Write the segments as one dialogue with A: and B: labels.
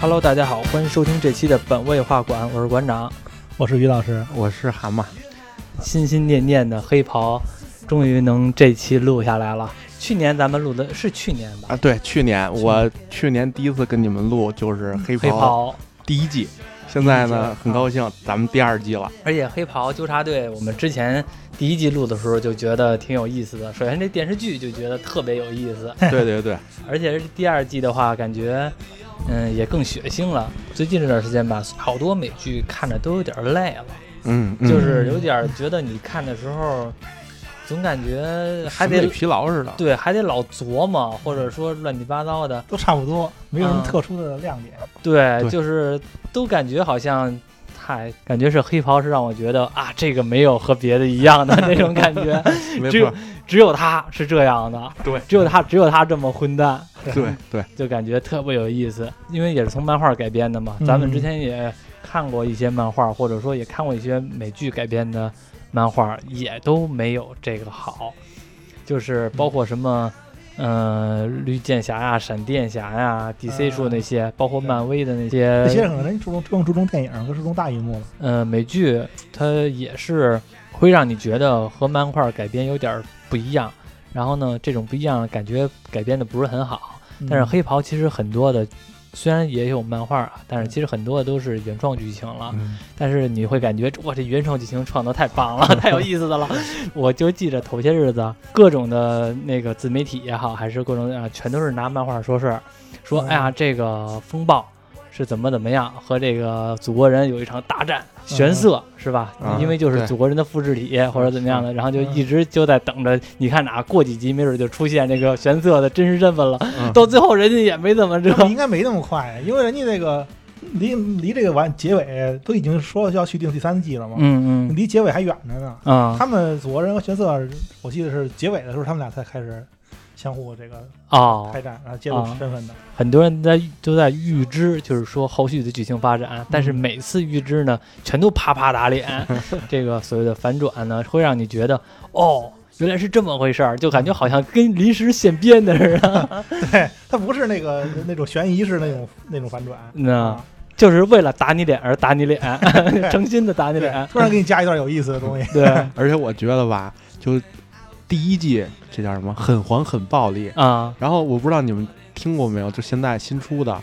A: Hello，大家好，欢迎收听这期的本位画馆，我是馆长。
B: 我是于老师，
C: 我是蛤蟆，
A: 心心念念的黑袍，终于能这期录下来了。去年咱们录的是去年吧？
C: 啊，对，去年我去年第一次跟你们录就是黑
A: 黑
C: 袍嗯
A: 袍，
C: 第一季，现在
A: 第一季
C: 呢
A: 啊
C: 很高兴咱们第二季 了，
A: 而且黑袍纠察队，我们之前第一季录的时候就觉得挺有意思的。首先这电视剧就觉得特别有意 思，
C: 对对对，
A: 而且是第二季的话，感觉嗯也更血腥了。最近这段时间吧，好多美剧看着都有点累了。
C: 嗯，嗯
A: 就是有点儿觉得你看的时候，总感觉还
C: 审美
A: 得
C: 疲劳似的，
A: 对，还得老琢磨，或者说乱七八糟的。
B: 都差不多，没有什么
A: 嗯
B: 特殊的亮点。
A: 对，
C: 对
A: 就是都感觉好像，嗨，感觉是黑袍是让我觉得啊，这个没有和别的一样的那种感 觉，
C: 没
A: 只
C: 错
A: 有，只有他是这样的，
C: 对，
A: 只有他只有他这么混蛋，
C: 对对，
A: 就感觉特别有意思，因为也是从漫画改编的嘛。
B: 嗯
A: 咱们之前也看过一些漫画，或者说也看过一些美剧改编的漫画，也都没有这个好。就是包括什么，呃，绿箭侠呀、闪电侠呀、DC
B: 啊
A: 说那些，包括
B: 对
A: 漫威的那
B: 那些
A: 些，
B: 可能注重更注重电影，更注重大荧幕了。
A: 呃，美剧它也是会让你觉得和漫画改编有点儿不一样。然后呢，这种不一样感觉改编的不是很好。
B: 嗯
A: 但是黑袍其实很多的，虽然也有漫画啊，但是其实很多的都是原创剧情了。
C: 嗯
A: 但是你会感觉哇，这原创剧情创得太棒 了，太有意思的了。我就记着头些日子，各种的那个自媒体也好，还是各种啊，全都是拿漫画说事儿，说
B: 嗯
A: 哎呀，这个风暴。是怎么怎么样和这个祖国人有一场大战，玄色是吧？
C: 嗯啊
A: 因为就是
C: 对嗯
A: 祖国人的复制体或者怎么样的，然后就一直就在等着，你看哪过几集没准就出现这个玄色的真实身份了，
C: 嗯
A: 到最后人家也没怎么着
B: 嗯他。们应该没那么快，因为人家那个离离这个完结尾都已经说要续订第三季了嘛，
A: 嗯嗯
B: 离结尾还远着呢。
A: 啊
B: 他们祖国人和角色，我记得是结尾的时候，他们俩才开始相互这个
A: 哦，
B: 开战，然后揭露身份的。
A: 很多人在都在预知，就是说后续的剧情发展，但是每次预知呢，全都啪啪打 脸。这个所谓的反转呢，会让你觉得哦，原来是这么回事儿，就感觉好像跟临时现编的似 的，
B: 对，他不是那个那种悬疑式那种 那种反转。
A: 那
B: 啊
A: 就是为了打你脸而打你脸， 诚心的打你
B: 对
A: 脸，。
B: 突然给你加一段有意思的东西。
A: 对
C: 而且我觉得吧，就第一季这叫什么，很黄很暴力，
A: 啊
C: 然后我不知道你们听过没有，就现在新出的，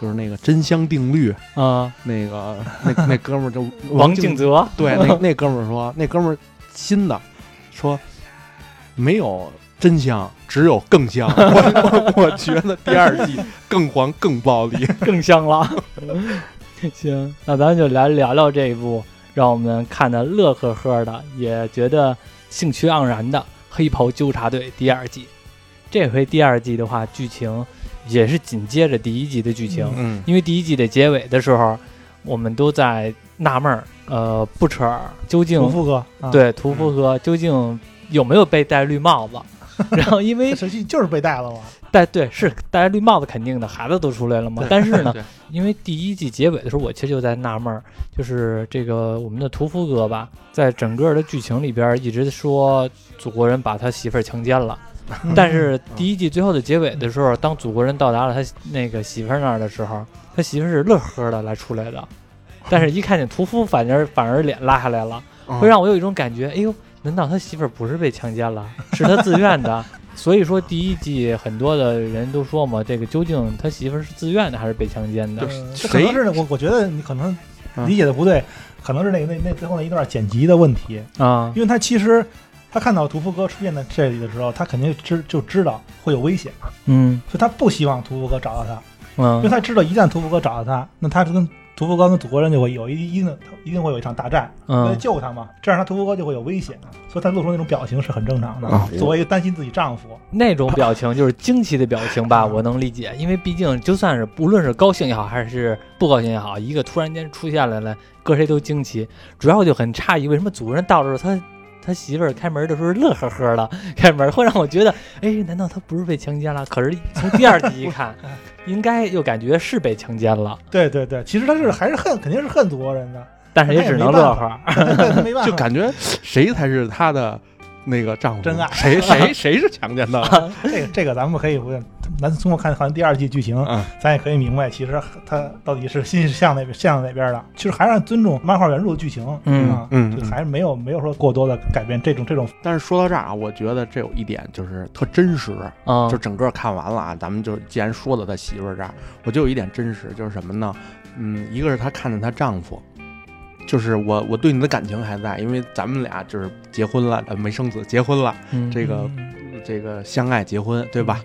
C: 就是那个真香定律，
A: 啊，
C: 那个那那哥们儿就
A: 王
C: 静
A: 静泽
C: 对， 那那哥们儿说，那哥们儿新的说没有真香，只有更香。 我我我觉得第二季更黄 更暴力。
A: 更香了。 行，那咱们就来聊聊这一部让我们看的乐呵呵的，也觉得兴趣盎然的《黑袍纠察队》第二季。这回第二季的话，剧情也是紧接着第一季的剧情，
B: 嗯
C: 嗯
A: 因为第一季的结尾的时候，我们都在纳闷儿，呃，布彻尔究竟
B: 重复哥，啊，
A: 对屠夫哥究竟有没有被戴绿帽子？ 然后因 为
B: 这实际就是被带了嘛。
A: 戴对是戴绿帽子肯定的，孩子都出来了嘛，但是呢，
C: 对
A: 因为第一季结尾的时候，我其实就在纳闷儿，就是这个我们的屠夫哥吧，在整个的剧情里边儿一直说祖国人把他媳妇儿强奸了，
B: 嗯
A: 但是第一季最后的结尾的时候，当祖国人到达了他那个媳妇儿那儿的时候，他媳妇儿是乐呵的来出来的，但是一看见屠夫，反而反而脸拉下来
C: 哦
A: 了，
B: 嗯
C: 嗯
A: 会让我有一种感觉，哎呦，难道他媳妇儿不是被强奸了，是他自愿的？所以说第一季很多的人都说嘛，这个究竟他媳妇儿是自愿的还是被强奸的？
B: 呃
C: 谁
B: 这可能是我我觉得你可能理解的不对，可能是那个那那最后那一段剪辑的问题，
A: 啊
B: 因为他其实他看到屠夫哥出现在这里的时候，他肯定知就知道会有危险，
A: 嗯
B: 所以他不希望屠夫哥找到他，因为
A: 嗯
B: 他知道一旦屠夫哥找到他，那他就跟屠夫哥跟祖国人就会有一一定一定会有一场大战，为了
A: 嗯，
B: 救他嘛，这样他屠夫哥就会有危险，所以他露出那种表情是很正常的
C: 啊，
B: 作为一个担心自己丈夫，
A: 那种表情就是惊奇的表情 吧，我能理解，因为毕竟就算是无论是高兴也好，还是不高兴也好，一个突然间出现了呢，搁谁都惊奇。主要我就很诧异，为什么祖国人到了他他媳妇儿开门的时候乐呵呵的开门，会让我觉得，哎，难道他不是被强奸了？可是从第二集一 看，应该又感觉是被强奸了，
B: 对对对，其实他是还是恨，肯定是恨祖国人的，
A: 但是也只能乐呵。
B: 对他没办法，
C: 就感觉谁才是他的那个丈夫？
B: 真爱
C: 谁谁谁是强奸的？
B: 这个这个咱们可以不用咱通过看看第二季剧情，
C: 嗯
B: 咱也可以明白，其实它到底是心是向那边向哪边的。其实还是尊重漫画原著的剧情，
A: 嗯
B: 啊
C: 嗯
B: 就还是没有没有说过多的改变这种这种。
C: 但是说到这儿啊，我觉得这有一点就是特真实，
A: 啊
C: 就整个看完了啊。咱们就既然说到他媳妇儿这儿，我就有一点真实，就是什么呢？嗯，一个是她看见她丈夫，就是我我对你的感情还在，因为咱们俩就是结婚了，呃，没生子，结婚了，这个
B: 嗯
C: 这个相爱结婚，对吧？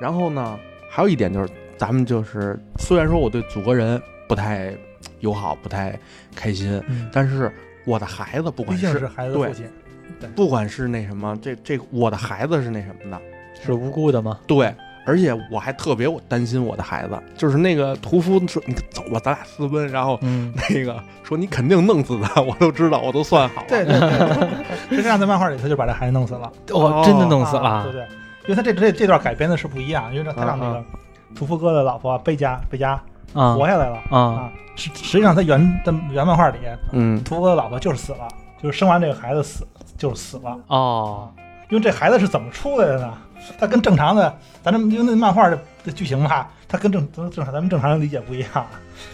C: 然后呢，还有一点就是，咱们就是虽然说我对祖国人不太友好，不太开心，
B: 嗯
C: 但是我的孩子不
B: 毕
C: 管
B: 竟
C: 是
B: 是孩子的父亲，
C: 不管是那什么，这这我的孩子是那什么的，
A: 是无辜的吗？
C: 对，而且我还特别我担心我的孩子，就是那个屠夫说你走吧，咱俩私奔，然后
A: 嗯，
C: 那个说你肯定弄死他，我都知道，我都算好了，
B: 对 对对，实际上在漫画里他就把这孩子弄死了，
A: 哦，真的弄死
B: 啊
A: 了
B: 对，对，因为他这这这段改编的是不一样，因为他让那
C: 啊
B: 个屠夫哥的老婆贝佳贝佳
A: 啊
B: 活下来了
A: 啊
B: 啊，实实际上他原的原漫画里，
C: 嗯
B: 屠夫哥的老婆就是死了，就是生完这个孩子死就是死了。
A: 哦，
B: 因为这孩子是怎么出来的呢？他跟正常的，咱们因为那漫画的的剧情吧，他跟正正正常咱们正常人理解不一样。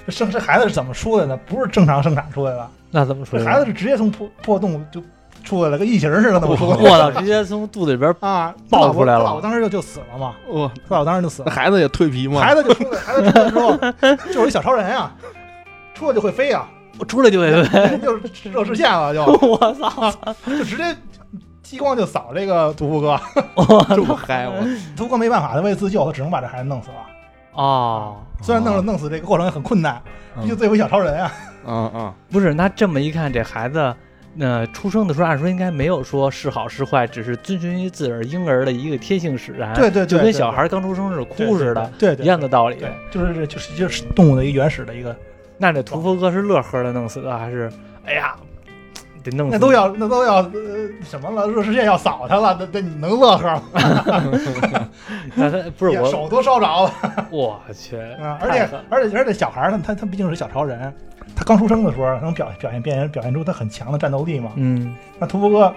B: 这生这孩子是怎么出来的？不是正常生产出来的，
A: 那怎么说
B: 这
A: 呀？
B: 孩子是直接从破破洞就出来了，跟异形似的，那么
A: 我
B: 说
A: 操，直接从肚子里边
B: 啊，
A: 爆出来了
B: 他老婆当时就就死了嘛，
C: 哇，
B: 他老婆当时就死
C: 那
B: 了，
C: 孩子也蜕皮吗？
B: 孩子就出来，孩子出来之后就是一小超人啊，出来就会飞啊，
A: 我出来就得，
B: 就是热视线了，就
A: 我操，
B: 就直接激光就扫这个屠夫哥，
C: 这么嗨， 我
B: 屠夫哥没办法，他为了自救，他只能把这孩子弄死了。
A: 哦，嗯
B: 虽然弄了弄死这个过程也很困难，毕竟最后一小超人啊，
C: 嗯嗯，
A: 不是，那这么一看，这孩子，那出生的时候按说应该没有说是好是坏，只是遵循于自个儿婴儿的一个天性使然，
B: 对对对
A: 哎就跟
B: 对
A: 小孩刚出生是哭似的，
B: 对对
A: 一样的道理。
B: 对，就是这就是就是动物的一个原始的一个，
A: 那这屠夫哥是乐呵的弄死的，还是哎呀得弄死？
B: 那都要那都要呃什么了，热视线要扫他了，那那你能乐呵吗？
A: 那他不是我，
B: 手都烧着了
A: 我去，
B: 啊！而且
A: 太狠
B: 而且而且小孩儿呢，他他毕竟是小超人，他刚出生的时候能表表现表现表现出他很强的战斗力嘛。
A: 嗯
B: 那屠夫哥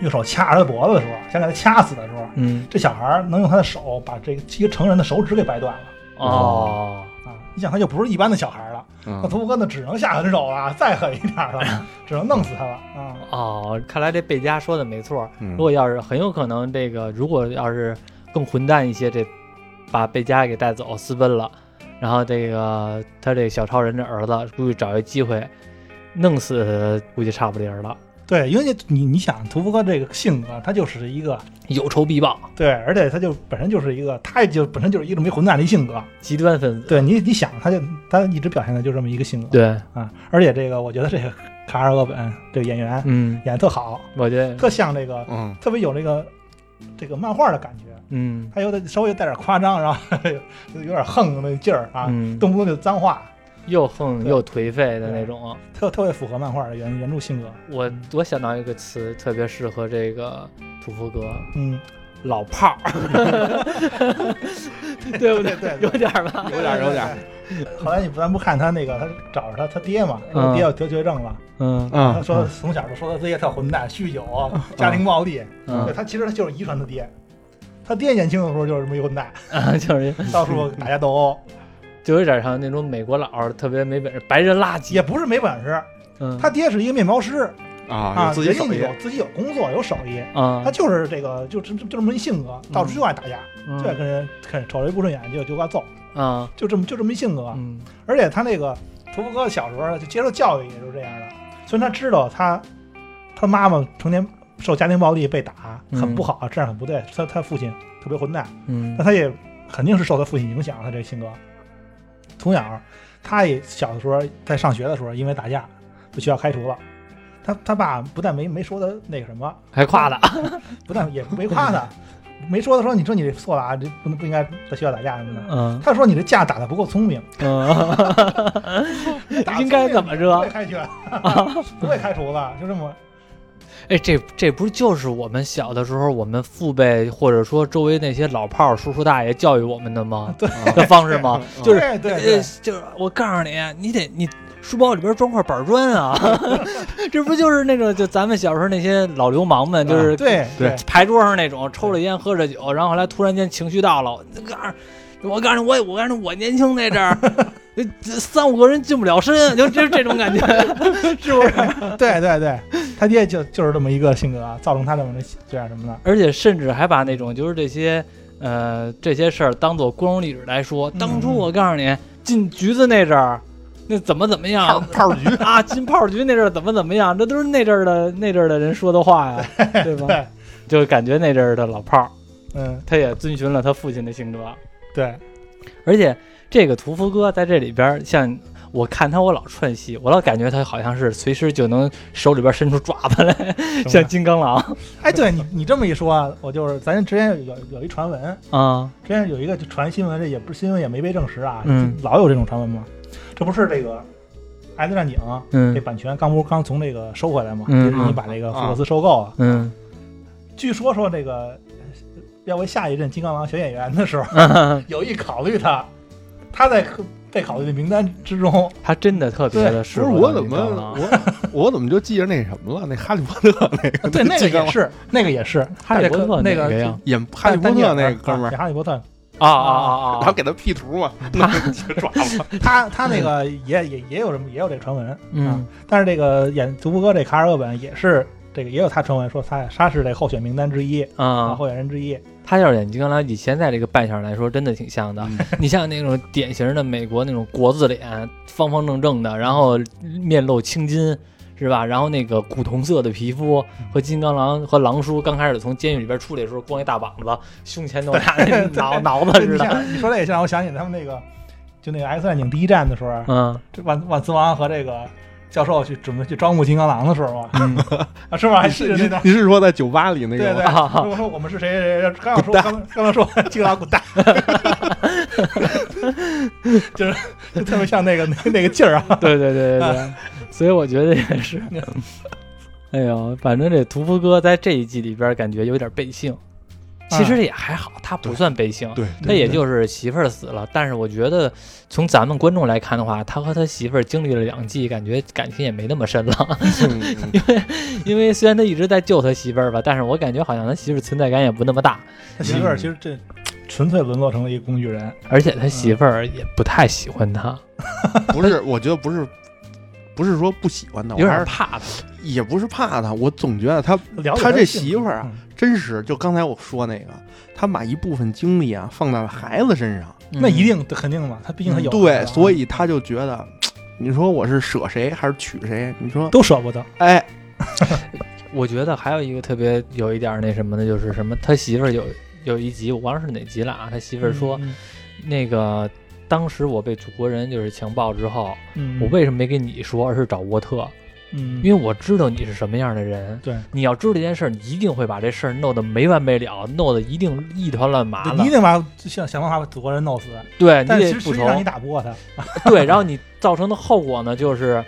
B: 用手掐儿子脖子的时候，想给他掐死的时候，
A: 嗯
B: 这小孩儿能用他的手把这个一个成人的手指给掰断了
A: 哦，
B: 啊！你想他就不是一般的小孩儿了。那
C: 嗯
B: 屠夫哥呢，只能下狠手了，再狠一点儿了，只能弄死他了啊！
A: 哦，看来这贝佳说的没错。
C: 嗯
A: 如果要是很有可能，这个如果要是更混蛋一些，这把贝佳给带走私奔了，然后这个他这小超人这儿子估计找一机会弄死，呃估计差不离儿了，
B: 对，因为你你你想，屠夫哥这个性格，他就是一个
A: 有仇必报，
B: 对，而且他就本身就是一个，他就本身就是一个没混蛋的性格。
A: 极端分子。
B: 对你你想，他就他一直表现的就这么一个性格
A: 对，
B: 啊！而且这个，我觉得这个卡尔·厄本这个演员
A: 嗯，
B: 演的特好，
A: 我觉得，
B: 特像这个，
C: 嗯
B: 特别有这个这个漫画的感觉，
A: 嗯
B: 还有点稍微带点夸张，然后 有点横的那劲儿啊，
A: 嗯，
B: 动不动就脏话，
A: 又横
B: 对
A: 又颓废的那种。
B: 特特别符合漫画的原原著性格。
A: 我我想到一个词，特别适合这个屠夫哥，
B: 嗯，
A: 老炮儿， 对不对？
B: 对对对
A: 有点儿吧。
C: 有点儿有点儿，
B: 后来你不咱不看他那个，他找着他他爹嘛，
A: 嗯
B: 他爹要得绝症了。
A: 嗯
B: 他
C: 嗯
B: 说从小就说他爹特混蛋，酗酒，家庭暴力。对
A: 嗯
B: 他其实他就是遗传他爹，他爹年轻的时候就是这么一 混蛋，
A: 啊， 就是
B: 到处打架斗殴，
C: 嗯
A: 就有点像那种美国佬儿，特别没本事，白人垃圾
B: 也。不是没本事。
A: 嗯，
B: 他爹是一个面包师
C: 啊，
B: 啊，
C: 有自己手
B: 人
C: 艺
B: 家，有自己有工作有手艺，
A: 啊
B: 他，就是这个就就就这么一性格，
C: 嗯
B: 到处就爱打架，就爱跟人看瞅谁不顺眼就就爱揍，
A: 嗯啊，
B: 就这么就这么一性格。
A: 嗯
B: 而且他那个屠夫哥小时候就接受教育也就是这样的，虽然他知道他他妈妈成天受家庭暴力被打
A: 嗯
B: 很不好，这样很不对，他他父亲特别混蛋，
A: 嗯
B: 但他也肯定是受他父亲影响，他这性格。从小，他也小的时候在上学的时候，因为打架被学校开除了。他他爸不但没没说他那个什么，
A: 还夸他。
B: 不但也没 夸他，没说他说你说你这错了啊，这不能不应该在学校打架什么的。
A: 嗯
B: 他说你这架打得不够聪明，
A: 嗯，
B: 打
A: 应该怎么
B: 不
A: 着啊
B: 会？开拳， 不会开除吧？就这么
A: 哎，这这不就是我们小的时候，我们父辈或者说周围那些老炮儿、叔叔大爷教育我们的吗？
B: 对
C: 嗯
B: 啊
A: 的方式吗？就是
B: 对对
A: 呃
B: 对，
A: 就是我告诉你，你得你书包里边装块板砖啊， 这不就是那种就咱们小时候那些老流氓们，就是
B: 对
C: 对
A: 牌桌上那种抽着烟喝着酒，然后后来突然间情绪到了，我告诉你，我告诉你，我我告诉你，我年轻那阵 儿，这这三五个人近不了身，就这这种感觉，是不是？
B: 对对对，他爹就就是这么一个性格，啊造成他这么的这样什么的。
A: 而且甚至还把那种就是这些呃这些事儿当做光荣历史来说。当初我告诉你，进局子那阵儿，那怎么怎么 样
C: 炮局
A: 啊？进炮局那阵儿怎么怎么样？这都是那阵儿的那阵儿的人说的话呀，对吧？
B: 对，
A: 就感觉那阵儿的老炮儿，
B: 嗯，
A: 他也遵循了他父亲的性格。
B: 对，
A: 而且这个屠夫哥在这里边儿，像我看他，我老串戏，我老感觉他好像是随时就能手里边伸出爪子来， 像金刚狼
B: 哎，对你你这么一说啊，我就是咱之前有有一传闻，
A: 啊、
B: 之前有一个就传新闻，这也不是新闻，也没被证实啊，
A: 嗯
B: 就老有这种传闻嘛。这不是这个《X 战警》这
A: 嗯
B: 版权刚不是刚从这个收回来嘛，
A: 嗯
B: 迪士尼
A: 嗯
B: 把这个福克斯收购了。
A: 嗯
B: 据说说这个要为下一任金刚狼选演员的时候，
A: 嗯，
B: 有意考虑他，他在被考虑的名单之 中，
A: 他真的特别的适
C: 不是
A: 合
C: 我
A: 当
C: 怎
A: 金
C: 么
A: 刚狼
C: 我我怎么就记着那什么了？那哈利波特那个
B: 对那个
C: 金刚
B: 也
C: 狼
B: 是，那个也是，
A: 哈利波特哪
B: 那个
A: 个呀
C: 演哈利波特那个哥们儿，
B: 哈利波特，
A: 啊啊
C: 然后
A: 啊！
C: 给他 P 图嘛，弄个爪子。
B: 他他那个也也也有什么也有这个传闻，
A: 嗯
B: 啊，但是这个演独步哥这卡尔厄本也是这个也有他传闻说他他是这候选名单之一啊，
A: 啊，
B: 候选人 之一，
A: 他要是演金刚狼，以现在这个扮相来说，真的挺像的。 你像那种典型的美国那种国字脸，方方正正的，然后面露青筋，是吧？然后那个古铜色的皮肤，和金刚狼和狼叔刚开始从监狱里边出来的时候，光一大膀子，胸前都拿那脑脑子似的。
B: 你想你说这个就让我想起他们那个就那个 X 战警第一站的时候，
A: 嗯，
B: 这万万磁王和这个教授去准备去招募金刚狼的时候啊，
A: 嗯
B: 啊是吧？还
C: 你
B: 记得
C: 是
B: 那段
C: 你是说在酒吧里那
B: 对
C: 个
B: 对
C: 吗？
A: 啊
B: 我说我们是谁谁谁，刚要说刚刚刚说金刚狼滚蛋， 就是就特别像那个那那个劲儿啊，
A: 对对对对对，所以我觉得也是。 哎呦，反正这屠夫哥在这一季里边感觉有点背性，其实也还好，他不算背性，
C: 对，
A: 他也就是媳妇儿死了。但是我觉得从咱们观众来看的话，他和他媳妇儿经历了两季，感觉感情也没那么深了。
C: 嗯 嗯
A: 因为虽然他一直在救他媳妇儿吧，但是我感觉好像他媳妇儿存在感也不那么大，
B: 他媳妇儿其实这纯粹沦落成了一个工具人，
A: 而且他媳妇儿也不太喜欢他，
C: 不是，我觉得不是。不是说不喜欢他，
A: 有
C: 我还
A: 点
C: 是
A: 怕他。
C: 也不是怕他，我总觉得他
B: 了解
C: 他这
B: 性
C: 媳
B: 格
C: 妇儿啊，
B: 嗯
C: 真实。就刚才我说那个，他把一部分精力啊放在了孩子身上，
A: 嗯
C: 嗯
B: 那一定肯定的嘛，他毕竟他有孩
C: 对，
B: 子啊
C: 所以他就觉得，你说我是舍谁还是娶谁？你说，
B: 都舍不得。
C: 哎，
A: 我觉得还有一个特别有一点儿那什么的，就是什么，他媳妇儿有有一集，我忘了是哪集了啊。他媳妇儿说，
B: 嗯，
A: 那个当时我被祖国人就是强暴之后，
B: 嗯
A: 我为什么没跟你说，而是找沃特？
B: 嗯，
A: 因为我知道你是什么样的人。
B: 对，
A: 你要知道这件事儿，你一定会把这事儿弄得没完没了，弄得一定一团乱麻
B: 你
A: 了
B: 一。定把想想办法把祖国人弄死，
A: 对你
B: 但
A: 得
B: 其实
A: 复
B: 实际
A: 仇，
B: 上你打不过他，
A: 对，然后你造成的后果呢，就是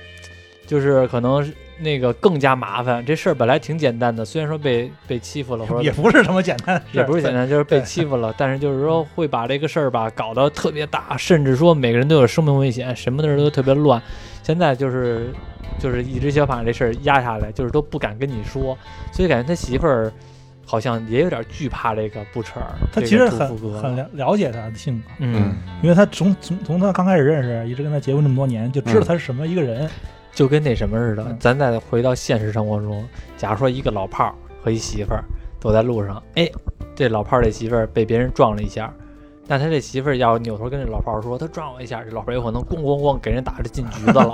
A: 就是可能是那个更加麻烦。这事儿本来挺简单的，虽然说被被欺负了，或者
B: 也不是什么简单的事，
A: 也不是简单，就是被欺负了，但是就是说会把这个事儿吧搞得特别大，甚至说每个人都有生命危险，什么的事儿都特别乱。现在就是就是一直想把这事儿压下来，就是都不敢跟你说，所以感觉他媳妇儿好像也有点惧怕这个不扯儿。
B: 他
A: 这
B: 其
A: 个
B: 实
A: 屠
B: 很
A: 夫哥
B: 很了了解他的性格，
A: 嗯，
B: 因为他从从从他刚开始认识，一直跟他结婚这么多年，就知道
C: 嗯
B: 他是什么一个人。
A: 就跟那什么似的
B: 嗯。
A: 咱再回到现实生活中，假如说一个老炮儿和一媳妇儿走在路上，哎，这老炮儿这媳妇儿被别人撞了一下，那他这媳妇儿要扭头跟这老炮儿说他撞我一下，这老炮儿有可能咣咣咣给人打着进局子了。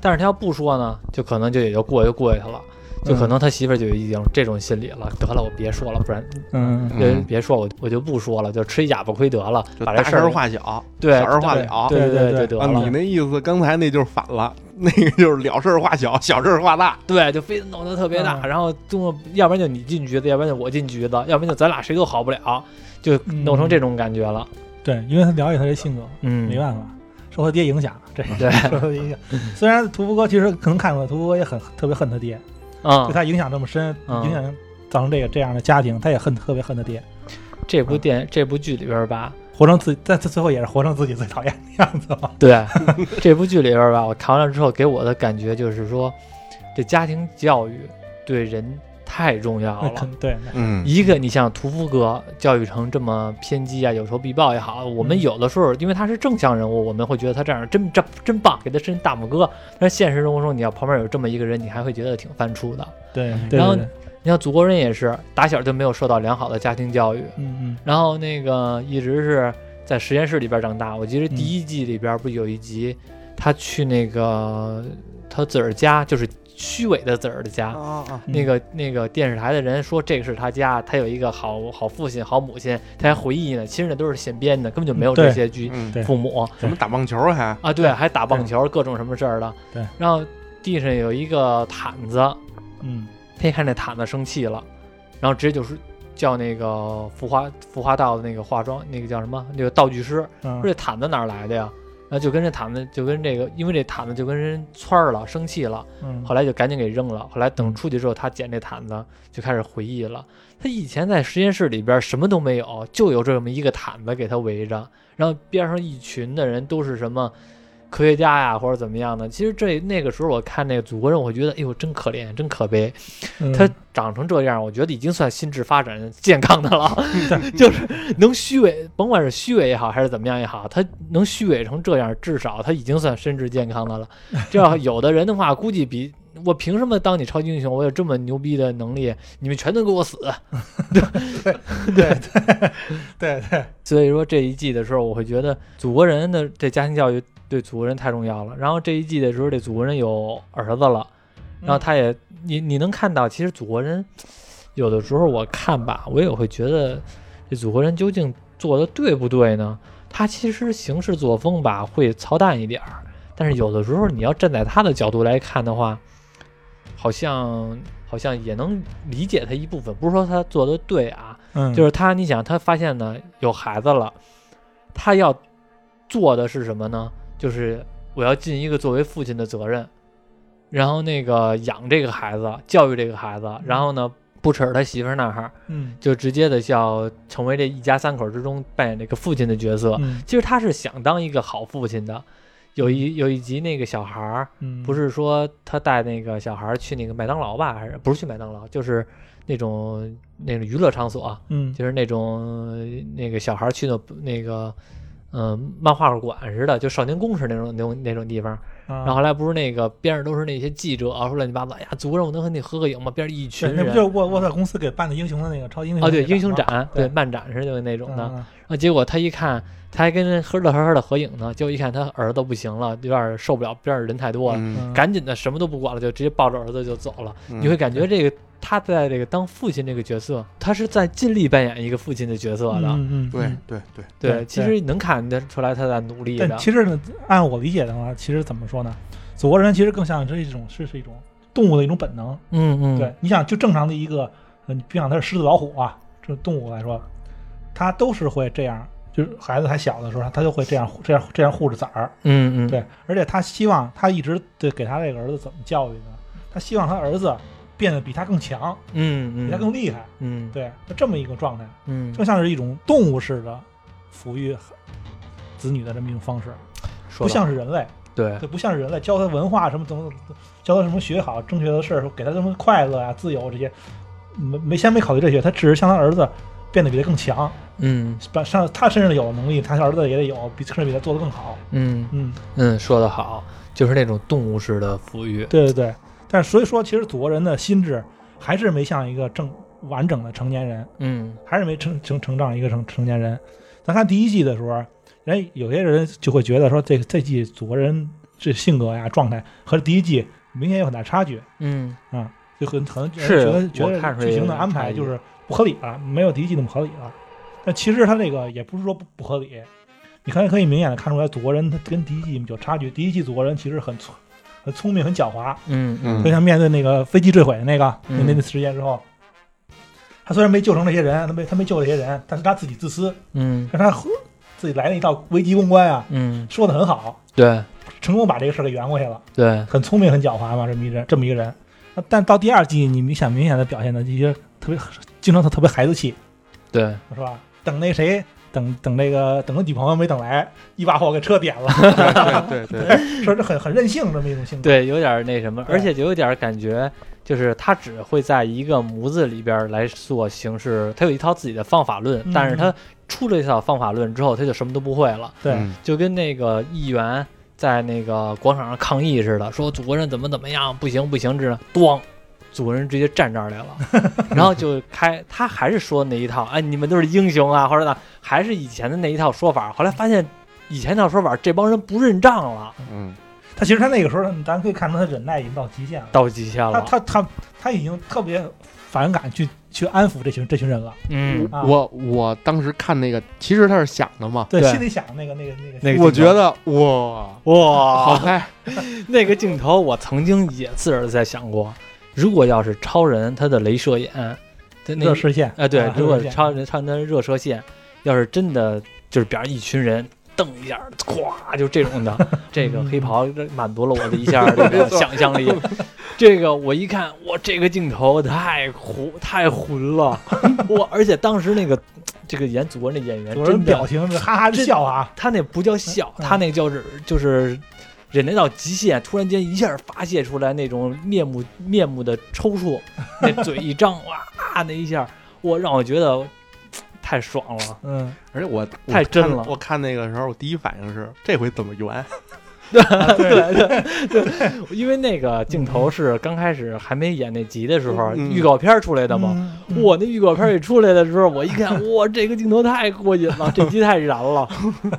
A: 但是他要不说呢，就可能就也就过就过去了。就可能他媳妇儿就已经这种心理了，得了，我别说了，不然
B: 嗯，
A: 别、
C: 嗯
A: 别说我我就不说了，就吃一哑巴亏得了，
C: 就
A: 把
C: 大
A: 这
C: 事
A: 事
C: 儿
A: 儿
C: 化小，
A: 对
C: 小事儿化
B: 对
C: 了。
A: 嗯对对
B: 对
A: 得
B: 对
C: 啊，
A: 了
C: 你，那意思刚才那就是反了，那个就是了事儿化小，小事儿化大。
A: 对，就非得弄得特别大，
B: 嗯
A: 然后最后要不然就你进局子，要不然就我进局子，要不然就咱俩谁都好不了，就弄成
B: 嗯
A: 这种感觉了。
B: 对，因为他了解他这性格，
A: 嗯，
B: 没办法，受他爹影响，这
A: 对，
B: 受他爹 影响。虽然屠夫哥其实可能看出来，屠夫哥也很特别恨他爹，
A: 啊
B: 对、他影响这么深，
A: 嗯
B: 影响造成这个这样的家庭，他也恨特别恨他爹。
A: 这部电这部剧里边吧，
B: 活成自己，但他最后也是活成自己最讨厌的样子嘛。
A: 对，这部剧里边儿吧，我看完了之后给我的感觉就是说，这家庭教育对人太重要
B: 那
A: 了。
B: 肯 对，那
C: 嗯，
A: 一个，你像屠夫哥教育成这么偏激啊，有仇必报也好，我们
B: 嗯
A: 有的时候因为他是正向人物，我们会觉得他这样真真真棒，给他伸大拇哥。但是现实生活中，你要旁边有这么一个人，你还会觉得挺犯怵的。
B: 对
C: 嗯，
B: 对
A: 然后
B: 对对
A: 你像祖国人也是，打小就没有受到良好的家庭教育，
B: 嗯
A: 然后那个一直是在实验室里边长大。我记得第一季里边不有一集，他去那个他自个儿家，就是虚伪的自个儿的家，
C: 啊啊，
B: 嗯
A: 那个那个电视台的人说这个是他家，他有一个好好父亲、好母亲，他还回忆呢。其实那都是现编的，根本就没有
B: 嗯对
A: 这些剧
C: 嗯，
B: 对
A: 父母
C: 怎么打棒球还
A: 啊，对，还打棒球，各种什么事儿的。
B: 对，
A: 然后地上有一个毯子，
B: 嗯
A: 他一看那毯子生气了，然后直接就是叫那个服化服化道的那个化妆那个叫什么那个道具师，
B: 嗯
A: 说这毯子哪儿来的呀？然后就跟这毯子就跟这个，因为这毯子就跟人窜儿了，生气了。
B: 嗯，
A: 后来就赶紧给扔了。后来等出去之后，他捡这毯子就开始回忆了。他以前在实验室里边什么都没有，就有这么一个毯子给他围着，然后边上一群的人都是什么科学家呀或者怎么样的。其实这那个时候我看那个祖国人，我觉得哎呦真可怜，真可悲。
B: 嗯
A: 他长成这样，我觉得已经算心智发展健康的了， 就是能虚伪，甭管是虚伪也好，还是怎么样也好，他能虚伪成这样，至少他已经算心智健康的了。这要有的人的话，估计比我凭什么当你超级英雄？我有这么牛逼的能力，你们全都给我死！
B: 对对对对，
A: 所以说这一季的时候，我会觉得祖国人的这家庭教育对祖国人太重要了。然后这一季的时候，这祖国人有儿子了，然后他也，你你能看到，其实祖国人有的时候我看吧，我也会觉得这祖国人究竟做的对不对呢？他其实行事作风吧会操蛋一点儿，但是有的时候你要站在他的角度来看的话，好像好像也能理解他一部分，不是说他做的对啊，
B: 嗯
A: 就是他，你想，他发现呢有孩子了，他要做的是什么呢？就是我要尽一个作为父亲的责任，然后那个养这个孩子，教育这个孩子，然后呢不扯他媳妇儿那儿，
B: 嗯
A: 就直接的要成为这一家三口之中扮演这个父亲的角色。
B: 嗯
A: 其实他是想当一个好父亲的。有一有一集那个小孩儿，
B: 嗯，
A: 不是说他带那个小孩儿去那个麦当劳吧，还是不是去麦当劳，就是那种那种娱乐场所、啊
B: 嗯
A: 就是那种呃那个小孩儿去的那个，嗯、漫画馆似的，就少年宫似的那种那种那种地方。
B: 啊，
A: 然后后来不是那个边上都是那些记者啊，说乱七八糟，哎呀，族人我能和你合个影吗？边上一群
B: 对那不
A: 人
B: 就是沃沃特公司给办的英雄的那个超级英雄
A: 啊，对，英雄
B: 雄
A: 展，
B: 对
A: 对，漫展似的那种的。
B: 嗯
A: 啊，结果他一看，他还跟人呵乐呵呵的合影呢，结果一看他儿子不行了，有点受不了，边上人太多了，
C: 嗯，
B: 嗯
A: 赶紧的什么都不管了，就直接抱着儿子就走了。
C: 嗯
A: 你会感觉这个他在这个当父亲这个角色，他是在尽力扮演一个父亲的角色的。
B: 嗯嗯嗯
C: 对
B: 嗯
C: 对对，
A: 对，
B: 对
A: 其
B: 对
A: 实能看得出来他在努力的
B: 但。其实呢，按我理解的话，其实怎么说呢？祖国人其实更像是一种是是一种动物的一种本能。
A: 嗯嗯，
B: 对，，你想就正常的一个，呃你别想它是狮子、老虎啊，这动物来说，它都是会这样。就是孩子还小的时候，他就会这样这样这样护着崽儿。
A: 嗯嗯，
B: 对，而且他希望他一直对给他这个儿子怎么教育呢？他希望他儿子变得比他更强，
A: 嗯
B: 比
A: 嗯，
B: 他更厉害。
A: 嗯
B: 对，就这么一个状态，
A: 嗯
B: 更，像是一种动物式的抚育子女的这么一种方式，
A: 说
B: 不
A: 得好
B: 像是人类。
A: 对
B: 对，不像人类教他文化什么怎么，教他什么学好正确的事儿，给他什么快乐啊、自由这些，没没先没考虑这些，他只是像他儿子变得比他更强，
A: 嗯
B: 把上他身上有能力，他儿子也得有，比甚至比他做得更好。
A: 嗯
B: 嗯，
A: 嗯，说的好，就是那种动物式的抚育。
B: 对对对。但是所以说，其实祖国人的心智还是没像一个正完整的成年人，
A: 嗯
B: 还是没成成成长一个成成年人。咱看第一季的时候，人有些人就会觉得说这这季祖国人这性格呀、状态和第一季明显有很大差距。
A: 嗯
B: 就很可能觉
A: 是
B: 得觉
A: 我
B: 得觉
A: 看
B: 得
A: 出来
B: 剧情
A: 有
B: 的
A: 点
B: 安
A: 差
B: 排
A: 异
B: 就是不合理了，没有第一季那么合理了。但其实它这个也不是说不不合理，你可以可以明显的看出来，祖国人他跟第一季有差距。第一季祖国人其实很聪很聪明、很狡猾，
A: 嗯嗯
B: 就像面对那个飞机坠毁的那个那
A: 嗯
B: 那那事件之后，他虽然没救成那些人，他没他没救这些人，但是他自己自私，
A: 嗯
B: 但是他自己来了一道危机公关啊，
A: 嗯，
B: 说的很好，
A: 对
B: 成功把这个事儿给圆过去了。
A: 对，
B: 很聪明、很狡猾嘛，这么一人，这么一个人。那但到第二季，你明显明显的表现的一些特别，经常特特别孩子气，
A: 对，
B: 是吧？等那谁，等等等那个等个女朋友没等来，一把火给车点了，
C: 对对对，
B: 说这很很任性这么一种性格。
A: 对，有点儿那什么，
B: 对
A: 而且有点儿感觉，就是他只会在一个模子里边儿来做形式，他有一套自己的方法论，
B: 嗯
A: 但是他出了一套方法论之后，他就什么都不会了，
B: 对
C: 嗯
A: 就跟那个议员在那个广场上抗议似的，说祖国人怎么怎么样，不行不行，这咣。祖国人直接站这儿 来了，然后就开，他还是说那一套，哎，你们都是英雄啊，或者呢，还是以前的那一套说法。后来发现，以前那套说法，这帮人不认账了，
C: 嗯，
B: 他其实他那个时候，咱可以看出他忍耐已经到极限了，
A: 到极限
B: 他
A: 了。
B: 他他他已经特别反感去去安抚这群这群人了。
A: 嗯，
B: 啊
C: 我我当时看那个，其实他是想的嘛，
B: 对，
A: 对
B: 心里想那个那个那个，
A: 那个
C: 我
A: 镜
C: 觉
A: 头
C: 得哇，好
A: 哇，
C: 拍，
A: 那个镜头我曾经也自个儿在想过，如果要是超人他的镭射眼，他那
B: 热视线
A: 哎对
B: 啊，
A: 如果
B: 热视线
A: 超人超人的热射线，要是真的就是比方一群人瞪一下，咵就这种 的，这
B: 嗯
A: 个黑袍满足了我的一下这个想象 力。这个我一看，我这个镜头太糊太混 了，我而且当时那个这个演祖国那演员
B: 主
A: 真
B: 人
A: 的
B: 表情是哈哈的
A: 真
B: 笑啊，
A: 他那不叫笑，
B: 嗯
A: 他那叫是就是忍耐到极限，突然间一下发泄出来那种面目面目的抽 搐，那嘴一张，哇那一下，我让我觉得嘖太爽了。
B: 嗯，
C: 而且我
A: 太真了
C: 我看我看那个时候，我第一反应是这回怎么圆？
B: 啊对，
A: 对对对，因为那个镜头是刚开始还没演那集的时候，
C: 嗯
A: 预告片出来的嘛。
B: 嗯？嗯
A: 我那预告片一出来的时候，我一看，哇，这个镜头太过瘾了，这集太燃了。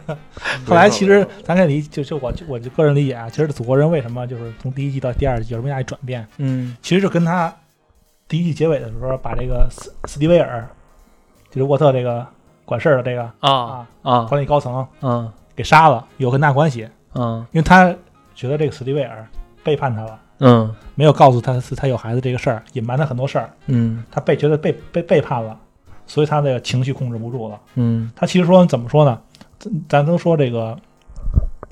B: 后来其实咱可以理，就就我就我就个人理解啊，其实祖国人为什么就是从第一季到第二季有这么大一转变，
A: 嗯
B: 其实就跟他第一季结尾的时候把这个斯斯蒂威尔，就是沃特这个管事儿的这个
A: 啊
B: 啊
A: 啊
B: 管理高层
A: 嗯
B: 给杀了有很大关系，
A: 嗯
B: 因为他觉得这个斯蒂威尔背叛他了，
A: 嗯
B: 没有告诉他是他有孩子这个事儿，隐瞒他很多事儿，
A: 嗯
B: 他被觉得被被背叛了，所以他的情绪控制不住了。
A: 嗯
B: 他其实说怎么说呢？咱咱都说这个，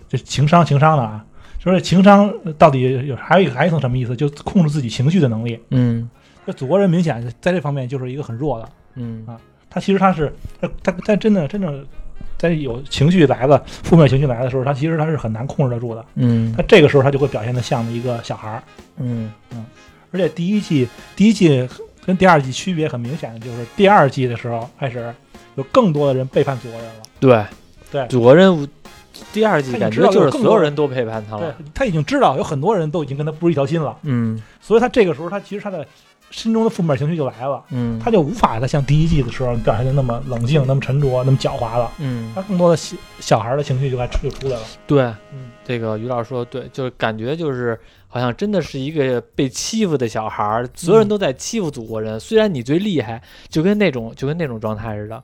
B: 这情商情商的啊，就是情商到底有还有一个还有一层什么意思？就控制自己情绪的能力。
A: 嗯
B: 这祖国人明显在这方面就是一个很弱的。
A: 嗯
B: 他其实他是他他他真的真正在有情绪来了，负面情绪来的时候，他其实他是很难控制得住的。
A: 嗯
B: 他这个时候他就会表现得像一个小孩儿。
A: 嗯
B: 而且第一季第一季跟第二季区别很明显的就是，第二季的时候开始有更多的人背叛祖国人了。
A: 对
B: 对
A: 祖国人第二季
B: 他已
A: 感
B: 经
A: 觉
B: 知道
A: 就是
B: 有更
A: 所
B: 多
A: 有
B: 人
A: 人都背叛他
B: 对
A: 了。
B: 他已经知道有很多人都已经跟他不是一条心了，
A: 嗯
B: 所以他这个时候他其实他的心中的负面情绪就来了，
A: 嗯，
B: 他就无法再像第一季的时候表现的那么冷静、那么沉着、那么狡猾了。
A: 嗯
B: 他更多的小小孩的情绪就该出就出来了。
A: 对
B: 嗯，
A: 这个于老师说的对，就是感觉就是好像真的是一个被欺负的小孩儿，所有人
B: 嗯
A: 都在欺负祖国人，虽然你最厉害，就跟那种就跟那种状态似的。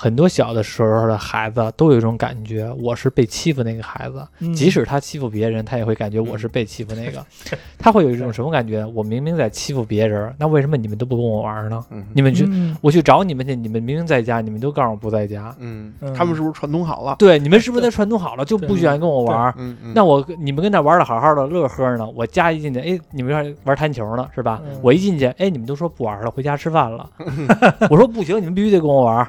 A: 很多小的时候的孩子都有一种感觉，我是被欺负那个孩子，
B: 嗯
A: 即使他欺负别人，他也会感觉我是被欺负那个，他会有一种什么感觉？我明明在欺负别人，那为什么你们都不跟我玩儿呢？
C: 嗯
A: 你们去，
B: 嗯
A: 我去找你们去，你们明明在家，你们都告诉我不在家。
C: 嗯
B: 嗯，
C: 他们是不是串通好了？
A: 对，你们是不是在串通好了就
B: 对
A: 不喜欢跟我玩儿？
C: 嗯嗯，
A: 那我你们跟那玩的好好的，乐呵呢。我家一进去，哎，你们这玩弹球呢，是吧？
B: 嗯
A: 我一进去，哎，你们都说不玩了，回家吃饭了。我说不行，你们必须得跟我玩儿。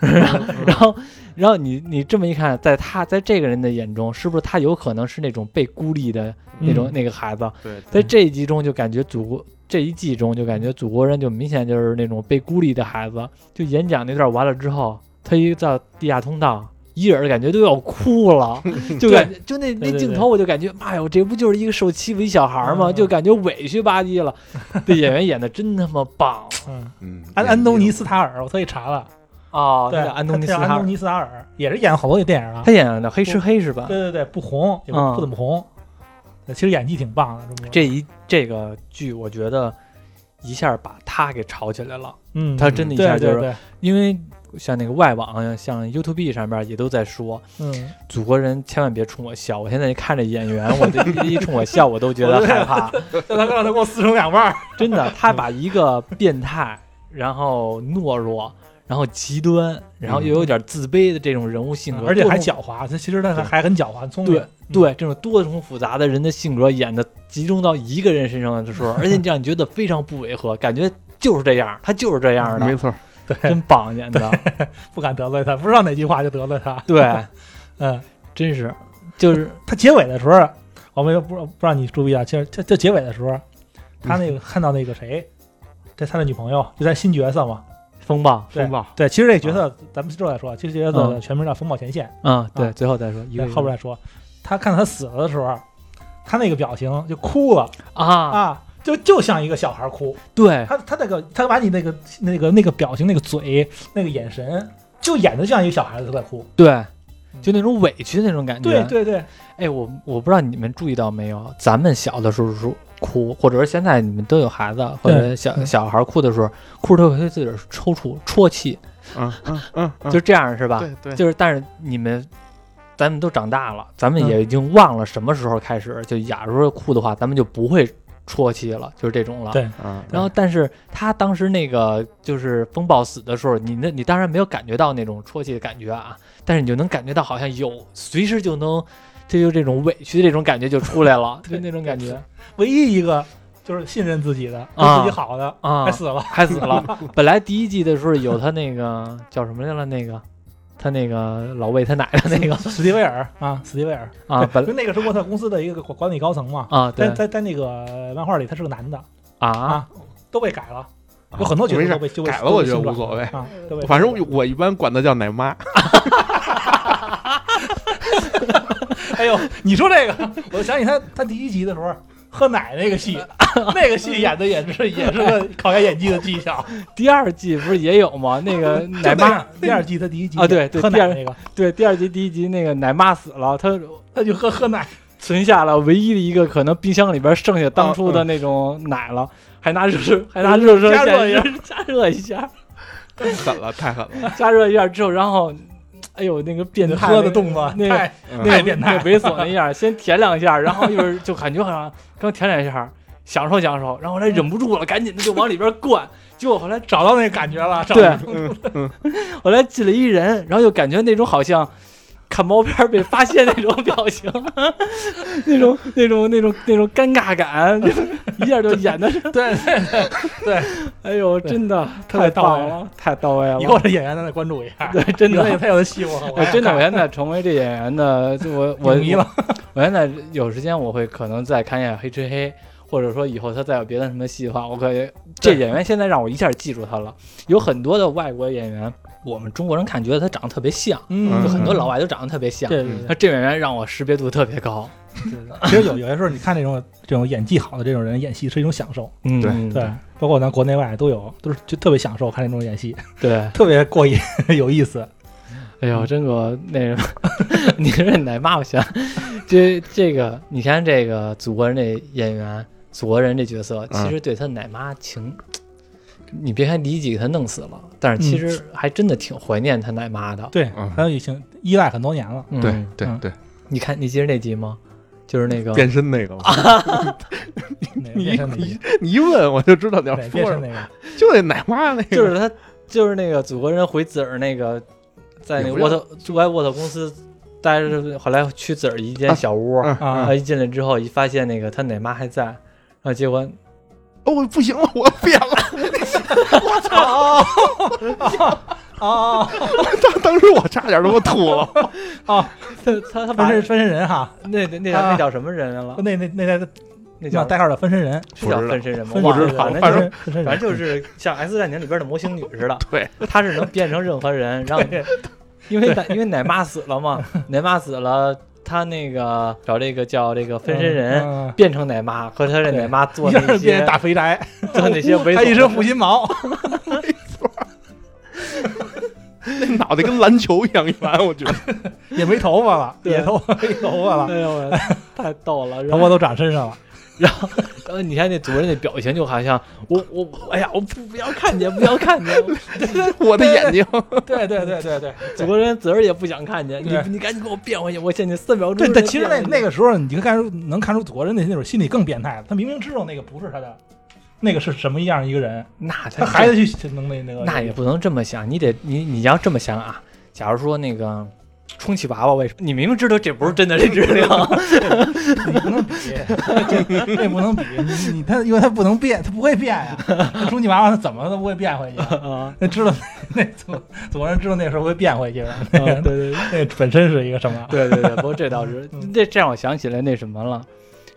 A: 然后，然后你你这么一看，在他在这个人的眼中，是不是他有可能是那种被孤立的那种、
B: 嗯
A: 那个孩子？
C: 对，
A: 在这一集中就感觉祖国这一季中就感觉祖国人就明显就是那种被孤立的孩子。就演讲那段完了之后，他一到地下通道，伊尔感觉都要哭 了，就感觉就那那
B: 对对
A: 镜头我就感觉，妈呀，这不就是一个受欺负一小孩儿吗？
B: 嗯
A: 就感觉委屈吧唧 了。这演员演的真他妈棒
B: 嗯，
C: 嗯
B: 安安东尼斯塔尔，我特意查了，
A: 啊！
B: 对，
A: 那个安东尼斯
B: 他叫
A: 塔
B: 哦安
A: 尔，
B: 东尼斯塔尔也是演了好多电影啊
A: 他。演的《黑吃黑》是吧？
B: 对对对，不红，也不
A: 嗯
B: 不怎么红，其实演技挺棒的。这么说
A: 这一这个剧，我觉得一下把他给炒起来了。
B: 嗯，
A: 他真的一下
B: 对
A: 就
B: 对
A: 是
B: 对，
A: 因为像那个外网，像 YouTube 上面也都在说，
B: 嗯，
A: 祖国人千万别冲我笑，我现在一看这演员，我这一一冲我笑，我都觉得 害怕。
B: 让他让他给我撕成两半儿。
A: 真的，他把一个变态，然后懦弱，然后极端，然后又有点自卑的这种人物性格，
B: 嗯而且还
A: 多重
B: 狡猾。他其实他还
A: 对
B: 还很狡猾，很聪明。
A: 对对这种多重复杂的人的性格演的集中到一个人身上的时候，而且你这样你觉得非常不违和，感觉就是这样，他就是这样的。
C: 没错，
B: 对，
A: 真棒，简直，
B: 不敢得罪他，不知道哪句话就得罪他。
A: 对，
B: 嗯，
A: 真是，就是
B: 他结尾的时候，我们不不让你注意啊，其实就就结尾的时候，他那个看到那个谁，这他的女朋友，就他新角色嘛。
A: 风暴，
B: 对
C: 风暴，
B: 对，其实这角色咱们之后再说，其实这角色的
A: 啊嗯
B: 全名叫风暴前线，
A: 嗯，对，
B: 啊
A: 最后再说一
B: 在
A: 个
B: 后边再说。他看到他死了的时候，他那个表情就哭了
A: 啊，
B: 啊，就就像一个小孩哭。
A: 对，
B: 他他那个他把你那个那个那个表情、那个嘴、那个眼神，就演的像一个小孩子在哭。
A: 对，就那种委屈的那种感觉。
B: 对，对对，
A: 哎，我我不知道你们注意到没有，咱们小的时候是哭，或者是现在你们都有孩子或者小
B: 嗯
A: 小孩哭的时候，哭着会自个儿抽搐、啜泣，
C: 嗯嗯嗯嗯，
A: 就这样是吧？
C: 对对，
A: 就是，但是你们。咱们都长大了，咱
B: 嗯
A: 们也已经忘了什么时候开始，就假如说哭的话，咱们就不会啜泣了，就是这种了。
B: 对
C: 嗯，
A: 然后，但是他当时那个就是风暴死的时候，你那你当然没有感觉到那种啜泣的感觉啊，但是你就能感觉到好像有随时就能，这就这种委屈的这种感觉就出来 了，就
B: 对
A: 那种感觉
B: 唯一一个就是信任自己的、对
A: 啊
B: 自己好的，
A: 啊
B: 还，死了。
A: 还死了。本来第一季的时候有他那个叫什么来了，那个他那个老魏他奶奶那个
B: 史蒂威尔啊，史蒂威尔
A: 啊，
B: 对
C: 呃
A: 本
B: 就那个是沃特公司的一个管理高层嘛。
A: 啊对
B: 在在在那个漫画里，他是个男的
A: 啊
B: 啊，都被改了，有很多角
C: 啊没
B: 色
C: 事
B: 都被就被
C: 改了，我觉得
B: 都被
C: 无所谓。
B: 啊，都被
C: 反正我一般管她叫奶妈，
B: 哎呦，你说这个，我就想起他他第一集的时候喝奶那个戏，那个戏演的也是也是个考验演技的技巧。
A: 第二季不是也有吗？那 个 奶
B: 就那
A: 妈
B: 样第二季他第一集
A: 啊对对
B: 喝
A: 第
B: 奶
A: 二
B: 那个，
A: 对第二集第一集那个奶妈死了，他
B: 他就喝喝奶，
A: 存下了唯一的一个可能冰箱里边剩下当初的那种奶了，还拿热水，还拿热水
B: 哦嗯加热一下
A: 加热一下，
C: 太狠了，太狠了。
A: 加热一下之后，然后，哎呦那个变态
B: 喝的动作
A: 那个
B: 太
A: 那个
B: 太变态
A: 那个猥 琐那样，先舔两下，然后一会儿就感觉好像刚舔两下，享受享受，然后后来忍不住了，赶紧的就往里边灌，结果后来
B: 找到那感觉了。找到
A: 对，
C: 嗯
A: 后来进了一人，然后就感觉那种好像看毛片儿被发现那种表情， 那种那种那种那种尴尬感， 就一下就演的是，
B: 对对，
A: 哎呦，真的
B: 特别到
A: 棒啊
B: 位
A: 了，太到位了
B: 以。后这演员咱得关注一下，
A: 对，真
B: 以后也
A: 的，
B: 太有的戏我了
A: 我 真的，我现在成为这演员的，就我我
B: 我迷了。
A: 我现在有时间，我会可能再看一眼《黑吃黑》，或者说以后他再有别的什么戏的话，我可以。这
B: 对
A: 演员现在让我一下记住他了。有很多的外国演员，我们中国人看觉得他长得特别像，
B: 嗯
A: 就很多老外都长得特别像。
B: 对
C: 嗯
B: 对
A: 那
B: 对，
A: 这演员让我识别度特别高。
B: 其实有有些时候你看这种这种演技好的这种人演戏是一种享受，
A: 嗯
B: 对，包括咱国内外都有，都是就特别享受看这种演戏，
A: 对，
B: 特别过瘾， 有意思。
A: 哎
C: 嗯
A: 呦，真给我那什么， 你说奶妈，我想 这这个，你看这个祖国人这演员，祖国人这角色，
C: 嗯
A: 其实对他奶妈情，你别看第一集给他弄死了，但是其实还真的挺怀念他奶妈的。
B: 对
C: 嗯，
B: 他已经依赖很多年了。
A: 嗯
C: 对对
B: 嗯
C: 对，
A: 你看，你记得那集吗？就是那个
C: 变身那个嘛，你
B: 哪变身那
C: 你
B: 个，
C: 你一问我就知道你要
B: 哪
C: 说
B: 变
C: 什
B: 身
C: 么，
B: 那个，
C: 就那奶妈那个，
A: 就是他，就是那个祖国人回子儿那个，在那
C: 也
A: 个
C: 不是
A: 沃特住在沃特公司待着，后来去子儿一间
C: 啊
A: 小屋，
C: 嗯
B: 啊
A: 他一进来之后，一发现那个他奶妈还在，然后结果
C: 哦，不行了，我变了。
B: 哦哦
C: 当当时我差点他妈吐了。
B: 哦，
A: 他他他把
B: 分
A: 那
B: 身分身人哈，
A: 那那那
B: 啊
A: 那叫什么人来了？
B: 那那那代
A: 哦那
B: 那
A: 叫
B: 代号的分身人，
A: 是叫
C: 不知道
A: 分身人吗？
B: 分
A: 忘
B: 身
A: 了
B: 人，
A: 反正
B: 分
A: 就是
B: 身分身人，嗯
A: 反正就是像《X 战警》里边的模型女似的，
C: 对，
A: 她是能变成任何人，然后
B: 对
A: 因为奶因为奶妈死了 嘛，奶妈死了，她那个找这个叫这个分身人。
B: 嗯，
A: 变成奶妈和她这奶妈做
B: 一下
A: 那
B: 变
A: 些
B: 成大肥宅，
A: 做那些猥琐，
B: 他一身负心毛，
C: 那脑袋跟篮球一样圆，我 觉得。
B: 也没头发了，
A: 对
B: 也头发没头发了，
A: 哎 呦，太逗了！然
B: 头
A: 后
B: 发都长身上了。
A: 然后你看那主人那表情，就好像我我哎呀，我不不要看见，不要看 见，
C: 我的眼睛，
B: 对对对对 对，
A: 祖国人子儿也不想看见，你
B: 对
A: 你赶紧给我变回去，我限你三秒钟
B: 对
A: 之内变
B: 但
A: 回去。
B: 其实那那个时候，你就看出能看出祖国人那那种心理更变态了。他明明知道那个不是他的，那个是什么样一个人，
A: 那他
B: 他还得去弄那那个。
A: 那也不能这么想，你得你你要这么想啊。假如说那个充气娃娃为什么？你明明知道这不是真的林志玲，
B: 你不能比，这这不能比，你你他因为他不能变，他不会变 呀、他充气娃娃他怎么都不会变回去，
A: 啊，
B: 那知道 那祖祖国人知道那时候会变回去了，
A: 对 对
B: 那本身是一个什么？
A: 对对对，不过这倒是
B: 嗯，
A: 这这让我想起来那什么了，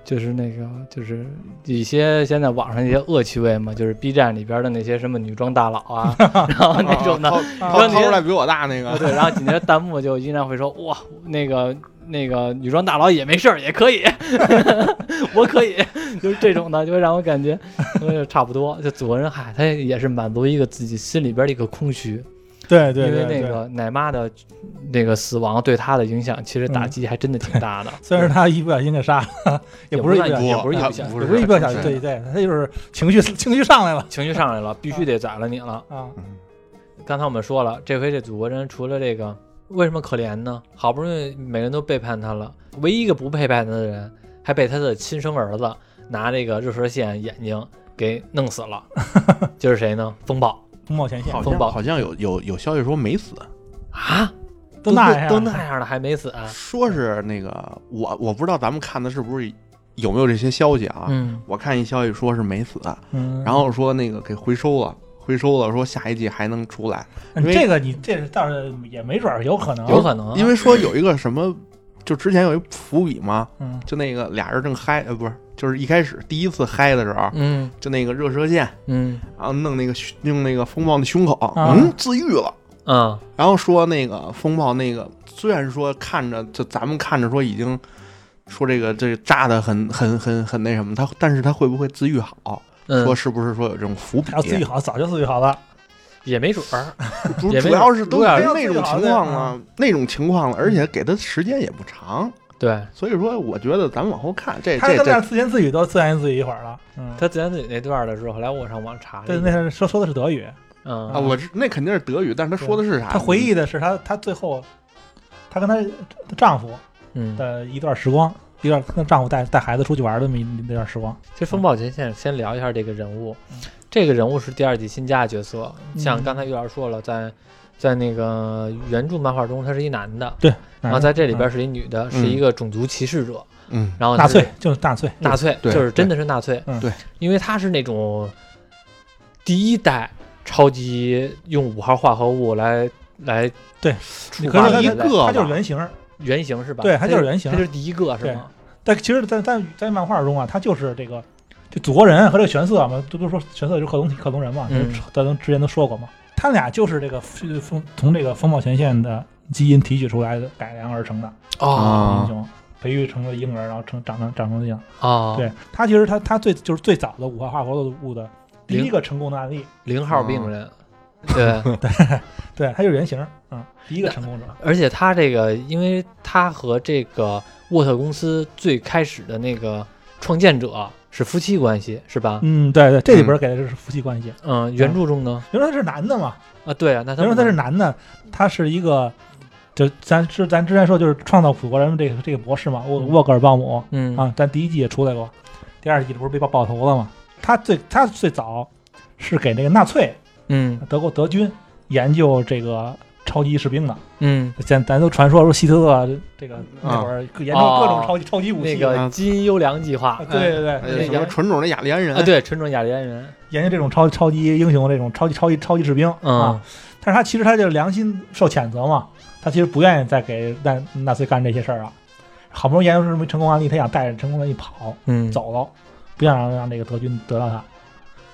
A: 就是那个就是一些现在网上一些恶趣味嘛，就是 B 站里边的那些什么女装大佬 啊，然后那种的，
C: 掏
A: 然后
C: 掏
A: 你
C: 掏出来比我大那
A: 啊
C: 个，
A: 对，然后紧接着弹幕就依然会说哇，那个那个女装大佬也没事儿，也可以， 我可以， 就是这种的，就会让我感觉呃差不多。就祖国人嗨，他也是满足一个自己心里边的一个空虚，
B: 对对对
A: 因为
B: 对
A: 那个奶妈的那个死亡对他的影响，其实打
B: 嗯
A: 击还真的挺大的。
B: 虽然他一不小心给杀了，也不是一不小心，
A: 也不是一不
C: 他
A: 小心
C: 不
B: 也不是一不小心，
C: 他
B: 对对，他就是情绪情绪上来了
A: 情绪上来了，必须得宰了你了。
B: 啊，
C: 嗯
A: 刚才我们说了，这回这祖国人除了这个，为什么可怜呢？好不容易每个人都背叛他了，唯一一个不背叛他的人，还被他的亲生儿子拿这个热射线眼睛给弄死 了，就是谁呢？风暴
B: 风暴前线
C: 好
A: 风暴
C: 像好像有有有消息说没死，
A: 啊，
B: 都那样
A: 都那样了还没死、啊，
C: 说是那个我我不知道咱们看的是不是有没有这些消息啊？
A: 嗯，
C: 我看一消息说是没死，
B: 嗯，
C: 然后说那个给回收了，回收了，说下一季还能出来，因为
B: 嗯这个你这是倒是也没准儿有可能，
A: 有可能啊、
C: 因为说有一个什么，就之前有一伏笔嘛，
B: 嗯
C: 就那个俩人正嗨，呃，不是，就是一开始第一次嗨的时候，
A: 嗯
C: 就那个热射线，
A: 嗯
C: 然后弄那个胸用那个风暴的胸口，
B: 啊
C: 嗯，自愈了。
A: 嗯
C: 然后说那个风暴那个，虽然说看着就咱们看着说已经说这个这个炸的很很很很那什么，他但是他会不会自愈好？
A: 嗯，
C: 说是不是说有这种伏笔
B: 然？后自愈好早就自愈好了，
A: 也没准 儿，
C: 主
A: 也没
C: 主要是都
A: 主
C: 已
A: 要
B: 是
C: 经那种情况
A: 啊
C: 了，那种情况了，而且给他时间也不长，
A: 对
C: 所以说我觉得咱们往后看这
B: 他
C: 这
B: 跟那儿
C: 这
B: 自言自语都自言自语一会儿了，嗯，
A: 他自言自语那段的时候，后来我上网啊查了一
B: 对，
A: 下，
B: 那是说说的是德语，
A: 嗯
C: 啊，嗯我知那肯定是德语，但是他说的是啥？
B: 他回忆的是他他最后，他跟他丈夫
A: 嗯，
B: 的一段时光，一段跟丈夫带带孩子出去玩的那么一那段时光，
A: 其实风暴前线先聊一下这个人物
B: 嗯，
A: 这个人物是第二季新加的角色。
B: 嗯
A: 像刚才玉老师说了，在在那个原著漫画中，他是一男的，然哦后在这里边是一女的，是一个种族歧视者。
C: 嗯，
A: 然后
B: 嗯纳
A: 他是
B: 粹就是纳粹，
A: 纳粹
C: 对
A: 就是真的是纳粹
B: 嗯，
C: 对，
A: 因为他是那种第一代超级用五号化合物来来
B: 对
A: 触
B: 可
A: 发的
B: 是他
C: 第一
A: 人类
C: 个
B: 他就是
C: 吧，
B: 原型，
A: 原型是吧？
B: 对他就是
A: 他
B: 原型
A: 他就是第一个是
B: 对
A: 吗？
B: 但其实在，在在漫画中啊，他就是这个就祖国人和这个玄色嘛，都都说玄色就是克隆体克隆人嘛，
A: 嗯
B: 咱们之前都说过嘛，他俩就是这个风从这个风暴前线的基因提取出来的改良而成的
A: 哦
B: 英雄，培育成了婴儿，然后成长成长成这样。
A: 哦，
B: 对他其实他他最就是最早的五化化合物的第一个成功的案例，
A: 零号病人，对。
B: 对，他就是原型，嗯，第一个成功者，
A: 而且他这个，因为他和这个沃特公司最开始的那个创建者是夫妻关系，是吧？
B: 嗯，对对，这里边给的就是夫妻关系，
A: 嗯，原著中呢？
B: 因为他是男的嘛，
A: 啊，对啊，那他
B: 因为他是男的，他是一个，就咱是咱之前说就是创造祖国人这个这个博士嘛，沃
A: 嗯
B: 沃格尔鲍姆
A: 嗯
B: 啊，咱第一季也出来过，第二季不是被爆爆头了嘛？他最他最早是给那个纳粹
A: 嗯
B: 德国德军研究这个超级士兵的，
A: 嗯，
B: 咱咱都传说说希特勒啊这个那会儿研究各种超级超级武
A: 哦那
B: 器，
A: 个基因优良计划
B: 啊对对
C: 哎
A: 那个
B: 对
C: 什么纯种的雅利安人
A: 啊，，对，纯种雅利安人，
B: 研究这种超超级英雄这种超级超级超级士兵啊
A: 嗯，，
B: 但是他其实他就良心受谴责嘛，他其实不愿意再给纳纳粹干这些事儿啊。好不容易研究出这么一成功案例，他想带着成功案例跑
A: 嗯，
B: 走了，不想让让这个德军得到他。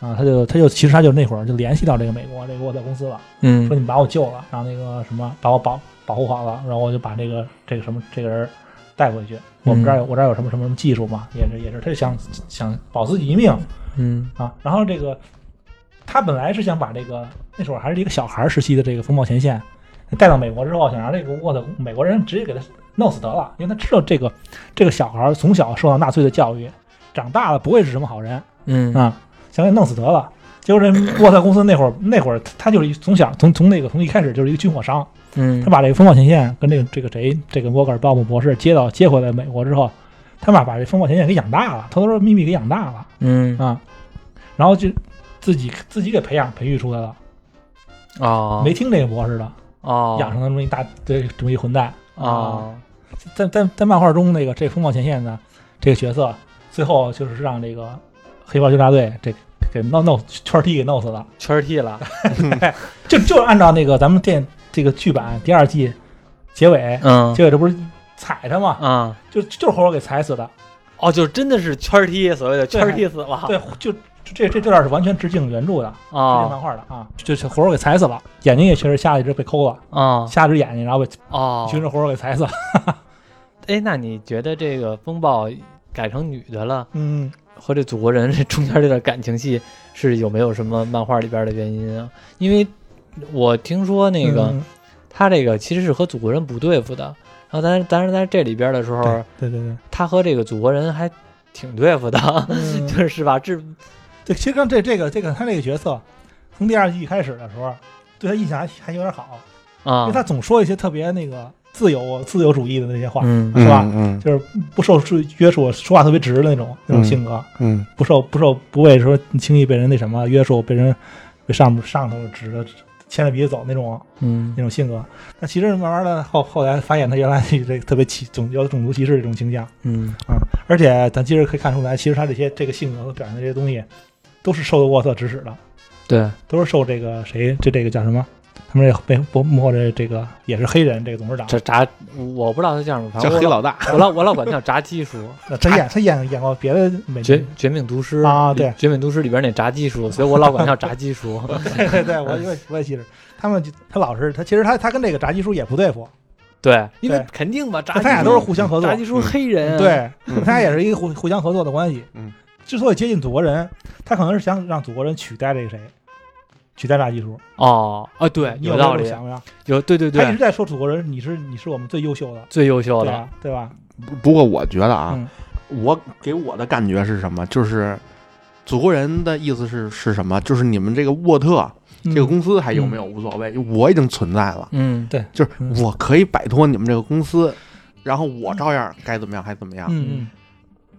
B: 啊，他就他就其实他就那会儿就联系到这个美国这个沃特公司了，
A: 嗯
B: 说你把我救了，然后那个什么把我保保护好了，然后我就把这个这个什么这个人带回去。我们这儿有我这儿有什么什么什么技术嘛，也是也是，他就想想保自己一命，
A: 嗯
B: 啊，然后这个他本来是想把这个那时候还是一个小孩儿时期的这个风暴前线带到美国之后，想让这个沃特美国人直接给他弄死得了，因为他知道这个这个小孩儿从小受到纳粹的教育，长大了不会是什么好人
A: 嗯
B: 啊，想给弄死得了。结果这沃特公司那会儿那会儿他他就是一从小从从那个从一开始就是一个军火商，
A: 嗯
B: 他把这个风暴前线跟这个这个谁这个沃格尔鲍姆博士接到接回来美国之后，他们把这风暴前线给养大了，偷偷秘密给养大了。
A: 嗯
B: 啊，然后就自己自己给培养培育出来了，
A: 哦
B: 啊没听这个博士的，
A: 哦
B: 养成了这么一大这这么一混蛋。
A: 啊，
B: 在在在漫画中，那个这风暴前线的这个角色，最后就是让这个黑豹纠察队这给弄弄圈踢给弄死了。
A: 圈儿 踢了，
B: 就就按照那个咱们电这个剧版第二季结尾，
A: 嗯
B: 结尾这不是踩他嘛，
A: 啊，
B: 就就是活活给踩死的。
A: 哦，就真的是圈儿踢，所谓的圈儿踢死了啊
B: 对，就就这这这段是完全致敬原著的，致敬漫
A: 啊
B: 画的啊，就是活活给踩死了，眼睛也确实瞎了一只被抠了，
A: 啊
B: 瞎了一只眼睛，然后被
A: 哦
B: 军人活活给 踩死了。
A: 哎，那你觉得这个风暴改成女的了，
B: 嗯，
A: 和这祖国人 这中间这段感情戏是有没有什么漫画里边的原因啊？因为我听说那个、
B: 嗯
A: 他这个其实是和祖国人不对付的，然后但是但是在这里边的时候，
B: 对对对
A: 他和这个祖国人还挺对付的，
B: 嗯
A: 就是是吧？这
B: 对，其实刚这这个这个他这个角色，从第二季开始的时候，对他印象还还有点好，因
A: 啊
B: 为，他总说一些特别那个自由自由主义的那些话，
A: 嗯
B: 是吧
C: 嗯
B: 就是不受束约束，说话特别直的那种那种性格，
C: 嗯
B: 不受不受不会说轻易被人那什么约束，被人被上上头指着牵着鼻子走那种
A: 嗯
B: 那种性格。但其实慢慢的后后来发现他原来这特别歧种有种族歧视这种倾向
A: 嗯
B: 啊、而且咱其实可以看出来，其实他这些这个性格和表现的这些东西，都是受沃特指使的，
A: 对，
B: 都是受这个谁这这个叫什么？他们这背幕幕后这这个也是黑人这个董事长，
A: 这炸我不知道他叫什么，反
C: 叫
A: 正我
C: 黑
A: 老
C: 老大，
A: 我老我老管他叫炸鸡 叔。
B: 呃他演他演演过别的美剧
A: 绝，绝命毒师
B: 啊对
A: 绝命毒师里边那炸鸡叔，所以我老管他叫炸鸡 叔。
B: 对对对，我我我也记着，他们就他老是他其实他他跟这个炸鸡叔也不对付，
A: 对，因为
B: 对
A: 肯定吧，炸
B: 他
A: 鸡
B: 俩
A: 叔
B: 都是互相合作
A: 炸，鸡叔黑人，，啊
B: 对，
C: 嗯
B: 他俩也是一个互互相合作的关系。
C: 嗯，
B: 之所以接近祖国人，他可能是想让祖国人取代这个谁，取代炸鸡叔。
A: 哦啊，对，
B: 你
A: 有
B: 没有
A: 道
B: 这么
A: 理，
B: 想没有？
A: 有对对啊
B: 他一
A: 对，
B: 直在说祖国人，你是你是我们最优秀的，
A: 最优秀
B: 对啊
A: 的，
B: 吧？对吧？
C: 不不过我觉得啊，
B: 嗯
C: 我给我的感觉是什么？就是祖国人的意思是是什么？就是你们这个沃特这个
B: 嗯
C: 公司还有没有无所谓，我已经存在了，
A: 嗯，
C: 就是
B: 嗯
C: 我可以摆脱你们这个公司，然后我照样该怎么样还怎么样。
B: 嗯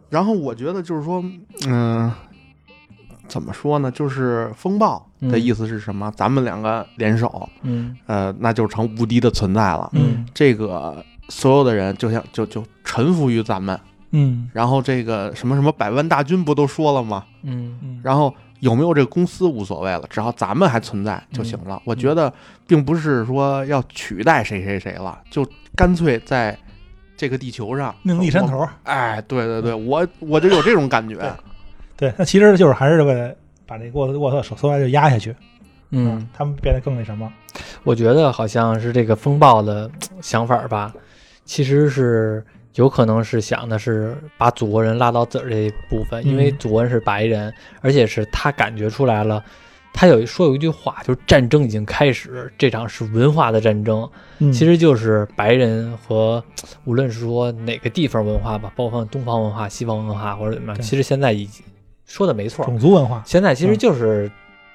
C: 然后我觉得就是说，嗯、怎么说呢？就是风暴
B: 嗯
C: 的意思是什么？咱们两个联手，
A: 嗯
C: 呃，那就成无敌的存在了。
B: 嗯
C: 这个所有的人就像就就臣服于咱们。
B: 嗯
C: 然后这个什么什么百万大军不都说了吗？
A: 嗯
B: 嗯，
C: 然后有没有这公司无所谓了，只要咱们还存在就
B: 嗯
C: 行了。我觉得并不是说要取代谁谁谁了，就干脆在这个地球上
B: 另立山。头。
C: 我哎，对对对，我我就有这种感觉。
B: 对，那其实就是还是为了把这个沃特沃特手缩就压下去，
A: 嗯，，
B: 他们变得更那什么。
A: 我觉得好像是这个风暴的呃想法吧，其实是。有可能是想的是把祖国人拉到自个儿这一部分，因为
B: 嗯
A: 祖国人是白人，而且是他感觉出来了，他有说有一句话，就是战争已经开始，这场是文化的战争，
B: 嗯
A: 其实就是白人和无论是说哪个地方文化吧，包括东方文化、西方文化或者怎么样，
B: 对
A: 其实现在已经说的没错，
B: 种族文化，
A: 现在其实
B: 嗯
A: 就是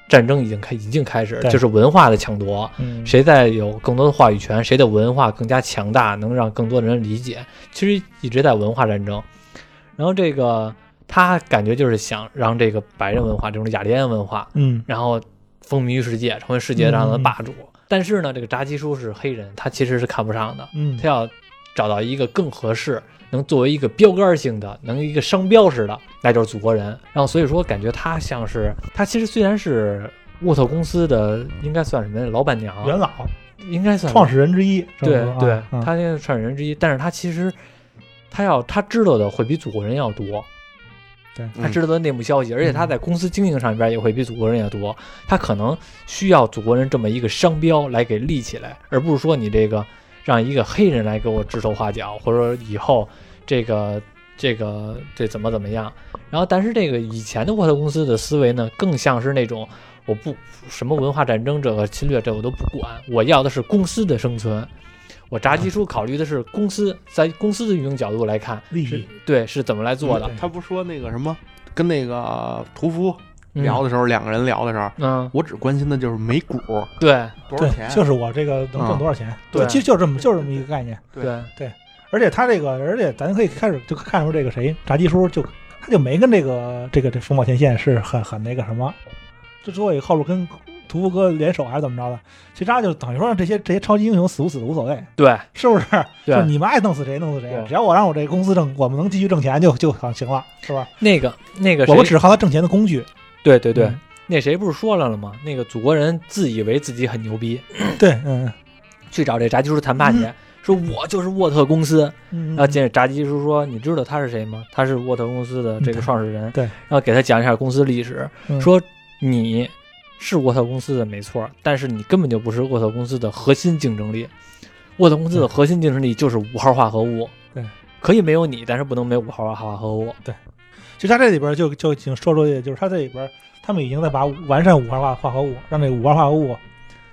A: 战争已经开已经开始，
B: 对
A: 就是文化的抢夺，
B: 嗯，
A: 谁在有更多的话语权，谁的文化更加强大，能让更多的人理解。其实一直在文化战争，然后这个他感觉就是想让这个白人文化这种雅利安文化
B: 嗯
A: 然后风靡于世界，成为世界上的
B: 嗯
A: 霸主。但是呢，这个扎基叔是黑人，他其实是看不上的，
B: 嗯
A: 他要找到一个更合适，能作为一个标杆性的，能一个商标似的，那就是祖国人。然后所以说，感觉他像是他其实虽然是沃特公司的，应该算什么呀？老板娘，
B: 元老
A: 应该啊算
B: 创始人之一，这么
A: 对
B: 说啊
A: 对，
B: 嗯
A: 他现在创始人之一，但是他其实。他要他知道的会比祖国人要多，他知道的内幕消息，而且他在公司经营上边也会比祖国人要多。他可能需要祖国人这么一个商标来给立起来，而不是说你这个让一个黑人来给我指手画脚，或者说以后这个这个这怎么怎么样。然后，但是这个以前的沃特公司的思维呢，更像是那种我不什么文化战争这个侵略这我都不管，我要的是公司的生存。我炸鸡叔考虑的是公司在公司的运营角度来看，
B: 利
A: 是
B: 益
A: 对是怎么来做的
B: 嗯。
C: 他不说那个什么，跟那个屠夫
A: 嗯
C: 聊的时候，两个人聊的时候，
A: 嗯，
C: 我只关心的就是每股
A: 对
C: 多少
B: 对
C: 钱，，
B: 就是我这个能挣
C: 嗯
B: 多少钱？
A: 对
B: 其实就这么就这么一个概念。
C: 对
A: 对，
B: 而且他这个，而且咱可以开始就看出这个谁，炸鸡叔就他就没跟这个这个这风暴前线是很很那个什么，之所以后边跟屠夫哥联手还是怎么着的？其实他就等于说这些这些超级英雄死不死的无所谓，
A: 对
B: 是不是？
A: 对
B: 就你们爱弄死谁弄死谁
A: 对，
B: 只要我让我这个公司挣，我们能继续挣钱就就好行了，是吧？
A: 那个那个
B: 我
A: 谁
B: 们，只是靠他挣钱的工具。
A: 对对对
B: 嗯，
A: 那谁不是说来了吗？那个祖国人自以为自己很牛逼，
B: 对，嗯
A: 去找这炸鸡叔谈判去，说我就是沃特公司。
B: 嗯，
A: 然后见着炸鸡叔说：“你知道他是谁吗？他是沃特公司的这个
B: 嗯
A: 创始人。”
B: 对
A: 然后给他讲一下公司历史，
B: 嗯
A: 说你是沃特公司的没错，但是你根本就不是沃特公司的核心竞争力。沃特公司的核心竞争力就是五号化合物。
B: 对，
A: 可以没有你，但是不能没有五号化合物。
B: 其实他这里边就就已经说出去，就是他这里边他们已经在把完善五号化化合物，让这五号化合物，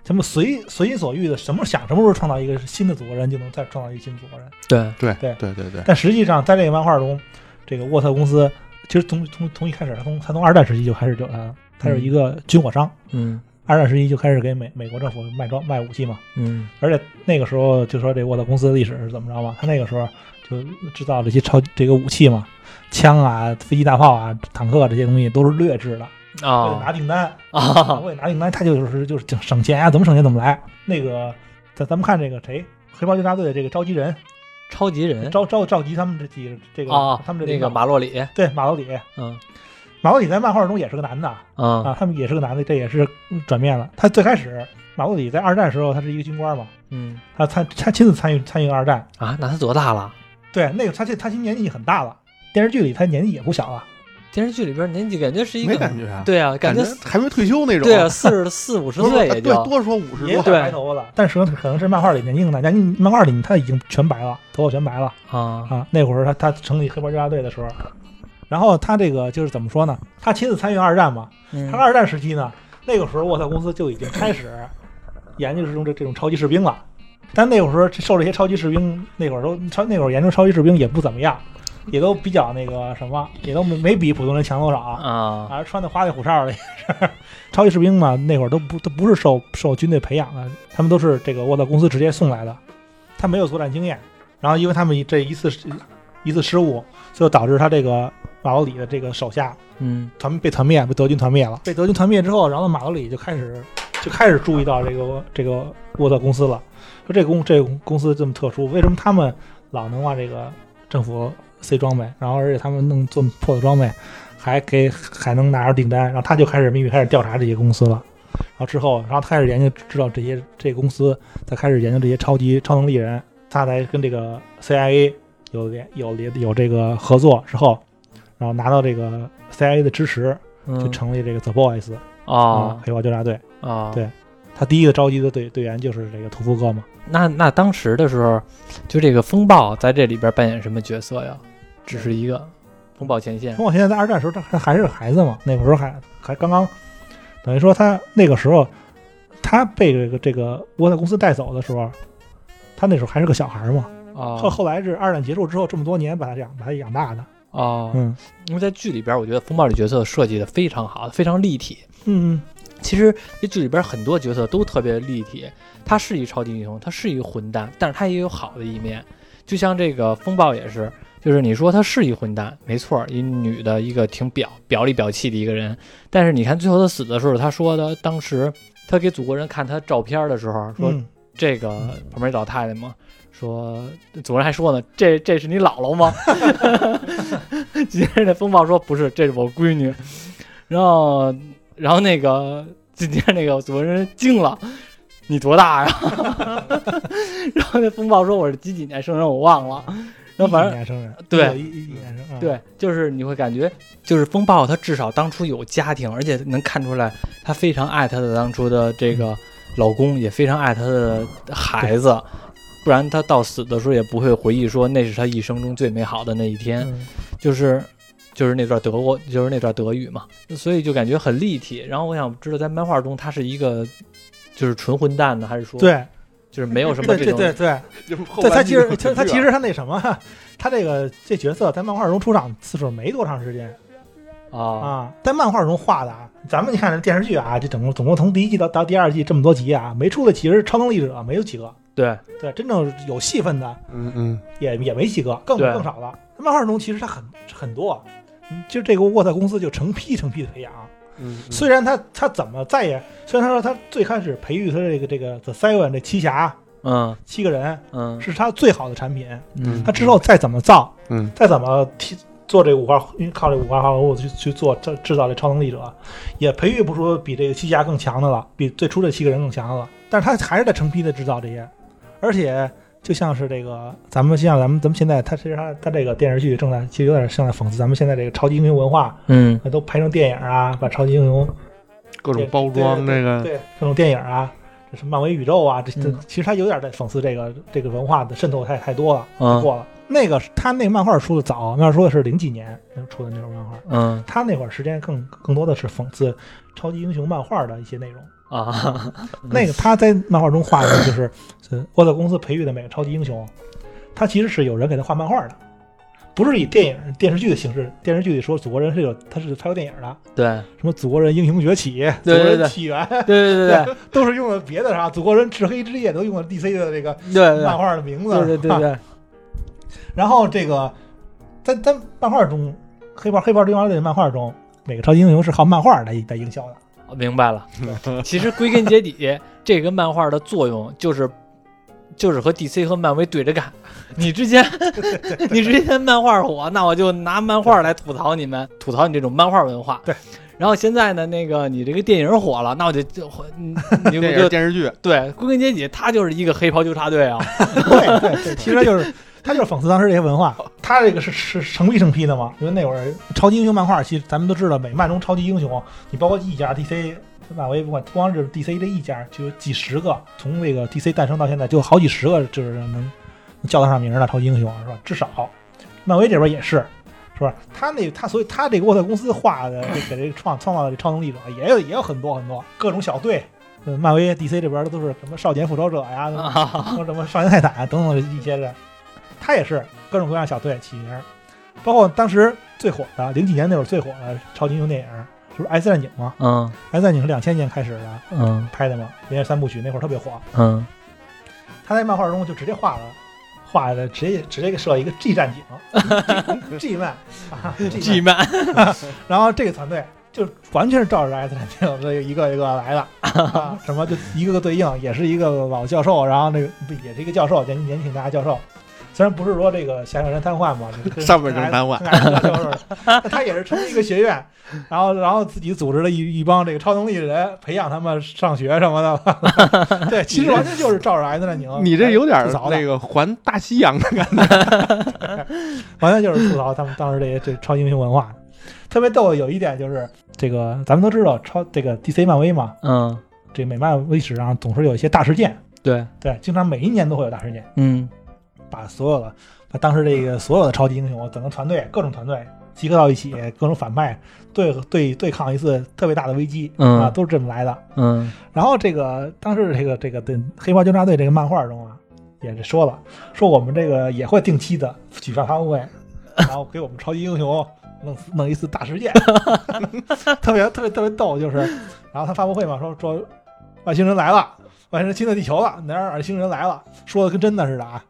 B: 他们随随心所欲的什么想什么时候创造一个新的祖国人，就能再创造一个新祖国人。
A: 对，
C: 对
B: 对
C: 对对对，
B: 但实际上，在这个漫画中，这个沃特公司其实从从从一开始，他从他从二战时期就开始就他他是一个军火商，
A: 嗯
B: 二战时期就开始给美美国政府卖装卖武器嘛。
A: 嗯，
B: 而且那个时候就说这沃特公司的历史是怎么着嘛？他那个时候就制造这些超这个武器嘛，枪啊、飞机大炮啊、坦克啊这些东西都是劣质的，为了
A: 啊
B: 拿订单，
A: 啊，
B: 为了拿订单，他就是就是省钱啊，怎么省钱怎么来。那个咱咱们看这个谁。黑豹纠察队的这个召集人，
A: 超级人
B: 召召召集他们这几个这个、
A: 啊，
B: 他们这
A: 那
B: 领导
A: 个马洛里，
B: 对马老李，
A: 嗯
B: 马老李在漫画中也是个男的啊，
A: 啊
B: 他们也是个男的，这也是嗯转变了。他最开始马老李在二战时候，他是一个军官嘛，
A: 嗯
B: 他参他亲自参与参与二战，
A: 啊，那他多大了？
B: 对，那个他这他其实年纪很大了，电视剧里他年纪也不小了，
A: 电视剧里边年纪感觉是一个
C: 没感觉啊，
A: 对啊，感
C: 感
A: 觉
C: 觉还没退休那种，
A: 对啊，四十四五十
C: 多说
A: 岁
C: 哎
A: 也
C: 对
A: 就
C: 多说五十
B: 也有
C: 多，
A: 对
B: 点白头发了，但是可能是漫画里年纪更大，但漫画里他已经全白了，头发全白了
A: 啊，
B: 啊。那会儿他他成立黑豹纠察队的时候，然后他这个就是怎么说呢？他亲自参与二战嘛，他
A: 嗯
B: 二战时期呢，那个时候沃特公司就已经开始研究这种这这种超级士兵了，但那会儿说受这些超级士兵那会儿都超那会儿研究超级士兵也不怎么样，也都比较那个什么，也都没没比普通人强多少啊，
A: 啊，
B: 穿的花里胡哨的也是。超级士兵嘛，那会儿都不都不是受受军队培养的，他们都是这个沃特公司直接送来的，他没有作战经验，然后因为他们这一次失一次失误，就导致他这个马老里的这个手下
A: 嗯
B: 团被团灭，被德军团灭了。被德军团灭之后，然后马德里就开始就开始注意到这个这个沃特公司了，说这个公这个公司这么特殊，为什么他们老能往这个政府塞装备，然后而且他们弄这么破的装备，还给还能拿着订单，然后他就开始秘密开始调查这些公司了。然后之后，然后他开始研究，知道这些这个公司，他开始研究这些超级超能力人，他才跟这个 CIA 有联有联有这个合作之后，然后拿到这个 CIA 的支持，就
A: 嗯
B: 成立这个 The Boys
A: 啊
B: 黑豹纠察队。
A: 啊，
B: 对他第一个召集的队队员就是这个屠夫哥嘛。
A: 那那当时的时候，就这个风暴在这里边扮演什么角色呀？只是一个风暴前线
B: 从我现在在二战时候，他他还是个孩子嘛，那会儿还还刚刚，等于说他那个时候，他被这个这个沃特公司带走的时候，他那时候还是个小孩嘛。
A: 啊
B: 后后来是二战结束之后这么多年把他养把他养大的。
A: 啊，
B: 嗯
A: 因为在剧里边，我觉得风暴这角色设计的非常好，非常立体。
B: 嗯
A: 其实这剧里边很多角色都特别立体，他是一超级英雄，他是一混蛋，但是他也有好的一面。就像这个风暴也是，就是你说他是一混蛋，没错，一女的一个挺表表里表气的一个人，但是你看最后他死的时候，他说的当时他给祖国人看他照片的时候，说
B: 嗯
A: 这个旁边一老太太嘛，说祖国人还说呢，这这是你姥姥吗？ 接着那风暴说不是，这是我闺女。然后然后那个紧接着那个祖国人惊了。你多大呀？ 然后那风暴说我是几几年生人，我忘了。然后反
B: 一
A: 正
B: 几年生人，
A: 对
B: 一九一一一年生，嗯，
A: 对，就是你会感觉，就是风暴他至少当初有家庭，而且能看出来他非常爱他的当初的这个老公，也非常爱他的孩子，不然他到死的时候也不会回忆说那是他一生中最美好的那一天，
B: 嗯
A: 就是。就是那段德国，就是那段德语嘛，所以就感觉很立体。然后我想知道，在漫画中他是一个就是纯混蛋呢，还是说
B: 对
A: 就是没有什么
B: 对
A: 这
B: 对
A: 种
B: 对对。
C: 就是后
B: 对
C: 半
B: 他
C: 句
B: 其实
C: 就
B: 他他
C: 这
A: 啊
B: 其实他那什么， 他这个这角色在漫画中出场次数没多长时间
A: 啊
B: 啊，在漫画中画的啊。咱们你看这电视剧啊，这总共总共从第一季到到第二季这么多集啊，没出的其实超能力者没有几个，
A: 对
B: 对，真正有戏份的
C: 嗯嗯，
B: 也也没几个，更
A: 对
B: 更少了。漫画中其实他很很多，嗯其实这个沃特公司就成批成批的培养，
C: 嗯，嗯
B: 虽然他他怎么再也，虽然他说他最开始培育他这个这个 The Seven 这七侠
A: 嗯
B: 七个人
A: 嗯
B: 是他最好的产品，
A: 嗯
B: 他之后再怎么造，
C: 嗯
B: 再怎么提做这五花，靠这五花八门物去去做制制造这超能力者，也培育不出比这个七侠更强的了，比最初这七个人更强的了。但是他还是在成批的制造这些，而且就像是这个咱们像咱们咱们现在，他其实他他这个电视剧正在其实有点像在讽刺咱们现在这个超级英雄文化，
A: 嗯
B: 都拍成电影啊，把超级英雄
C: 各种包装这个，
B: 对各种电影啊，这什么漫威宇宙啊，这这
A: 嗯
B: 其实他有点在讽刺这个这个文化的渗透太太多了。
A: 嗯
B: 过了。那个是他那漫画出的早，那说的是零几年出的那种漫画，
A: 嗯
B: 他那会儿时间更更多的是讽刺超级英雄漫画的一些内容。
A: 啊
B: 那个他在漫画中画的就是，呃，沃特公司培育的每个超级英雄，他其实是有人给他画漫画的，不是以电影电视剧的形式。电视剧里说祖国人是有他是拍过电影的，
A: 对
B: 什么祖国人英雄崛起、祖
A: 对
B: 国
A: 对
B: 人
A: 对
B: 起源，
A: 对对对对
B: 都是用的别的啥，祖国人至黑之夜都用了 DC 的这个
A: 对对
B: 漫画的名字，
A: 对对
B: 是吧
A: 对对，
B: 然后这个在在漫画中，黑豹黑豹这玩类的漫画中，每个超级英雄是靠漫画来来营销的。
A: 我明白了。其实归根结底，这个漫画的作用就是。就是和 DC 和漫威对着干，你之前 你之前漫画火，那我就拿漫画来吐槽你们，吐槽你这种漫画文化。
B: 对，
A: 然后现在呢，那个你这个电影火了，那我就就你你
C: 电
A: 就
C: 影电视
B: 啊
C: 剧，
A: 对，归根结底，他就是一个黑袍纠察队啊。
B: 对对对，其实就是他就是讽刺当时这些文化。他这个是是成批成批的嘛，因为那会儿超级英雄漫画，其实咱们都知道，美漫中超级英雄，你包括一家 DC。漫威不管不光是 DC 这一家，就有几十个，从那个 DC 诞生到现在，就好几十个，就是能能叫得上名儿的超级英雄，是吧？至少，漫威这边也是，是吧？他那他所以他这个沃特公司画的给这个创创造的这超能力者也有也有很多很多各种小队，呃漫威 DC 这边都是什么少年复仇者呀，
A: 啊，
B: 说什么少年泰坦等等一些的，他也是各种各样小队起名儿，包括当时最火的零几年那会儿最火的超级英雄电影，就是《S 战警》嘛，
A: 嗯
B: 《S 战警》是两千年开始的
A: 嗯
B: 拍的嘛，连着三部曲那会儿特别火，
A: 嗯，
B: 他在漫画中就直接画了。画的直接直接给设一个 G 战警 ，G 漫啊
A: g 漫，
B: 然后这个团队就完全是照着 S 战警这一个一个 来的，啊，什么就一个个对应，也是一个老教授，然后那个不也是一个教授，年年纪挺大的教授。虽然不是说这个下半身瘫痪嘛， 这
C: 上半身瘫痪
B: 跟 S 战警教授似的，但他也是成立一个学院，然后然后自己组织了一一帮这个超能力的人，培养他们上学什么的。 对，其实完全就是照着 S 战警，
C: 你这有点儿
B: 吐槽的
C: 那个环大西洋的感觉。
B: 完全就是吐槽他们当时这些这超英雄文化。特别逗的有一点就是，这个咱们都知道超这个 DC 漫威嘛，
A: 嗯，
B: 这美漫历史上总是有一些大事件，
A: 对，
B: 对，经常每一年都会有大事件，
A: 嗯
B: 把所有的把当时这个所有的超级英雄整个团队各种团队集合到一起，各种反派对对对抗一次特别大的危机、
A: 嗯
B: 啊，都是这么来的。
A: 嗯
B: 然后这个当时这个这个对黑豹纠察队这个漫画中啊，也是说了，说我们这个也会定期的举办发布会，然后给我们超级英雄弄弄一次大事件，特别特别特别逗，就是，然后他发布会嘛，说说外星人来了，外星人侵略地球了，哪儿哪儿星人来了，说的跟真的似的啊。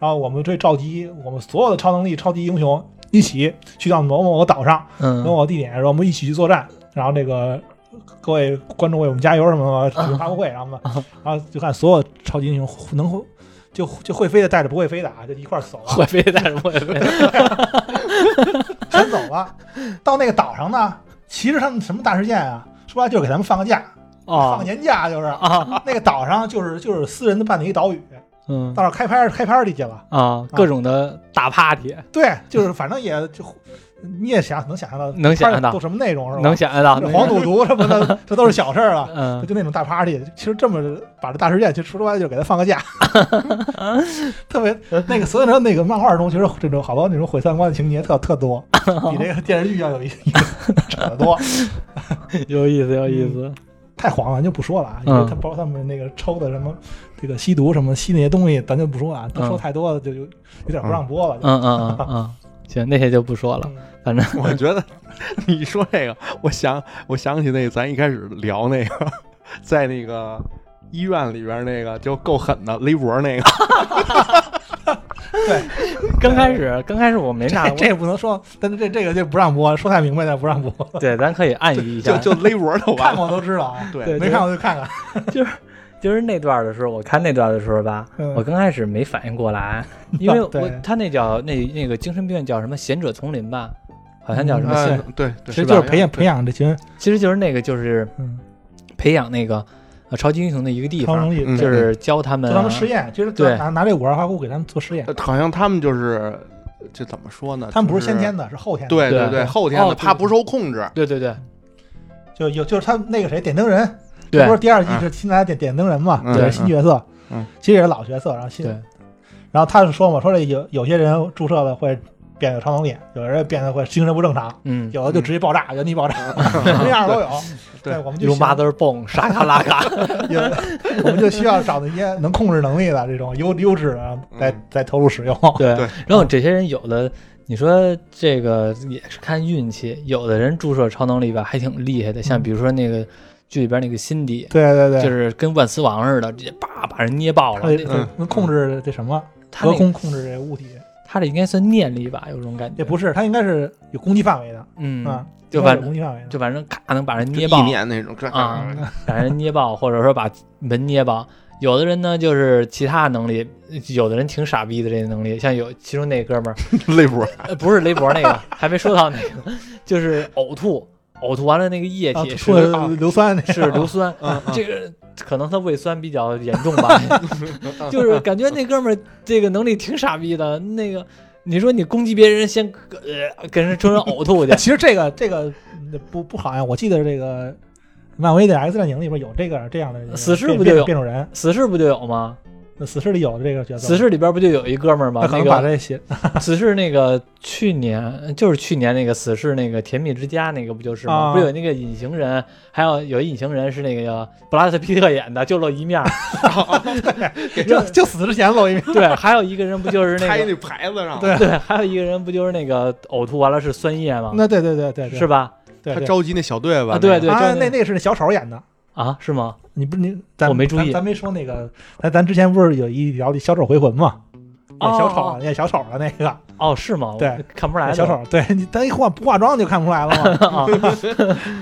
B: 然后我们这召集我们所有的超能力、超级英雄一起去到某某某岛上，某
A: 嗯
B: 某地点，然后我们一起去作战。然后这个各位观众为我们加油什 么的，举行发布会，然后嘛，然后就看所有超级英雄能会就就会飞的带着不会飞的啊，就一块儿走了。
A: 会飞，但是不会飞。
B: 全走了。到那个岛上呢，其实他们什么大事件啊？说白了就是给他们放个假，放
A: 哦，
B: 年假就是。
A: 啊，
B: 那个岛上就是就是私人的办的一个岛屿，
A: 嗯
B: 到那儿开 party 开 party 去了。
A: 啊，各种的大 party，
B: 对，就是反正也就你也想能想象到，
A: 能想象到
B: 都什么内容是吧？
A: 能想象到
B: 这。黄赌毒什 么的，这都是小事儿了。
A: 嗯
B: 就那种大 party，其实这么把这大事件，其实说白了就是给他放个假， 特别那个，所以说那个漫画中，其实这种好多那种毁三观的情节特特多，比这个电视剧要有一扯得多，
A: 有意思，有意思。
B: 太黄了，咱就不说了啊，因
A: 嗯
B: 为他包括他们那个抽的什么这个吸毒什么吸那些东西，咱就不说啊，他
A: 嗯
B: 说太多了就有有点不让播了。就
A: 嗯嗯嗯嗯，行，那些就不说 了，
B: 嗯
A: 反正
C: 我觉得你说这个，我想我想起那个咱一开始聊那个，在那个医院里边那个就够狠的，雷博那个，
A: 刚开始刚开始我没纳
B: 这
A: 过，
B: 这也不能说，但是这这个就不让播，说太明白了不让播，
A: 对，咱可以暗喻一
C: 就
A: 下，
C: 就勒脖儿就完了。
B: 看过都知道啊。
C: 对
A: 对
B: 没看过就看看。
A: 就是那段的时候，我看那段的时候吧，
B: 嗯
A: 我刚开始没反应过 来，因为
B: 对
A: 我他那叫那那个精神病院叫什么贤者丛林吧，好像叫什么贤，
B: 哎
C: 嗯，对，对
B: 其实就是培养培
C: 养，
B: 养这群
A: 其实就是那个就是
B: 嗯
A: 培养那个呃超级英雄的一个地
B: 超
A: 方，
B: 能力，
C: 嗯
B: 对
A: 就是教他们
B: 做
A: 啊、
B: 他们实验，其实
A: 对
B: 拿拿这五二花菇给他们做实验。
C: 对呃好像他们就是这怎么说呢？
B: 他们不
C: 就是
B: 先天，的，是后天的。
C: 对
A: 对
C: 对，后天
A: 哦
C: 的，
A: 对
C: 怕不受 控制。
A: 对对对
B: 就有就是他们那个谁点灯人，这
A: 对
B: 不是第二季
C: 嗯
B: 是新来的点点灯人嘛，
C: 嗯
B: 也是
A: 对
B: 新角色，
C: 嗯
B: 其实也是老角色，然后新，
A: 对
B: 然后他是说嘛，说这有有些人注射了会变得超能力，有人变得会精神不正常，
A: 嗯，
B: 有的就直接爆炸，原地爆炸， 这样都有。
C: 嗯对
B: 我们就
A: 用
B: 需要
A: 八字蹦沙卡拉 卡，
B: 有，我们就需要找那些能控制能力的这种优优质的，再
C: 嗯
B: 再投入使用。
A: 对
C: 对
A: 然后这些人有的。你说这个也是看运气，有的人注射超能力吧，还挺厉害的，像
B: 嗯
A: 比如说那个剧里边那个辛迪，
B: 对 对对，
A: 就是跟万磁王似的，直接叭把人捏爆了。
B: 他
A: 那
B: 得能控制这什么
A: 他
B: 隔
A: 那个
B: 空控制这物体，
A: 他这应该算念力吧，有这种感觉。
B: 也不是，他应该是有攻击范围的
A: 嗯
B: 啊，，
A: 就
B: 应该
A: 反
B: 有攻击范围的。
A: 就反正咔能把人
C: 就
A: 捏
C: 意
A: 爆，
C: 念那种，这
A: 啊把人捏爆，或者说把门捏爆。有的人呢，就是其他能力，有的人挺傻逼的这些能力，像有其中那哥们儿，
C: 勒脖 儿，
A: 呃不是雷博那个，还没说到那个，就是呕吐，呕吐完了那个液
B: 啊，
A: 体是
B: 出了嗯硫酸那，
A: 是硫酸，这个可能他胃酸比较严重吧，就是感觉那哥们儿这个能力挺傻逼的。那个你说你攻击别人，先呃给人冲人呕吐去
B: 其实这个这个嗯不不好呀，我记得这个漫威的 X 战警里边有这个这样的人
A: 死侍
B: 变
A: 不就有
B: 变变种人？
A: 死侍不就有吗？
B: 那死侍里有这个角色，
A: 死侍里边不就有一哥们儿吗
B: 他？可
A: 那
B: 能把
A: 个
B: 这 写
A: 死侍那个去年就是去年那个死侍那个甜蜜之家那个不就是吗？
B: 啊
A: 不是有那个隐形人，还有有一隐形人是那个布拉德皮特演的，就露一面儿。
B: 就就死之前露一面，
A: 对，还有一个人不就是那
C: 拍
A: 个
C: 那牌子上，
B: 对
A: 对，还有一个人不就是那个呕吐完了是酸液吗？
B: 那对对对对对，
A: 啊 是吧？
B: 对
C: 他
B: 对
C: 着急那小队吧？
A: 啊对
C: 那个
A: 对
B: 啊，
A: 就那
B: 那那个是小丑演的，
A: 啊，是吗？
B: 你不是你咱
A: 我没注意
B: 咱咱没说那个，咱咱之前不是有一聊的小丑回魂吗？演小丑
A: 哦
B: 演小丑的那个
A: 哦，是吗？我
B: 对，
A: 看不出来的
B: 小丑，对你咱一化不化妆就看不出来了嘛。
A: 啊，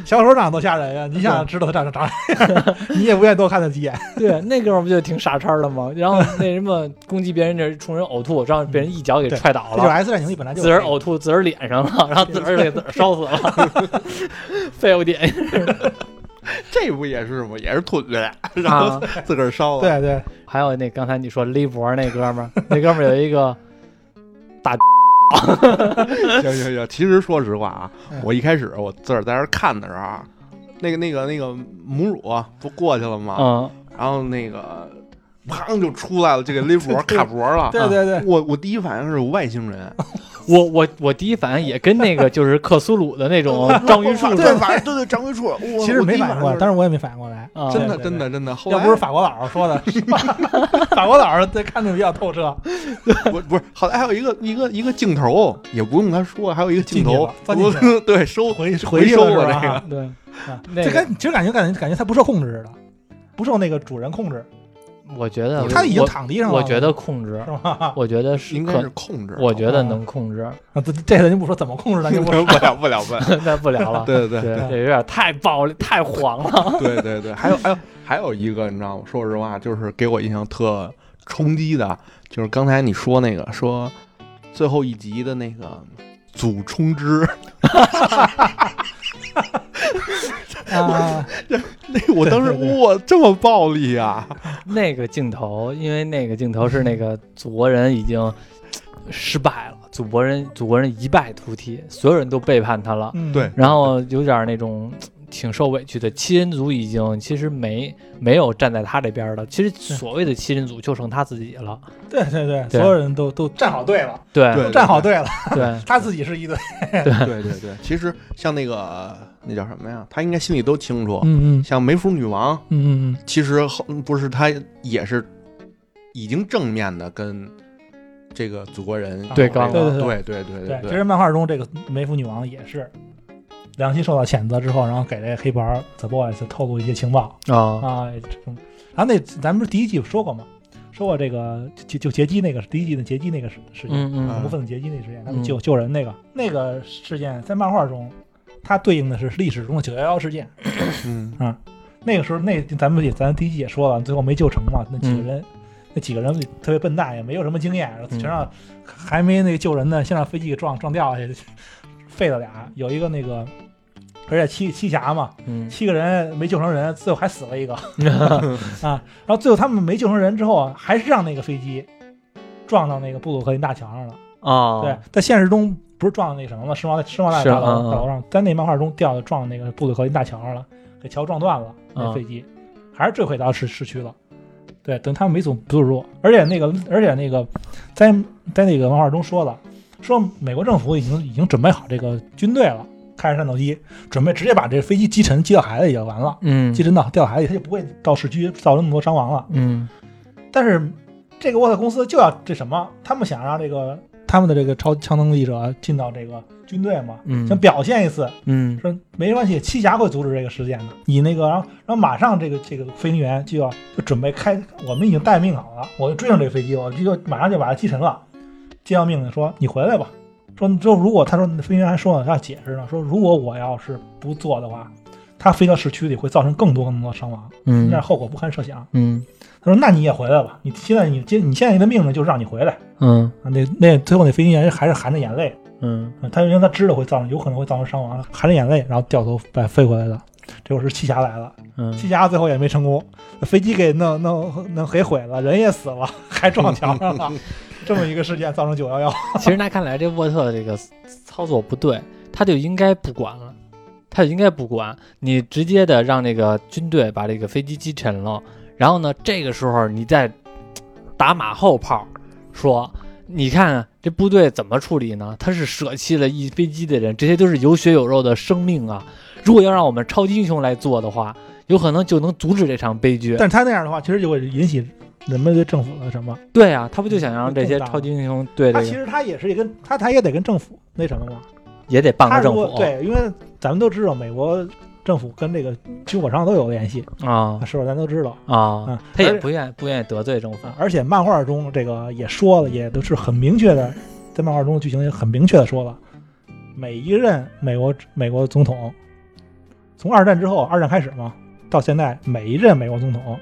B: 小丑长得多吓人呀！你想知道他长长啥 样，你也不愿意多看他几眼。
A: 对，那哥们儿不就挺傻叉的吗？然后那什么攻击别人，这冲人呕吐，让别人一 脚给踹倒
B: 这就是
A: 了，
B: X 战警里本来就
A: 自个儿呕吐自个儿脸上了， 然后自个儿给自个儿烧死了， 废物点
C: 这不也是吗？也是吞着，然后
A: 啊！
C: 自个儿烧了。
B: 对对，
A: 还有那刚才你说勒脖那哥 们儿，那哥们儿有一个
C: 行行行，其实说实话啊
B: 嗯，
C: 我一开始我自个儿在那儿看的时候啊，那个那个那个母乳啊不过去了
B: 啊
C: 吗？
A: 嗯
C: 然后那个砰就出来了，这个勒脖卡脖了。啊
B: 对对对，
C: 我我第一反应是外星 人，
A: 我我我第一反应也跟那个就是克苏鲁的那 种
B: 哦
A: 章鱼术
C: 对，反正对对，张槐树，我
B: 其实没
C: 反
B: 反应过来，但是我也没反应过来。
A: 啊，
C: 真的
B: 对对对
C: 真的真的，后
B: 要
C: 来
B: 不是法国佬说 的，是吧法国佬在看的比较透彻，
C: 不不是，后来还有一个一个一个镜头，也不用他说，还有一个镜头，
B: 进去了钻进去
C: 我 对收
B: 回
C: 回
B: 去
C: 收
B: 了是
C: 了
B: 吧
C: 这个
B: 啊
A: 对
B: 啊，
A: 那
B: 这
A: 个
B: 感其实感觉感觉感觉他不受控制似的，不受那个主人控制，
A: 我觉得
B: 他已
A: 嗯
B: 经
A: 我
B: 躺地上了。
A: 我觉得控制
B: 是，吧？
A: 我觉得是
C: 应该
A: 可
C: 是控制，啊
A: 我觉得
B: 啊
A: 能控制，
B: 啊这这咱就不说怎么控制，咱就不
C: 不
B: 说。
C: 了不了不 了，
A: 那不聊了。
C: 对对
A: 对，这有点太暴力、太黄了。
C: 对对对，还有还有还有一个，你知道吗？说实话，就是给我印象特冲击的，就是刚才你说那个说最后一集的那个祖冲之，
B: 啊，
C: 那我当时
B: 对对对
C: 哇这么暴力啊！
A: 那个镜头，因为那个镜头是那个祖国人已经失败了，祖国人祖国人一败涂地，所有人都背叛他了，
B: 嗯
C: 对，
A: 然后有点那种挺受委屈的。七人组已经其实没没有站在他这边了，其实所谓的七人组就剩他自己了。
B: 对对对，
A: 对
B: 所有人都都站好队了，
A: 对
C: 对
B: 都站好队了，
A: 对
B: 他自己是一队。
C: 对对对， 其实像那个那叫什么呀？他应该心里都清楚，
B: 嗯嗯
C: 像梅芙女王。
B: 嗯嗯
C: 其实后不是他也是已经正面的跟这个祖国人
A: 对
C: 有这个
A: 刚
B: 了
C: 对对对
B: 对，其
C: 对
B: 实漫画中这个梅芙女王也是良心受到谴责之后，然后给这个黑袍 The Boys 透露一些情报
A: 啊
B: 啊，也这种然后那咱们不是第一季有说过吗？说过这个就就劫机那个第一季的劫机那个事事件，
A: 嗯嗯
C: 啊
B: 无份子劫机那个事件，他
A: 嗯
B: 们救救人那个那个事件，在漫画中，它对应的是历史中的九幺幺事件。
C: 嗯
B: 那个时候，那咱们也咱第一季也说了，最后没救成嘛，那几个人，那几个人特别笨蛋，也没有什么经验，全让还没那个救人呢，先让飞机给撞撞掉下去，废了俩。有一个那个，而且七七侠嘛，
A: 嗯
B: 七个人没救成人，最后还死了一个啊。然后最后他们没救成人之后啊，还是让那个飞机撞到那个布鲁克林大桥上了。
A: 哦，
B: 对，在现实中不是撞到那个什么吗？世贸大世贸大
A: 是
B: 大
A: 啊
B: 楼
A: 啊
B: 大楼上，在那漫画中掉的撞那个布鲁克林大桥上了，给桥撞断了，那
A: 啊
B: 飞机、还是坠毁到市市区了。对，等他们没组不入，而且那个而且那个在在那个漫画中说了，说美国政府已经已经准备好这个军队了，开着战斗机，准备直接把这飞机击沉，击到海里就完了，
A: 嗯
B: 击沉到掉海里，它就不会到市区造成那么多伤亡了。
A: 嗯
B: 但是这个沃特公司就要这什么，他们想让这个他们的这个超超能力者进到这个军队嘛，
A: 嗯
B: 想表现一次，
A: 嗯
B: 说没关系，七侠会阻止这个事件的。你那个，然后然后马上这个这个飞行员就要就准备开，我们已经待命好了，我就追上这个飞机，我就就马上就把它击沉了。接到命令说你回来吧，说就如果他说飞行员还说呢，他要解释呢，说如果我要是不做的话，他飞到市区里会造成更多更多的伤亡，
A: 嗯
B: 那后果不堪设想。
A: 嗯
B: 他说：“那你也回来吧，你现在你接你现在的命令就是让你回来
A: 嗯
B: 啊。那”那最后那飞行员还是含着眼泪，
A: 嗯
B: 啊他因为他知道会造成有可能会造成伤亡，含着眼泪，然后掉头把飞回来的。这会儿是七侠来了，
A: 嗯
B: 七侠最后也没成功，飞机给弄弄弄给毁了，人也死了，还撞墙上了，这么一个事件造成九幺幺。
A: 其实那看来这沃特这个操作不对，他就应该不管了，他就应该不管，你直接的让那个军队把这个飞机击沉了，然后呢，这个时候你再打马后炮，说你看这部队怎么处理呢？他是舍弃了一飞机的人，这些都是有血有肉的生命啊！如果要让我们超级英雄来做的话，有可能就能阻止这场悲剧。
B: 但是他那样的话，其实就会引起人们对政府的什么？
A: 对啊，他不就想让这些
B: 更大
A: 超级英雄对
B: 他
A: 这
B: 其
A: 个
B: 实他也是跟他他也得跟政府那什么嘛，
A: 也得办
B: 他
A: 个
B: 如
A: 政
B: 果
A: 府？啊
B: 对，因为咱们都知道美国政府跟这个军火商都有联系，
A: 啊
B: 啊，是吧？咱都知道。
A: 啊
B: 嗯，
A: 他也
B: 而
A: 不愿不愿意得罪政府
B: 啊。而且漫画中这个也说了，也都是很明确的，在漫画中的剧情也很明确的说了，每一任美国美国总统，从二战之后，二战开始嘛，到现在每一任美国总统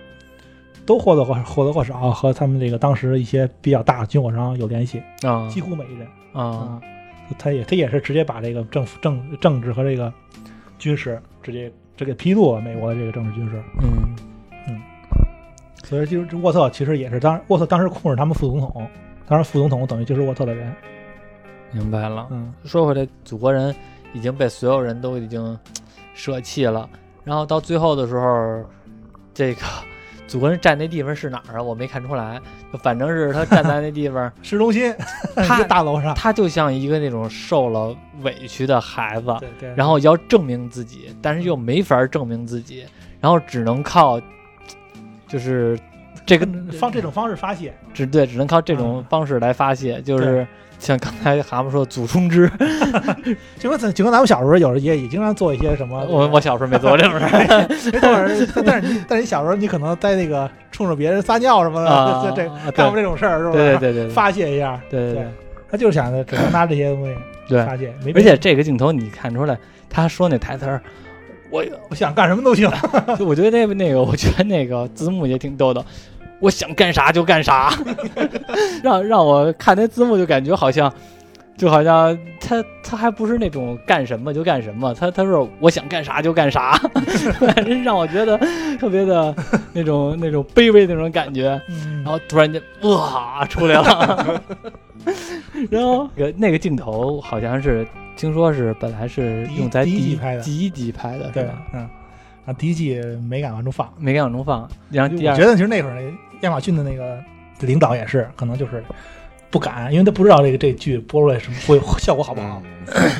B: 都或多或或多或少和他们这个当时一些比较大的军火商有联系，
A: 啊
B: 几乎每一任
A: 啊
B: 啊，他也他也是直接把这个政府政政治和这个军事直接这个披露了美国的这个政治军事。
A: 嗯
B: 所以就是沃特其实也是当沃特当时控制他们副总统，当然副总统等于就是沃特的人，
A: 明白了。
B: 嗯，，
A: 说回来，祖国人已经被所有人都已经舍弃了，然后到最后的时候，这个祖国人站那地方是哪儿啊？我没看出来，就反正是他站在那地 方
B: 市中心 一个
A: 他
B: 大楼上，
A: 他就像一个那种受了委屈的孩子，
B: 对对，
A: 然后要证明自己，但是又没法证明自己，然后只能靠就是这个
B: 跟方这种方式发泄，
A: 只对，只能靠这种
B: 啊
A: 方式来发泄，就是像刚才蛤蟆说的祖冲之，
B: 啊就跟咱就跟咱们小时候有时也也经常做一些什么，
A: 我我小时候没做这种事儿
B: 没错儿，但是你但是你小时候你可能在那个冲着别人撒尿什么
A: 啊
B: 的，，这这
A: 啊
B: 干过
A: 对
B: 这种事儿是吧？
A: 对对对对，
B: 发泄一下，
A: 对对
B: 他就是想着只能拿这些东西
A: 对
B: 发泄，没
A: 对，而且这个镜头你看出来，他说那台词儿，我
B: 我想干什么都行，
A: 就我觉得那那个，我觉得那个字幕也挺逗的。我想干啥就干啥， 让让我看那字幕就感觉好像，就好像他他还不是那种干什么就干什么，他他说我想干啥就干啥， 让我觉得特别的那种那种卑微的那种感觉。
B: 嗯
A: 然后突然间哇出来了， 然后那个那个镜头好像是听说是本来是
B: 第一
A: 用在
B: 第一
A: 第
B: 集拍的
A: 第一集拍的是
B: 对
A: 吧？，
B: 嗯，啊，第一季没敢往出放。
A: 没敢往中放，然后
B: 我
A: 啊第二
B: 觉得其实那会儿亚马逊的那个领导也是，可能就是不敢，因为他不知道这个这剧播出来什么会效
C: 嗯
B: 果好不好。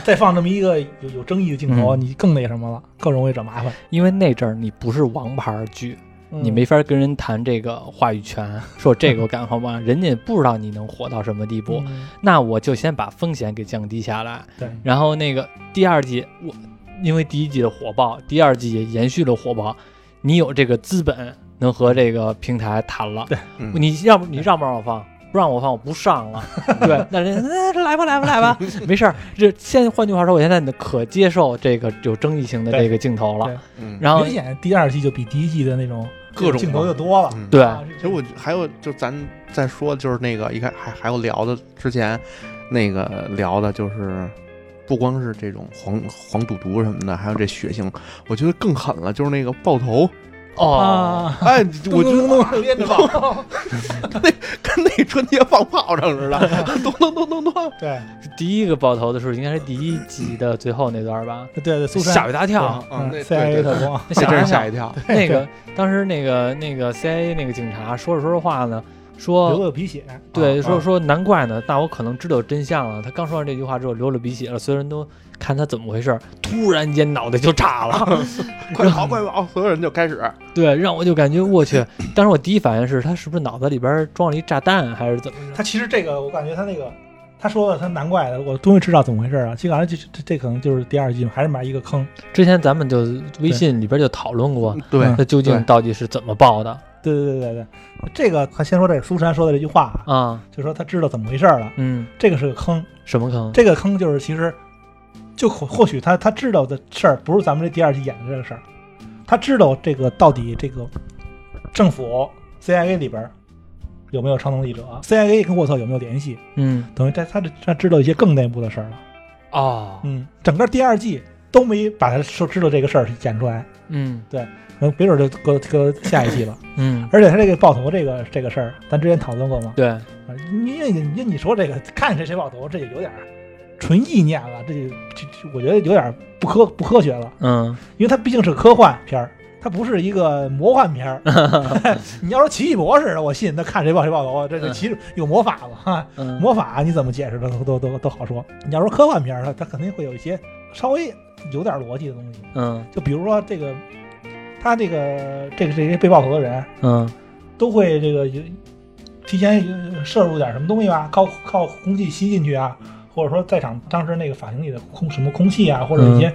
B: 再放这么一个有有争议的镜头，
A: 嗯
B: 你更那什么了，更容易找麻烦。
A: 因为那阵儿你不是王牌剧，
B: 嗯
A: 你没法跟人谈这个话语 权，说这个我敢好吗？人家也不知道你能火到什么地步，
B: 嗯
A: 那我就先把风险给降低下来。
B: 对
A: 然后那个第二季我因为第一季的火爆，第二季也延续了火爆，你有这个资本能和这个平台谈了。
C: 嗯
A: 你要不你让不让我放？不让我放，我不上 了。对，那人家、哎来吧，来吧，来吧，没事儿。这现在换句话说，我现在可接受这个有争议性的这个镜头了
B: 对。
C: 嗯
A: 然后
B: 明显第二季就比第一季的那种
C: 各种
B: 镜头就多了。
C: 嗯
A: 对，
B: 啊
C: 其实我还有，就咱再说，就是那个一开还还有聊的之前，那个聊的就是不光是这种黄黄赌毒什么的，还有这血腥，我觉得更狠了，就是那个爆头。
A: 哦，
B: 啊，
C: 哎，我觉得
B: 咚连着跑，
C: 跟那春节放炮仗似的， 咚咚咚咚咚。
B: 对
A: 第一个爆头的时候，应该是第一集的最后那段吧？
B: 对对，苏
A: 吓
B: 珊
A: 我一大跳，哦
C: 啊那对
B: CIA
C: 对对
B: 特工，
A: 那
C: 这
A: 吓
C: 真
A: 人
C: 是吓一跳！
A: 那个当时那个那个 CIA 那个警察说着说着话呢，
B: 流
A: 说
B: 了鼻血，
A: 对说
B: 啊
A: 说难怪呢，那我可能知道真相了。他刚说完这句话之后流了鼻血了，所有人都看他怎么回事儿，突然间脑袋就炸 了。
C: 快跑快跑！所有人就开始，
A: 对，让我就感觉我去，当时我第一反应是他是不是脑子里边装了一炸弹还是怎么着？
B: 他其实这个，我感觉他那个，他说的，他难怪的，我终于知道怎么回事啊了。其实感觉这这这可能就是第二季还是埋一个坑。
A: 之前咱们就微信里边就讨论过，
C: 对
B: 嗯
A: 他究竟
C: 对
A: 到底是怎么爆的
B: 对对对对对，这个他先说这个苏珊说的这句话啊，
A: 啊？
B: 就说他知道怎么回事了，
A: 嗯，
B: 这个是个坑，
A: 什么坑？
B: 这个坑就是其实就或或许他他知道的事儿不是咱们这第二季演的这个事儿，他知道这个到底这个政府 CIA 里边儿有没有超能力者，CIA 跟沃特有没有联系，
A: 嗯
B: 等于他他他知道一些更内部的事儿了。
A: 哦
B: 嗯，整个第二季都没把他说知道这个事儿演出来，
A: 嗯
B: 可能别准就搁搁下一季了。
A: 嗯，
B: 而且他这个爆头这个这个事儿，咱之前讨论过吗？
A: 对，
B: 啊因为因为你说这个看谁谁爆头，这就有点儿纯意念了，这就这这我觉得有点儿不科不科学了，
A: 嗯
B: 因为它毕竟是个科幻片儿。它不是一个魔幻片儿， 你要说奇异博士，我信，那看谁爆谁爆头，这这奇有魔法嘛，哈，
A: 嗯，
B: 魔法你怎么解释的都都都都好说。你要说科幻片儿，它它肯定会有一些稍微有点逻辑的东西，
A: 嗯
B: 就比如说这个，他这个这个这些被爆头的人
A: 嗯
B: 都会这个有提前摄入点什么东西吧，靠靠空气吸进去啊，或者说在场当时那个法庭里的空什么空气啊，或者一些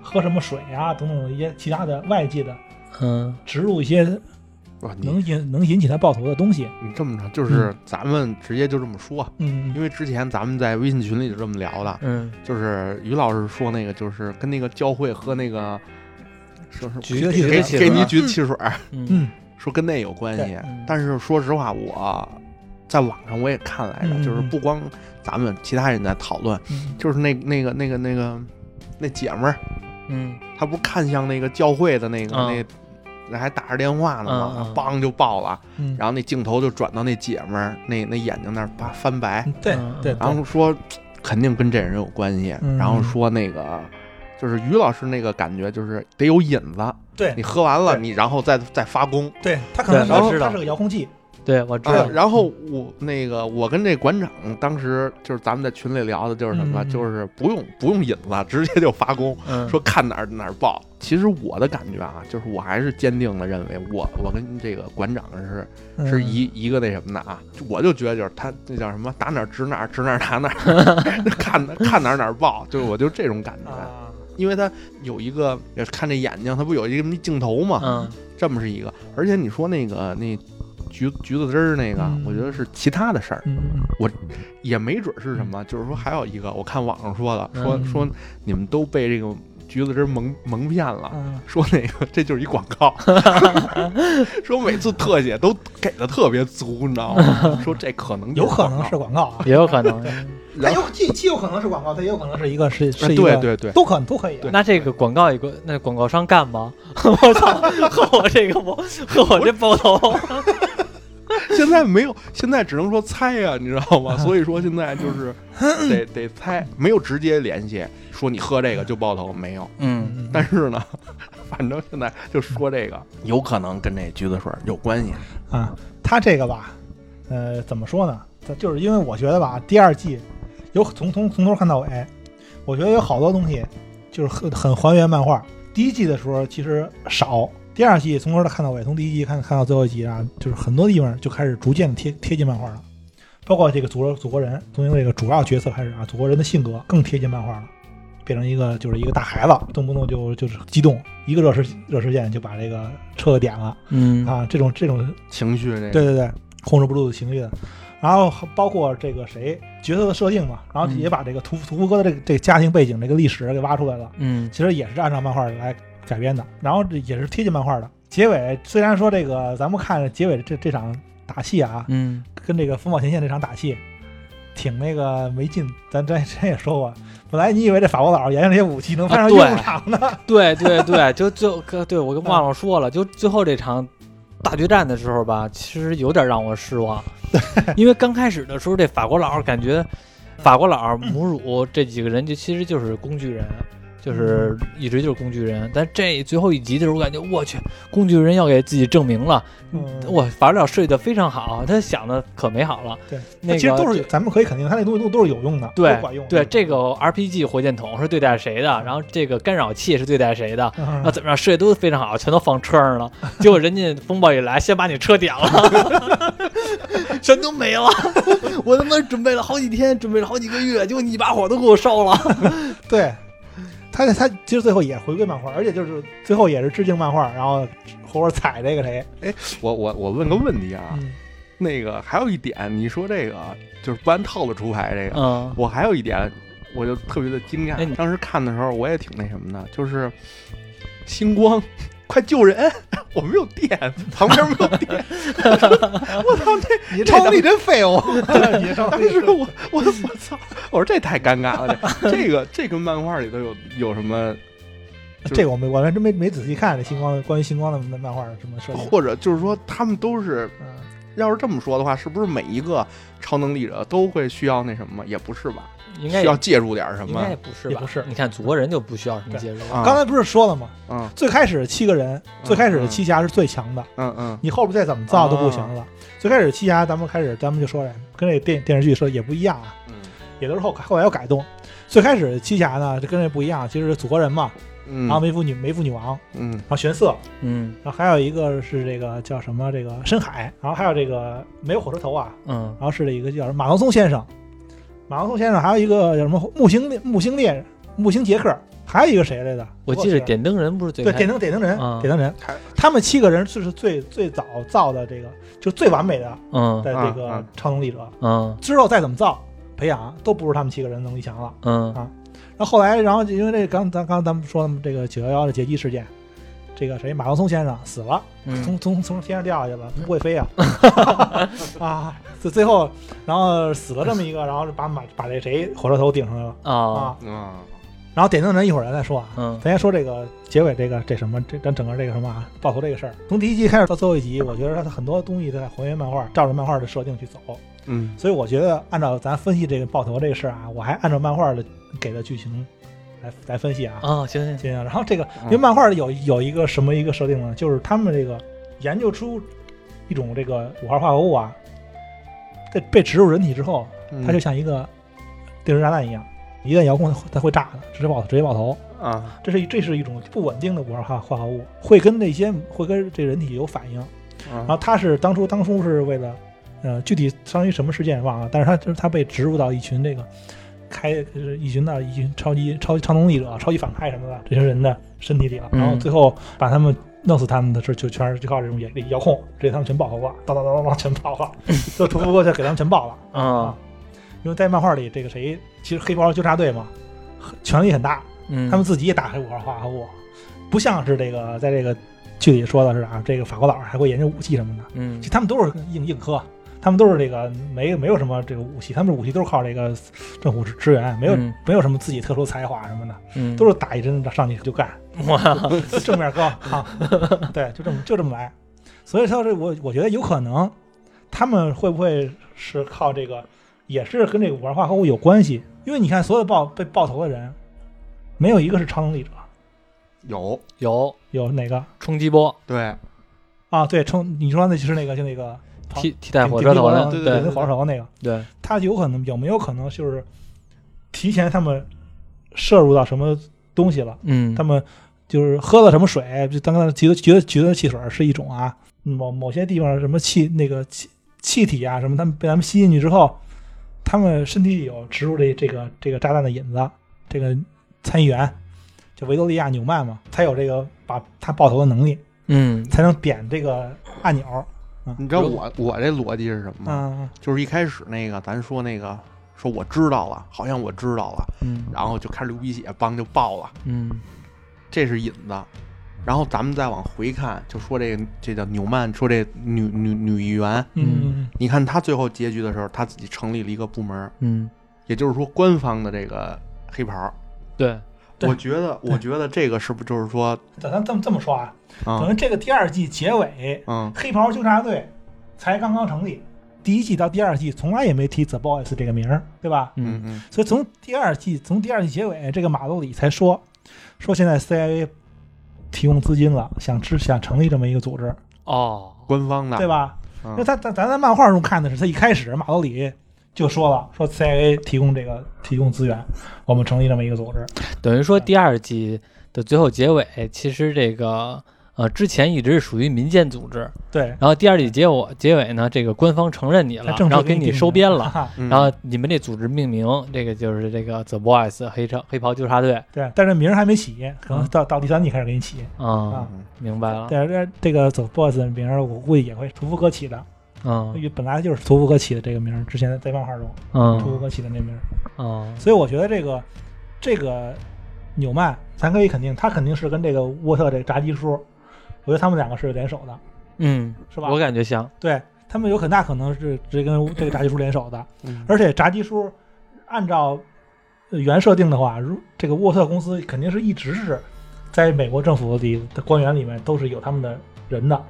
B: 喝什么水啊等等的一些其他的外界的
A: 嗯
B: 植入一些
C: 哇！你
B: 能引能引起他爆头的东西。
C: 你这么着，就是咱们直接就这么说，
B: 嗯
C: 因为之前咱们在微信群里就这么聊的，
A: 嗯，
C: 就是于老师说那个，就是跟那个教会喝那个，说是
A: 橘
B: 子
C: 给
B: 汽
C: 给
A: 水
C: 给你橘子汽水，
A: 嗯
B: 嗯
C: 说跟那有关系
B: 对
A: 嗯。
C: 但是说实话，我在网上我也看来
B: 嗯嗯
C: 着，就是
B: 嗯
C: 不光咱们其他人在讨论，
B: 嗯，
C: 就是那那个那个那个那姐们儿，
A: 嗯
C: 她不是看向那个教会的那个
B: 嗯
A: 啊
C: 那。那还打着电话呢
A: 啊啊
C: 嘛，梆就爆了，
B: 嗯
C: 然后那镜头就转到那姐们儿那那眼睛那儿啪翻白，
B: 对
A: 嗯
B: 对，
C: 然后说肯定跟这人有关系，
B: 嗯
C: 然后说那个就是于老师那个感觉就是得有引子，
B: 对
C: 你喝完了
B: 对
C: 你然后再再发功。
B: 对他可能
A: 对我
B: 是
A: 知道
B: 他是个遥控器，
A: 对，我知
C: 啊
A: 道，，
C: 然后我那个我跟这馆长当时就是咱们在群里聊的就是什么，
B: 嗯嗯嗯
C: 就是不用不用引子，直接就发功，
A: 嗯，
C: 说看哪儿哪儿爆。其实我的感觉啊，就是我还是坚定的认为我我跟这个馆长是
B: 嗯
C: 是一一个那什么的啊，就我就觉得就是他那叫什么打哪儿指哪儿指哪儿打哪儿， 看哪看哪儿哪儿爆，就是我就这种感觉，
B: 啊，
C: 因为他有一个也是看这眼睛，他不有一个镜头嘛，
A: 嗯
C: 这么是一个，而且你说那个那橘橘子汁儿那个
B: 嗯，
C: 我觉得是其他的事儿，
B: 嗯嗯
C: 也没准是什么，就是说还有一个，我看网上说的，说
A: 嗯
C: 说你们都被这个橘子汁儿蒙蒙骗了，
B: 嗯
C: 说那个这就是一广告，说每次特写都给的特别足，你知道吗？说这可能
B: 有
C: 就是
B: 可
C: 广告
B: 能是广告啊，
A: 也有可能。
B: 它
C: 然后
B: 有既既有可能是广告，它也有可能是一个是
C: 哎
B: 是一个
C: 对对对，
B: 都可都可以啊。
A: 那这个广告也过，那广告商干吗？我操，和我这个我和我这爆头，
C: 现在没有，现在只能说猜呀、你知道吗？所以说现在就是得得猜，没有直接联系，说你喝这个就爆头没有。
A: 嗯
B: 嗯，
C: 但是呢， 反正现在就说这个有可能跟这橘子水有关系。
B: 啊，他这个吧，呃，怎么说呢？它就是因为我觉得吧，第二季有从从从头看到尾，我觉得有好多东西就是很很还原漫画。第一季的时候其实少，第二季从头看到尾，从第一季看看到最后一集啊，就是很多地方就开始逐渐的贴贴近漫画了，包括这个祖国祖国人，从这个主要角色开始啊，祖国人的性格更贴近漫画了。变成一个就是一个大孩子，动不动就就是激动，一个热事热事件就把这个车给点了
A: 嗯
B: 啊，这种这种
C: 情绪这个，
B: 对对对，控制不住情绪的。然后包括这个谁角色的设定嘛，
A: 嗯
B: 然后也把这个屠屠夫哥的这个这个家庭背景、这个历史给挖出来了，
A: 嗯
B: 其实也是按照漫画来改编的，然后这也是贴近漫画的。结尾虽然说这个咱们看结尾这这场打戏啊，
A: 嗯
B: 跟这个风暴前线这场打戏挺那个没劲，咱咱之前也说过，本来你以为这法国佬研究这些武器能派上
A: 啊对
B: 用场呢，
A: 对对对，就就可对我忘了说了，就最后这场大决战的时候吧，其实有点让我失望，因为刚开始的时候，这法国佬感觉法国佬、母乳这几个人就其实就是工具人。就是一直就是工具人，但这最后一集的时候，我感觉我去，工具人要给自己证明了。
B: 嗯
A: 我法国佬设计的非常好，他想的可美好了。
B: 对，
A: 那个
B: 其实都是咱们可以肯定，他那东西都都是有用的，
A: 对
B: 都管用的。
A: 对，这个 RPG 火箭筒是对待谁的，然后这个干扰器是对待谁的，
B: 嗯
A: 然啊后怎么样设计都非常好，全都放车上了。结果人家风暴一来，先把你车点了， 什么都没了。 我他妈准备了好几天，准备了好几个月，结果你把火都给我烧了。
B: 对，他他其实最后也回归漫画，而且就是最后也是致敬漫画，然后活活踩这个谁，
C: 我我我问个问题啊，
B: 嗯
C: 那个还有一点，你说这个就是不按套路出牌这个，
A: 嗯
C: 我还有一点，我就特别的惊
A: 哎你
C: 讶。当时看的时候，我也挺那什么的，就是星光， 快救人！ 我没有 电，旁边没有电。我操，
B: 你
C: 这
B: 这
C: 超能力真 废物！
B: 当你上
C: 当时我我我操，我说这太尴尬了。这 这个这跟漫画里头有有什么，就是
B: 这个我没我还真没没仔细看这星光的关于星光的漫画什么设计，
C: 或者就是说他们都是，
B: 嗯，
C: 要是这么说的话，是不是每一个超能力者都会需要那什么？也不是吧，
A: 应该
C: 需
A: 也
C: 要借助点什
A: 应该也
C: 么？
A: 不是
B: 也
A: 吧？
B: 不是
A: 你看祖国人就不需要什么介入。
C: 啊
B: 刚才不是说了吗？
C: 嗯
B: 最开始七个人，最开始的
C: 嗯
B: 七侠是最强的，
C: 嗯嗯，
B: 你后边再怎么造都不行
C: 啊
B: 了。最开始七侠，咱们开始咱们就说了，跟这电电视剧说也不一样啊，
C: 嗯
B: 也都是后后来有改动。最开始七侠呢，就跟这不一样，其实是祖国人嘛，
C: 嗯，
B: 然后梅妇女梅妇女王，
C: 嗯
B: 然后玄色，
A: 嗯
B: 然后还有一个是这个叫什么这个深海，然后还有这个没有火车头啊，
A: 嗯
B: 然后是一个叫什么马唐松先生，马唐松先生还有一个叫什么木星烈木星烈日木星杰克，还有一个谁来着？
A: 我记得
B: 点。
A: 点灯人不是最
B: 对，
A: 开
B: 点灯点灯人，
A: 啊
B: 点灯人
C: 还，
B: 他们七个人就是最最早造的这个，就最完美的
A: 嗯
B: 在这个
C: 啊
B: 超能力者。
A: 嗯
B: 之后再怎么造培养，都不如他们七个人能力强了。
A: 嗯
B: 然后后来，然后就因为这刚咱刚咱们说的这个九幺幺的劫机事件，这个谁马龙松先生死了，
A: 嗯
B: 从 从从天上掉下去了，不会 飞啊啊！最最后，然后死了这么一个，然后把马把这谁火车头顶上来了
A: 啊
B: 啊。
C: 啊，
B: 然后点灯人一会儿咱再说啊，
A: 嗯
B: 咱先说这个结尾，这个这什么，这咱整个这个什么啊，爆头这个事儿，从第一集开始到最后一集，我觉得它很多东西都在还原漫画，照着漫画的设定去走。
C: 嗯
B: 所以我觉得按照咱分析这个爆头这个事儿啊，我还按照漫画的给的剧情来来分析啊。
A: 啊行行行
B: 行、然后这个
C: 嗯
B: 因为漫画里有有一个什么一个设定呢，就是他们这个研究出一种这个五号化合物啊，在被植入人体之后，
C: 嗯
B: 它就像一个定时炸弹一样，一旦遥控它会它会炸的，直接爆直接爆头。
C: 啊，
B: 这是一这是一种不稳定的五二化化合物，会跟那些会跟这人体有反应。
C: 然
B: 然后它是当初当初是为了，呃，具体相当于什么事件忘了，但是它就是它被植入到一群这个开就是一群的一群超级超级超能力者、超级反派什么的这些人的身体里了，
A: 嗯
B: 然后最后把他们。弄死他们的事就全是就靠这种眼力遥控，直接他们全爆头了，当当当当当全爆了，就屠夫哥就给他们全爆了。
A: 啊
B: 因为在漫画里，这个谁其实黑豹纠察队嘛，权力很大，
A: 嗯
B: 他们自己也打开五号化合物，不像是这个在这个剧里说的是啊，这个法国佬还会研究武器什么的，
A: 嗯
B: 其实他们都是硬硬科，他们都是这个没没有什么这个武器，他们的武器都是靠这个政府支支援，没有、
A: 嗯
B: 没有什么自己特殊才华什么的，
A: 嗯
B: 都是打一针上去就干，正面刚啊，对，就这么就这么来。所以说这我我觉得有可能，他们会不会是靠这个，也是跟这个五二化合物有关系？因为你看所有爆被爆头的人，没有一个是超能力者，
C: 有
A: 有
B: 有哪个
A: 冲击波
C: 对
B: 啊？对，冲你说那就是那个就那个好
A: 替替代火车头的，
B: 啊对
C: 对
B: 火车头那个，
A: 对，
B: 他有可能有没有可能就是提前他们摄入到什么东西了？
A: 嗯
B: 他们就是喝了什么水，就刚刚觉得觉得觉得汽水是一种啊，某某些地方什么气那个气气体啊什么，他们被咱们吸进去之后，他们身体里有植入这这个这个炸弹的引子，这个参议员，就维多利亚纽曼嘛，才有这个把他爆头的能力，
A: 嗯
B: 才能点这个按钮。
C: 你知道我我这逻辑是什么吗？
B: 嗯
C: 就是一开始那个咱说那个说我知道了，好像我知道了，
A: 嗯
C: 然后就开始流鼻血，梆就爆了，
A: 嗯
C: 这是引子。然后咱们再往回看，就说这个这叫纽曼，说这女女女议员，
B: 嗯
C: 你看她最后结局的时候，她自己成立了一个部门，
A: 嗯，
C: 也就是说官方的这个黑袍。
A: 对，
B: 对
C: 我觉得，我觉得这个是不是就是说，
B: 咱咱这么这么说啊，
C: 啊
B: 等于这个第二季结尾，
C: 嗯
B: 黑袍纠察队才刚刚成立，第一季到第二季从来也没提 The Boys 这个名儿，对吧？
C: 嗯
A: 嗯
C: 嗯
B: 所以从第二季从第二季结尾，这个马德里才说说现在 CIA 提供资金了，想支想成立这么一个组织，
A: 哦，
C: 官方的
B: 对吧？
A: 啊
B: 因为
C: 嗯
B: 他咱咱在漫画中看的是，他一开始马德里就说了，说 CIA 提供这个提供资源，我们成立这么一个组织。
A: 等于说第二季的最后结尾，其实这个呃之前一直是属于民间组织，
B: 对，
A: 然后第二季结我结尾呢，这个官方承认你了
B: 他，正式
A: 然后给
B: 定
A: 你
B: 名
A: 收编 了。。
C: 嗯
A: 然后你们这组织命名，这个就是这个 The Boys 黑车黑袍纠察队
B: 对，但是名儿还没起，可能到、到第三季开始给你起。
A: 啊
B: 啊，
C: 嗯
A: 明白了，
B: 但是这个走 boss 的名儿，我估计也会屠夫哥起的，
A: 嗯
B: 因为本来就是屠夫哥起的这个名儿，之前在漫画中屠
A: 嗯
B: 夫哥起的那名儿，
A: 嗯
B: 所以我觉得这个这个纽曼，咱可以肯定，他肯定是跟这个沃特这个炸鸡叔，我觉得他们两个是联手的，
A: 嗯，
B: 是吧
A: 我感觉像，
B: 对他们有很大可能是直接跟这个炸鸡叔联手的，
C: 嗯
B: 而且炸鸡叔按照呃原设定的话，如这个沃特公司肯定是一直是在美国政府里的官员里面都是有他们的人的。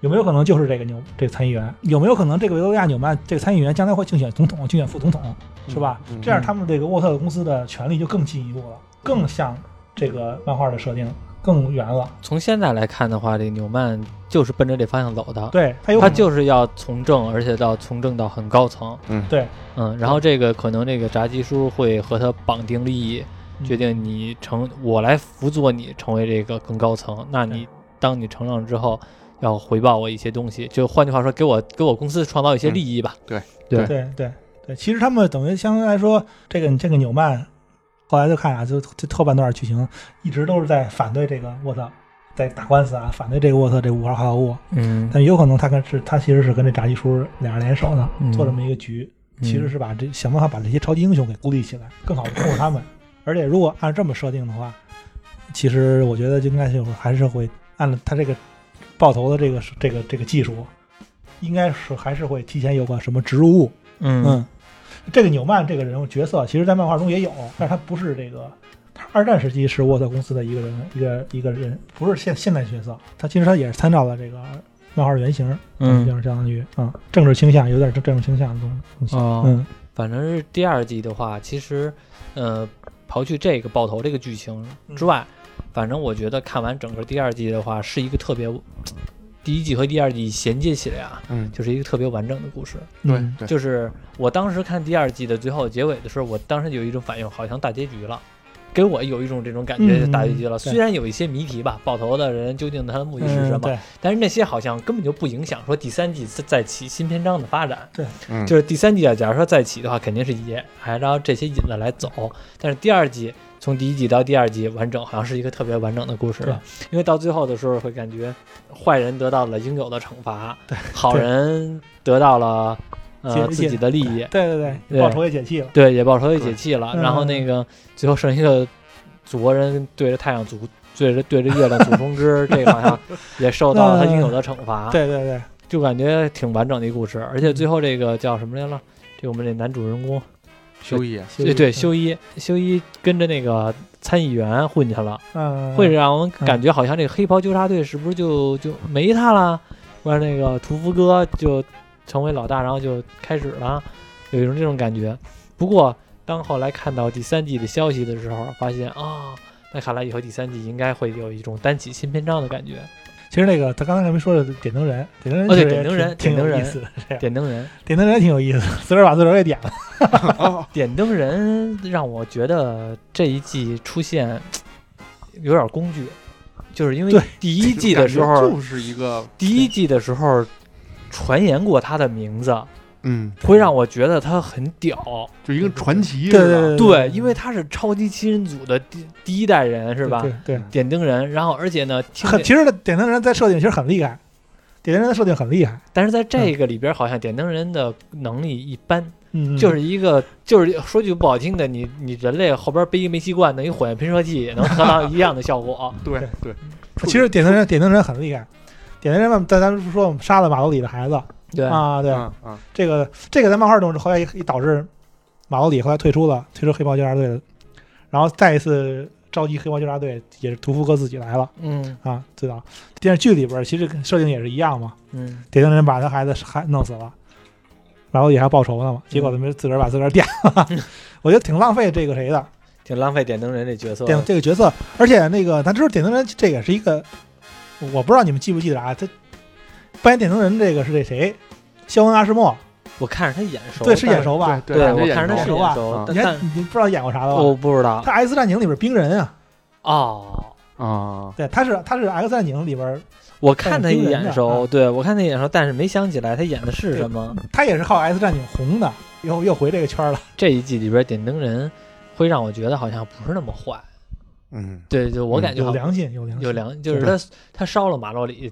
B: 有没有可能就是这个纽这个参议员？有没有可能这个维多利亚纽曼这个参议员将来会竞选总统、竞选副总统，是吧？
C: 嗯嗯
B: 这样他们这个沃特公司的权力就更进一步了，更像这个漫画的设定更远了。
A: 从现在来看的话，这个纽曼就是奔着这方向走的，
B: 对他有
A: 他
B: 可能
A: 就是要从政，而且到从政到很高层，
C: 嗯
B: 对，
A: 嗯，然后这个可能这个炸鸡叔会和他绑定利益，
B: 嗯
A: 决定你成我来辅佐你成为这个更高层，那你当你成长之后要回报我一些东西，就换句话说，给我给我公司创造一些利益吧，对
B: 对对对，其实他们等于相对来说，这个这个纽曼，后来就看啊，就这后半段剧情一直都是在反对这个沃特，在打官司啊，反对这个沃特这五号化合物。
A: 嗯
B: 但有可能他跟是他其实是跟这炸鸡叔俩人联手的，
A: 嗯
B: 做这么一个局，
A: 嗯
B: 其实是把这想办法把这些超级英雄给孤立起来，更好的控制他们。而且如果按这么设定的话，其实我觉得就应该就是还是会按了他这个爆头的这个这个这个技术，应该是还是会提前有个什么植入物。
A: 嗯
B: 嗯，这个纽曼这个人物角色，其实，在漫画中也有，但是他不是这个，他二战时期是沃特公司的一个人，一个一个人，不是现现代角色。他其实他也是参照了这个漫画原型，就
A: 嗯
B: 是相当于啊、嗯政治倾向有点政治倾向的东东西。
A: 哦，
B: 嗯
A: 反正是第二季的话，其实呃，刨去这个爆头这个剧情之外，反正我觉得看完整个第二季的话，是一个特别。第一季和第二季衔接起来啊，
C: 嗯
A: 就是一个特别完整的故事。
B: 嗯，
C: 对对
A: 就是我当时看第二季的最后结尾的时候，我当时有一种反应，好像大结局了，给我有一种这种感觉，
B: 嗯
A: 大结局了。
B: 对
A: 虽然有一些谜题吧，爆头的人究竟他的目的是什
B: 嗯
A: 么，
B: 对
A: 但是那些好像根本就不影响说第三季再起新篇章的发展。
C: 嗯
A: 就是第三季啊，假如说再起的话，肯定是也还按照这些引子来走。但是第二季从第一季到第二季完整，好像是一个特别完整的故事了。因为到最后的时候，会感觉坏人得到了应有的惩罚，好人得到了
B: 解
A: 呃
B: 解
A: 自己的利益，
B: 对对对，
A: 对
B: 报仇也解气了。
A: 对，也报仇也解气了。
B: 嗯
A: 然后那个最后剩一个祖国人对着太阳祖对着对着月亮 祖风之，这个好像也受到了他应有的惩罚。
B: 对对对，
A: 就感觉挺完整的一故事，而且最后这个叫什么来了？这我们这男主人公，
C: 修一，
A: 对嗯对，修一，修一跟着那个参议员混去了，
B: 嗯，
A: 会让我们感觉好像这个黑袍纠察队是不是就就没他了？完了那个屠夫哥就成为老大，然后就开始了，有一种这种感觉。不过当后来看到第三季的消息的时候，发现啊、那看来以后第三季应该会有一种单起新篇章的感觉，
B: 其实那个他刚才还没说的点灯人，点灯人
A: 哦对
B: 其实也
A: 点灯人
B: 挺挺
A: 点灯
B: 有
A: 人
B: 意思的，这样
A: 点灯人。
B: 点灯人挺有意思，自个儿把自个儿给点了。
C: 哦
A: 点灯人让我觉得这一季出现有点工具，就是因为
B: 对
A: 第一季的时候，
C: 就是一个
A: 第一季的时候传言过他的名字，
C: 嗯，
A: 会让我觉得他很屌。
C: 就一个传奇
B: 对
C: 似
B: 对
C: 的，
B: 对
A: 对，因为他是超级七人组的第第一代人，是吧？
B: 对对，
A: 点灯人，然后而且呢，听
B: 很，其实点灯人在设定其实很厉害，点灯人的设定很厉害，
A: 但是在这个里边，好像点灯人的能力一般，
B: 嗯，
A: 就是一个，就是说句不好听的，你你人类后边背一煤气罐，的一火焰喷射器也能达到一样的效果。
C: 对对，
B: 嗯其实点灯人点灯人很厉害，点灯人嘛，但咱们说我们杀了马路里的孩子
A: 对，嗯
B: 啊， 对，
C: 啊啊，
B: 这个这个在漫画中后来也也导致马路里后来退出了，退出黑豹纠察队了，然后再一次召集黑豹纠察队也是屠夫哥自己来了
A: 嗯
B: 啊，最早电视剧里边其实跟设定也是一样嘛，
A: 嗯，
B: 铁匠人把他孩子害弄死了，然后也还报仇呢嘛，结
A: 嗯
B: 果他们自个儿把自个儿电了， 我觉得挺浪费这个谁的
A: 挺浪费点灯人这角色的。
B: 点这个角色，而且那个咱知道点灯人这也是一个，我不知道你们记不记得啊，他扮演点灯人这个是这谁，肖恩阿什莫，
A: 我看着他眼熟，
B: 对，是眼熟吧？
A: 对，我看着他
B: 眼
A: 是
B: 熟
A: 眼
B: 啊
A: 熟，
B: 你
A: 但
B: 还
A: 但
B: 你不知道演过啥了吧？
A: 我不知道
B: 他《X 战警》里边冰人啊，
A: 哦。
C: 啊，
B: 对，他是他是《X 战警》里边，
A: 我看他
B: 但是惊人
A: 眼
B: 的
A: 熟，
B: 啊
A: 对我看他眼熟，但是没想起来他演的是什么。
B: 他也是靠《X 战警》红的，又又回这个圈了。
A: 这一季里边点灯人会让我觉得好像不是那么坏，
C: 嗯，
A: 对，就我
C: 嗯
A: 感觉
B: 有
A: 好
B: 良心，有良心，
A: 有良，就是他他烧了马洛里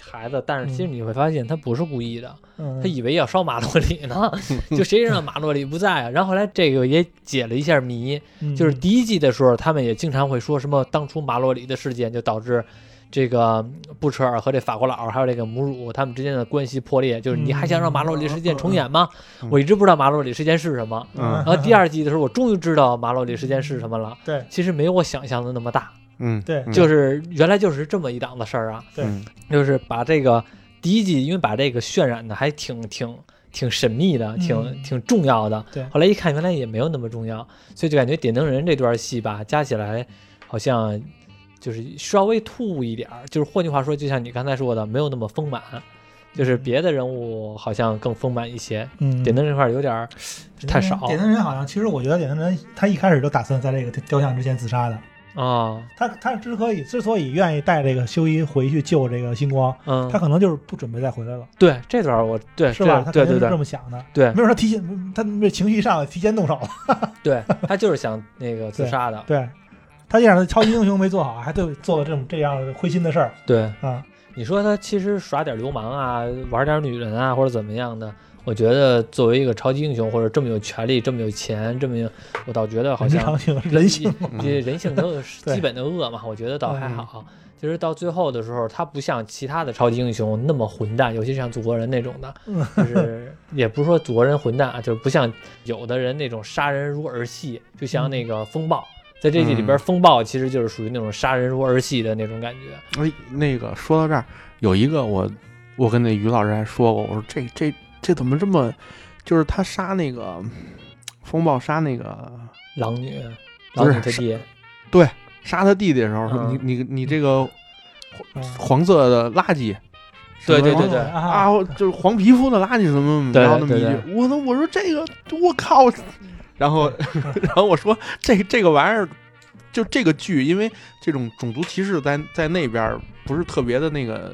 A: 孩子，但是其实
B: 嗯
A: 你会发现他不是故意的，
B: 嗯，
A: 他以为要烧马洛里呢， 就谁知道马洛里不在啊？然后后来这个也解了一下谜，就是
B: 嗯
A: 第一季的时候，他们也经常会说什么当初马洛里的事件就导致。这个布彻尔和这法国佬，还有这个母乳，他们之间的关系破裂，就是你还想让马洛里事件重演吗？
C: 嗯嗯嗯
A: 我一直不知道马洛里事件是什么，
C: 嗯
A: 然后第二季的时候，我终于知道马洛里事件是什么了。
B: 对
A: 其实没有我想象的那么大，
C: 嗯，
B: 对
C: 嗯
A: 就是原来就是这么一档子事儿啊，
B: 对
C: 嗯
A: 就是把这个第一季，因为把这个渲染的还挺挺挺神秘的，挺、
B: 嗯
A: 挺重要的。
B: 对
A: 后来一看原来也没有那么重要，所以就感觉点灯人这段戏吧，加起来好像就是稍微突兀一点儿，就是换句话说，就像你刚才说的，没有那么丰满。就是别的人物好像更丰满一些，
B: 嗯
A: 点灯这块儿有点儿太少
B: 点灯人好像，其实我觉得点灯人他一开始就打算在这个雕像之前自杀的。
A: 啊，
B: 他他之所以之所以愿意带这个修一回去救这个星光，
A: 嗯
B: 他，可能就是不准备再回来了，
A: 对这段儿我对
B: 是吧？他
A: 对
B: 肯
A: 对
B: 定是
A: 对
B: 这么想的。
A: 对
B: 没准他提前，他那情绪一上来提前动手了。。
A: 对，他就是想那个自杀的
B: 对，他这样的超级英雄没做好，还对做了这种这样灰心的事儿
A: 对，
B: 啊。
A: 你说他其实耍点流氓啊，玩点女人啊，或者怎么样的，我觉得作为一个超级英雄，或者这么有权利、这么有钱、这么有，我倒觉得好
B: 人之
A: 像
B: 常情，人性。
C: 嗯
A: 这 这人性 都是
B: 对嗯
A: 基本的恶嘛，我觉得倒还好。其实到最后的时候，他不像其他的超级英雄那么混蛋，尤其像祖国人那种的，
B: 嗯
A: 就是 也不是说祖国人混蛋啊，就是不像有的人那种杀人如儿戏，就
B: 嗯
A: 像那个风暴。在这季里边，
C: 嗯
A: 风暴其实就是属于那种杀人如儿戏的那种感觉。
C: 哎，那个说到这儿，有一个我，我跟那于老师还说过，我说这这这怎么这么，就是他杀那个风暴杀那个
A: 狼女，
C: 不
A: 狼
C: 是
A: 女他爹，
C: 杀他弟弟的时候，说
A: 嗯
C: 你你你这个
B: 啊
C: 黄色的垃圾，
A: 对对
C: 什
A: 对
C: 么
A: 对
B: 啊
C: 啊，，我就是黄皮肤的垃圾什么怎么，
A: 对
C: 然后那么一
A: 对
C: 句，我说我说这个我 靠，然后 然后我说这这个玩意儿。就这个剧，因为这种种族歧视在在那边儿不是特别的那个，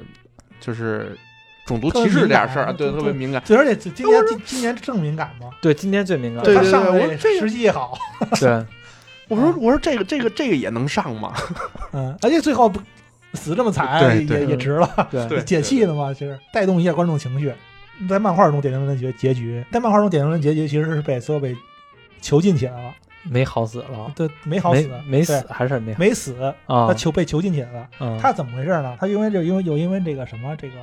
C: 就是种族
B: 特别
C: 歧视这
B: 敏
C: 点
B: 感
C: 事儿啊，对，
B: 对
C: 特别敏感。
B: 对，而且今年今今年正敏感嘛，
A: 对，今天最敏感，
C: 对
B: 他
C: 对
B: 上
C: 对
B: 来
C: 我这个
B: 时机也好，
A: 对
C: 我说我说这个这个这个也能上吗？
B: 嗯，而且最后不死这么惨
C: 对
B: 也
C: 对
B: 也也值了。
A: 对
C: 对
B: 解气的嘛，其实带动一下观众情绪。在漫画中，点灯人的结结局，在漫画中，点灯人结局其实是被所有被囚禁起来了，
A: 没好死了，
B: 对，没好
A: 没
B: 死，
A: 没死
B: 对，
A: 还是没好
B: 没死，他
A: 啊，
B: 囚被囚禁起来了。
A: 嗯
B: 他怎么回事呢？他因为这因为有因为这个什么这个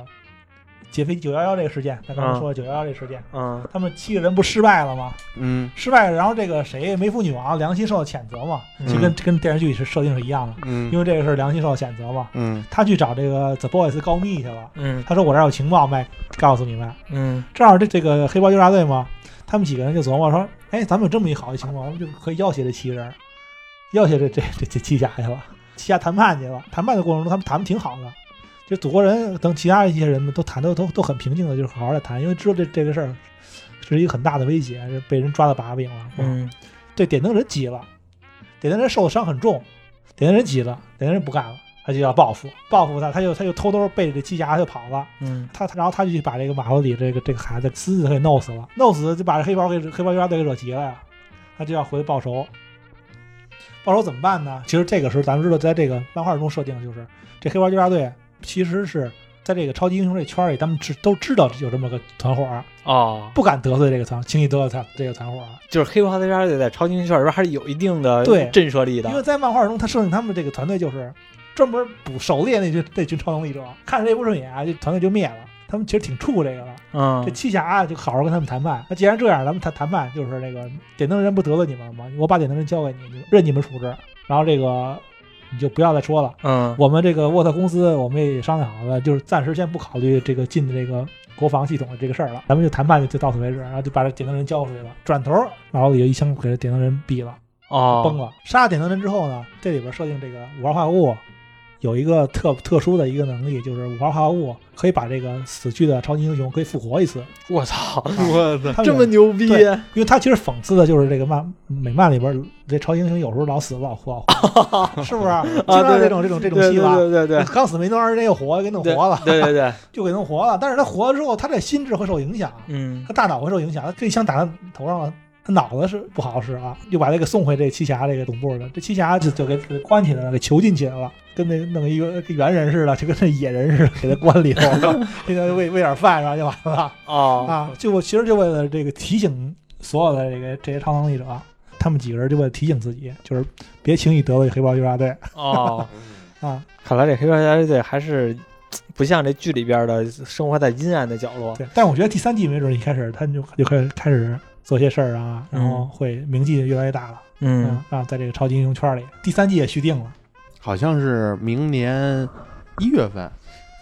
B: 劫匪九幺幺这个事件，他刚才说了九幺幺这个事件，
A: 嗯
B: 他们七个人不失败了吗？
C: 嗯
B: 失败了，然后这个谁梅妇女王良心受到谴责嘛，就
A: 嗯
B: 跟、跟电视剧是设定是一样的，因
C: 嗯
B: 为这个事儿良心受到谴责嘛，
C: 嗯
B: 他去找这个 The Boys 告密去了。
A: 嗯
B: 他说我这儿有情报，卖告诉你们。
A: 嗯
B: 正好这这个黑豹纠察队嘛，他们几个人就琢磨说，哎，咱们有这么一好的情况，咱们就可以要挟这七个人，要挟这这这这七侠去了，七侠谈判去了。谈判的过程中，他们谈的挺好的，就祖国人等其他一些人们都谈的都都很平静的，就是好好的谈，因为知道这这个事儿是一个很大的威胁，是被人抓到把柄了。
A: 嗯
B: 对，点灯人急了，点灯人受的伤很重，点灯人急了，点灯人不干了，他就要报复，报复他，他就他就偷偷背着这机匣就跑了。
A: 嗯
B: 他他然后他就去把这个马克里这个这个孩子私自给弄死了，弄死就把这黑豹给黑豹冤家队给惹急了呀，他就要回去报仇。报仇怎么办呢？其实这个时候咱们知道，在这个漫画中设定就是这黑豹冤家队其实是在这个超级英雄这圈里，他们知都知道有这么个团伙儿，
A: 哦，
B: 不敢得罪这个团，轻易得罪他这个团伙儿，
A: 就是黑豹这边在超级英雄圈里边还是有一定的
B: 对
A: 震慑力
B: 因为
A: 的。
B: 在漫画中他设定他们这个团队就是专门捕狩猎那群那群超能力者，看着这不顺眼啊，这团队就灭了。他们其实挺怵这个的。
A: 嗯
B: 这，七侠啊就好好跟他们谈判。那既然这样，咱们谈谈判就是这个点灯人不得罪你们了吗？我把点灯人交给你，你任你们处置。然后这个你就不要再说了。
A: 嗯，
B: 我们这个沃特公司，我们也商量好了，就是暂时先不考虑这个进的这个国防系统的这个事儿了，咱们就谈判就就到此为止。然后就把这点灯人交出去了。转头，然后有一枪给这点灯人毙了，
A: 哦，
B: 崩了。杀了点灯人之后呢，这里边设定这个五号化合物。有一个特特殊的一个能力，就是五号化合物可以把这个死去的超级英雄可以复活一次。
A: 我操，
C: 我操！
B: 他们
A: 这么牛逼！
B: 对因为他其实讽刺的就是这个漫美漫里边儿这超级英雄有时候老死老活， 是不是？ 经常有这种这种这种
A: 啊对
B: 戏
A: 对
B: 吧。
A: 对对对
B: 刚死没多长时间又活，给弄
A: 对
B: 活了，
A: 对对对，
B: 就给弄活了。但是他活了之后，他这心智会受影响，
A: 嗯
B: 他大脑会受影响。他这一枪打他头上了，他脑子是不好使啊，又把他给送回这七侠这个总部了。这七侠就就给给关起来了，给囚禁起来了，跟那弄一个跟猿人似的，就跟那野人似的，给他关里头了， 给他喂喂点饭，然后就完了。
A: 哦
B: 啊，就我其实就为了这个提醒所有的这个这些超能力者，他们几个人就为了提醒自己，就是别轻易得罪黑豹纠察队
A: 哦，
B: 啊。
A: 看来这黑豹家乐队还是不像这剧里边的生活在阴暗的角落。
B: 对，但我觉得第三季没准一开始他们就就开始开始做些事儿啊，然后会名气越来越大了，
A: 嗯，
B: 啊，在这个超级英雄圈里，第三季也续订了，
C: 好像是明年一月份，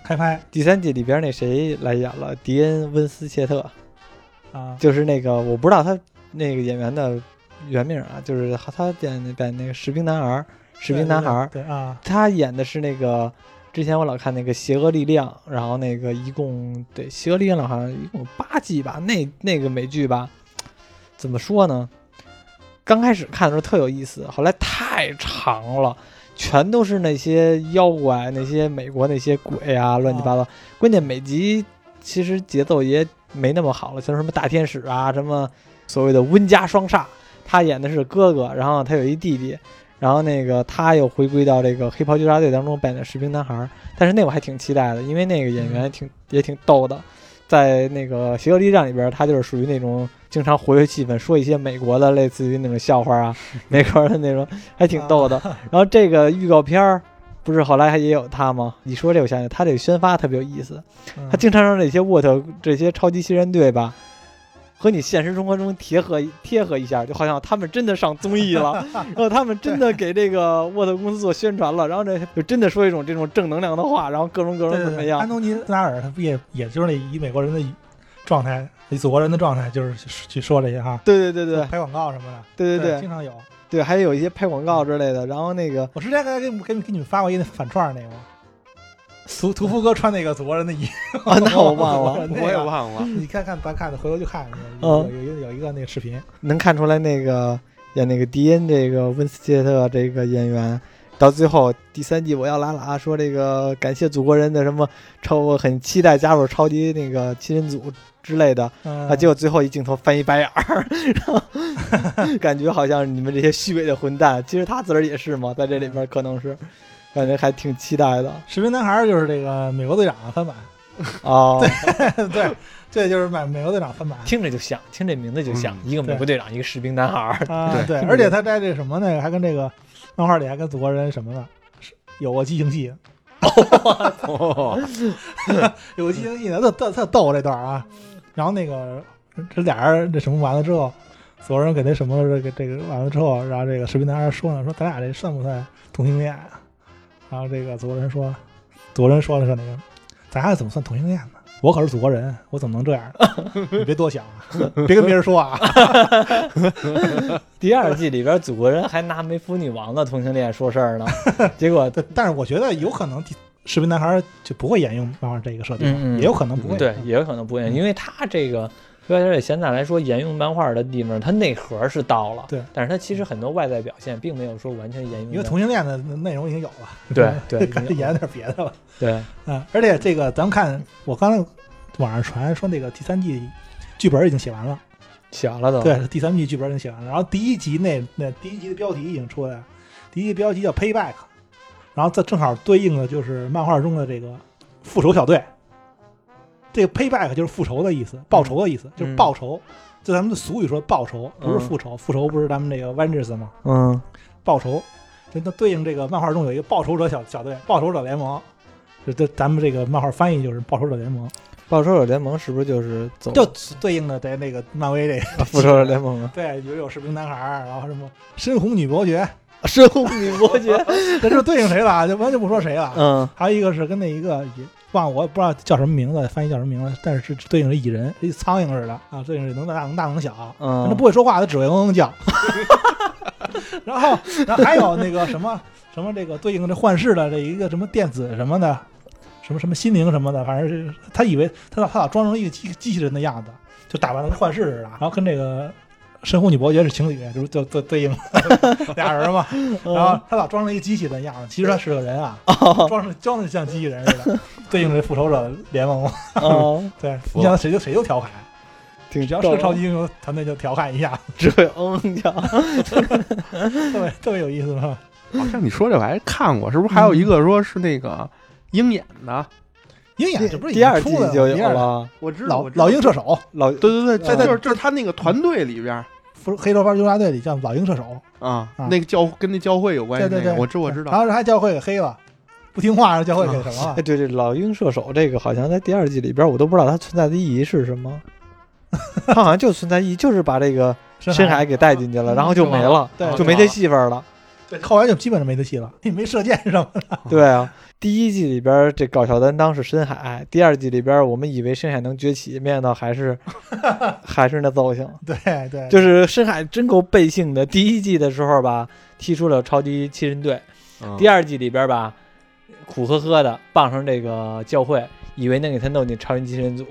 B: 开拍
A: 第三季里边那谁来演了？迪恩·温斯切特，
B: 啊，
A: 就是那个我不知道他那个演员的原名啊，就是他演在那个《士兵男孩》《士兵男孩》，
B: 对啊，
A: 他演的是那个之前我老看那个《邪恶力量》，然后那个一共对《邪恶力量》好像一共八季吧，那那个美剧吧，怎么说呢？刚开始看的时候特有意思，后来太长了，全都是那些妖怪、那些美国那些鬼啊，乱七八糟。关键每集其实节奏也没那么好了，像什么大天使啊，什么所谓的温家双煞，他演的是哥哥，然后他有一弟弟，然后那个他又回归到这个黑袍纠察队当中扮演的士兵男孩儿，但是那我还挺期待的，因为那个演员挺也挺逗的，在那个《邪恶力量》里边，他就是属于那种经常活跃气氛，说一些美国的类似于那种笑话啊，美国的那种，还挺逗的。然后这个预告片儿。不是后来还也有他吗？你说这我想起来他这个宣发特别有意思，
B: 嗯
A: 他经常让这些沃特这些超级新人队吧，和你现实生活中贴合贴合一下，就好像他们真的上综艺了，然后他们真的给这个沃特公司做宣传了，然后这就真的说一种这种正能量的话，然后各种各种
B: 对对
A: 怎么
B: 对，安
A: 样，
B: 东尼·斯达尔他不也也就是那以美国人的状态，以祖国人的状态，就是去去说这些哈，
A: 对对对对
B: 拍广告什么的，
A: 对对对
B: 经常有。
A: 对，还有一些拍广告之类的，然后那个
B: 我之前给给给给你们发过一那反串儿那个吗，屠屠夫哥穿那个祖国人的衣服，
A: 啊，那我忘
B: 我
A: 了，
B: 那个
C: 我也忘了。
B: 你看看咱看的，回头就看有
A: 嗯
B: 有有有一个那个视频，
A: 能看出来那个演那个迪恩这个温斯切特这个演员，到最后第三季我要来了啊，说这个感谢祖国人的什么超，我很期待加入超级那个七人组之类的
B: 啊
A: 啊，结果最后一镜头翻一白眼儿，然后感觉好像你们这些虚伪的混蛋，其实他自个儿也是嘛，在这里边可能是。感觉还挺期待的
B: 士兵男孩儿就是这个美国队长啊翻版，
A: 哦，
B: 对，这就是美美国队长翻版
A: 听着就像，听这名字就像、一个美国队长，一个士兵男孩儿。
B: 啊，对，
A: 对
B: 而且他在这什么那个还跟这个漫画里还跟祖国人什么呢，是有过激情戏，
C: 哦，
B: 有过激情戏的，特特特逗这段儿啊，然后那个这俩人这什么完了之后。祖国人给那什么这个这个完了之后，然后这个士兵男孩儿说呢，说咱俩这算不算同性恋啊？然后这个祖国人说，祖国人说了说那个，咱俩怎么算同性恋呢？我可是祖国人，我怎么能这样呢？你别多想啊，别跟别人说啊。
A: 第二季里边，祖国人还拿梅芙女王的同性恋说事 儿呢，结果
B: 对，但是我觉得有可能第士兵男孩就不会沿用漫画这个设定，
A: 嗯嗯
B: 也有可能不会。
A: 嗯对，也有可能不一样，因为他这个
D: 而且现在来说，沿用漫画的地方，它内核是到了，
B: 对，
D: 但是它其实很多外在表现并没有说完全沿用。
B: 因为同性恋的内容已经有了，
D: 对 对
B: 赶紧演点别的吧。
D: 对，
B: 啊，而且这个咱们看，我刚才网上传说那个第三季剧本已经写完了，
D: 小
A: 哦
D: 了都。
B: 对，第三季剧本已经写完了。然后第一集那那第一集的标题已经出来了，第一集标题叫 Payback，然后这正好对应的就是漫画中的这个复仇小队。这个 Payback 就是复仇的意思，报仇的意思，就是报仇。就咱们的俗语说报仇，不是复仇，复仇不是咱们这个 vengeance 吗？
D: 嗯
B: 报仇，就那对应这个漫画中有一个报仇者小小队，报仇者联盟，就这咱们这个漫画翻译就是报仇者联盟，
A: 报仇者联盟是不是就是走
B: 就对应的在那个漫威这个
A: 复仇者联盟 啊？
B: 对，比如有士兵男孩儿，然后什么深红女伯爵，
A: 深红女伯爵，
B: 这就对应谁了，就完全不说谁了。
A: 嗯
B: 还有一个是跟那一个也忘我也不知道叫什么名字，翻译叫什么名字，但是是对应着蚁人，一苍蝇似的啊，对应着能大能大能小，
A: 嗯，
B: 他不会说话，他只会嗡嗡叫。 然后，然后还有那个什么什么这个对应这幻视的这一个什么电子什么的，什么什么心灵什么的，反正是他以为他老他老装成一个机机器人的样子，就打扮的跟幻视似的，然后跟这个深呼女伯爵是情侣，就是就就对应 俩人嘛。
A: 嗯
B: 然后他老装成一个机器人的样子，其实他是个人啊，装成装的像机器人似的，对应这复仇者联盟嘛。
D: 嗯
A: 哦，
B: 对，你想谁就谁就调侃，
A: 挺
B: 只要是个 超
A: 级，
B: 级英雄团队就调侃一下。
A: 只会嗯嗯 叫，
B: 特别特别有意思吧？
C: 好像你说这我还看过，是不是还有一个说是那个鹰眼的？
B: 鹰眼这不是已
A: 第
B: 经
A: 二
B: 出
A: 季
B: 了吗
A: 就有
B: 第二
A: 了，
C: 我知
B: 老老鹰射手，
A: 老
C: 对对对，
A: 啊
C: 在就是就是他那个团队里边
B: 不是黑头发纠察队里叫老鹰射手，
C: 啊
B: 啊，
C: 那个教跟那教会有关系
B: 对
C: 那
B: 对
C: 个，
B: 对，
C: 我知我知
B: 然
C: 道。
B: 后还教会给黑了，不听话让教会给什么了
A: 哎，？对对，老鹰射手这个好像在第二季里边，我都不知道它存在的意义是什么。它好像就存在意义，就是把这个深
B: 海
A: 海给带进去了，然后就没了，
B: 对
A: 就没这戏份了。
B: 对，后来就基本上没得戏了，也没射箭什么的。
A: 对啊，第一季里边这搞笑担当是深海，第二季里边我们以为深海能崛起，没想到还 是还是那造型。
B: 对对，
A: 就是深海真够背性的。第一季的时候吧，踢出了超级七人队，第
C: 二
A: 二季里边吧，苦呵呵的傍上这个教会，以为能给他弄进超人七人组，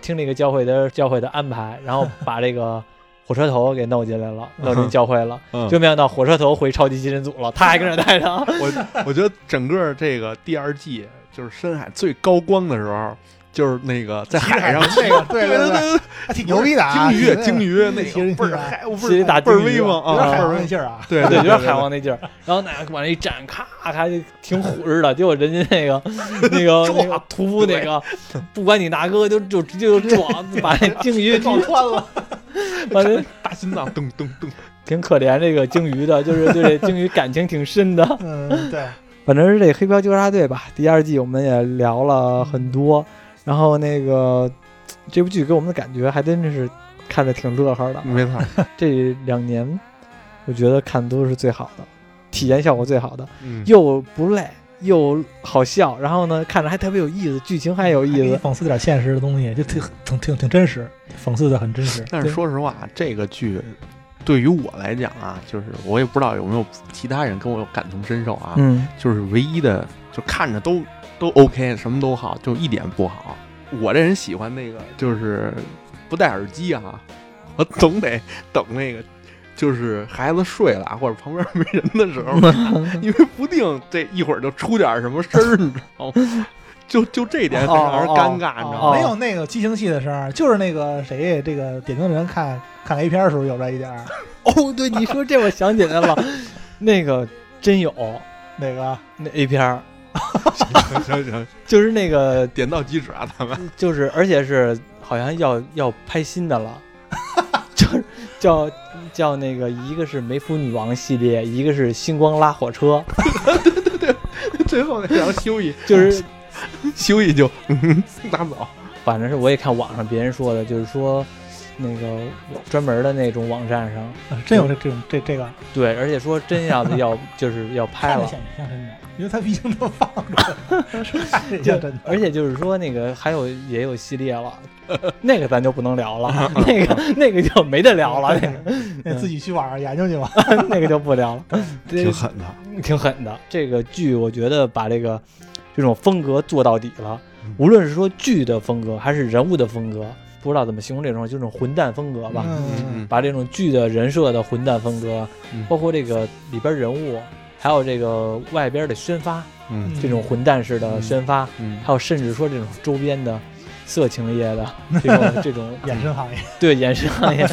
A: 听这个教会的教会的安排，然后把这个火车头给弄进来了，弄进教会了，
C: 嗯
A: 就没想到火车头回超级七人组了，他还跟着带上。
C: 我我觉得整个这个第二季就是深海最高光的时候，就是那个在海上
B: 那个，对
C: 对
B: 对对，
C: 对，
B: 还挺牛逼的啊！
C: 鲸鱼
B: 挺
C: 鲸鱼那
B: 其实
C: 个倍
B: 是啊
C: 儿嗨，倍
A: 其实
C: 儿
A: 打
C: 倍儿
A: 鲸鱼
C: 威风
B: 有点
C: 啊，
B: 海
C: 倍儿
B: 王
C: 威
B: 那
C: 风。
B: 劲儿啊！
C: 对
A: 对，有点
C: 对
A: 海王那劲儿，然后那往那一站，咔咔就挺虎似的，结果人家那个那个那个屠夫那个，不管你大哥，就就直接就撞，把那鲸鱼
B: 被撞穿了，
A: 把那
C: 大心脏咚咚咚，
A: 挺可怜这个鲸鱼的，就是 对这鲸鱼感情挺深的。
B: 嗯，对，
A: 反正是这黑标纠察队吧，第二季我们也聊了很多，然后那个这部剧给我们的感觉还真是看着挺乐呵的，
C: 没错，
A: 这两年我觉得看都是最好的，体验效果最好的。
C: 嗯，
A: 又不累又好笑，然后呢看着还特别有意思，剧情还有
B: 还给
A: 意
B: 你
A: 思。
B: 讽刺点现实的东西，就挺挺挺挺真实，讽刺的很真实。
C: 但是说实话，这个剧对于我来讲啊，就是我也不知道有没有其他人跟我有感同身受啊，
A: 嗯，
C: 就是唯一的，就看着都都 OK，什么都好，就一点不好。我这人喜欢那个，就是不戴耳机啊，我总得等那个，就是孩子睡了啊或者旁边没人的 时候，因为不定这一会儿就出点什么事儿，你知道吗？就就这点很让人尴尬，你知道
A: 哦
C: 吗？
B: 没有那个激情戏的时候，就是那个谁，这个点评人看看 A 片的时候有这一点儿，
A: 哦，对，你说这我想起 来了，那个真有
B: 那个
A: 那 A 片儿，
C: 行行行，
A: 就是那个
C: 点到即止啊，咱们
A: 就是而且是好像要要拍新的了， 就是叫叫那个一个是梅芙女王系列，一个是星光拉火车，
C: 最后那条休息
A: 就是
C: 休息就嗯拿走。
A: 反正是我也看网上别人说的，就是说那个专门的那种网站上。
B: 啊真有这这种这这个，
A: 对，而且说真要 要就是要拍
B: 看着
A: 了，
B: 像像真的，因为他毕竟都放出来 了，是看着
A: 就
B: 像真的。
A: 而且就是说那个还有也有系列了，那个咱就不能聊了， 那个那个就没得聊了， 那嗯
B: 对，那自己去网上研究去 吧。
A: 个那个就不聊了，这
C: 狠的，
A: 挺狠的。这个剧我觉得把这个这种风格做到底了
C: 嗯，
A: 无论是说剧的风格还是人物的风格，不不知道怎么形容这种，就这种混蛋风格吧，
C: 嗯
A: 把这种剧的人设的混蛋风格
C: 嗯，
A: 包括这个里边人物，还有这个外边的宣发，
C: 嗯
A: 这种混蛋式的宣发，
C: 嗯
A: 还有甚至说这种周边的色情业的这 种这种
B: 衍生行业，
A: 对衍生行业，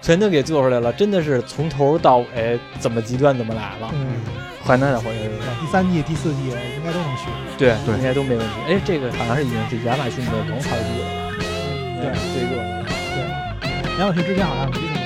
A: 全都给做出来了，真的是从头到尾怎么极端怎么来了，
B: 嗯，
A: 淮南的火车是吧？
B: 第三季、第四季应该都能学。
A: 对
C: 对
A: 应该都没问题。哎，这个好像是已经是亚马逊的龙牌剧了吧？
B: 对
A: 对，这个。
B: 啊对，杨小旭之前好像没什么。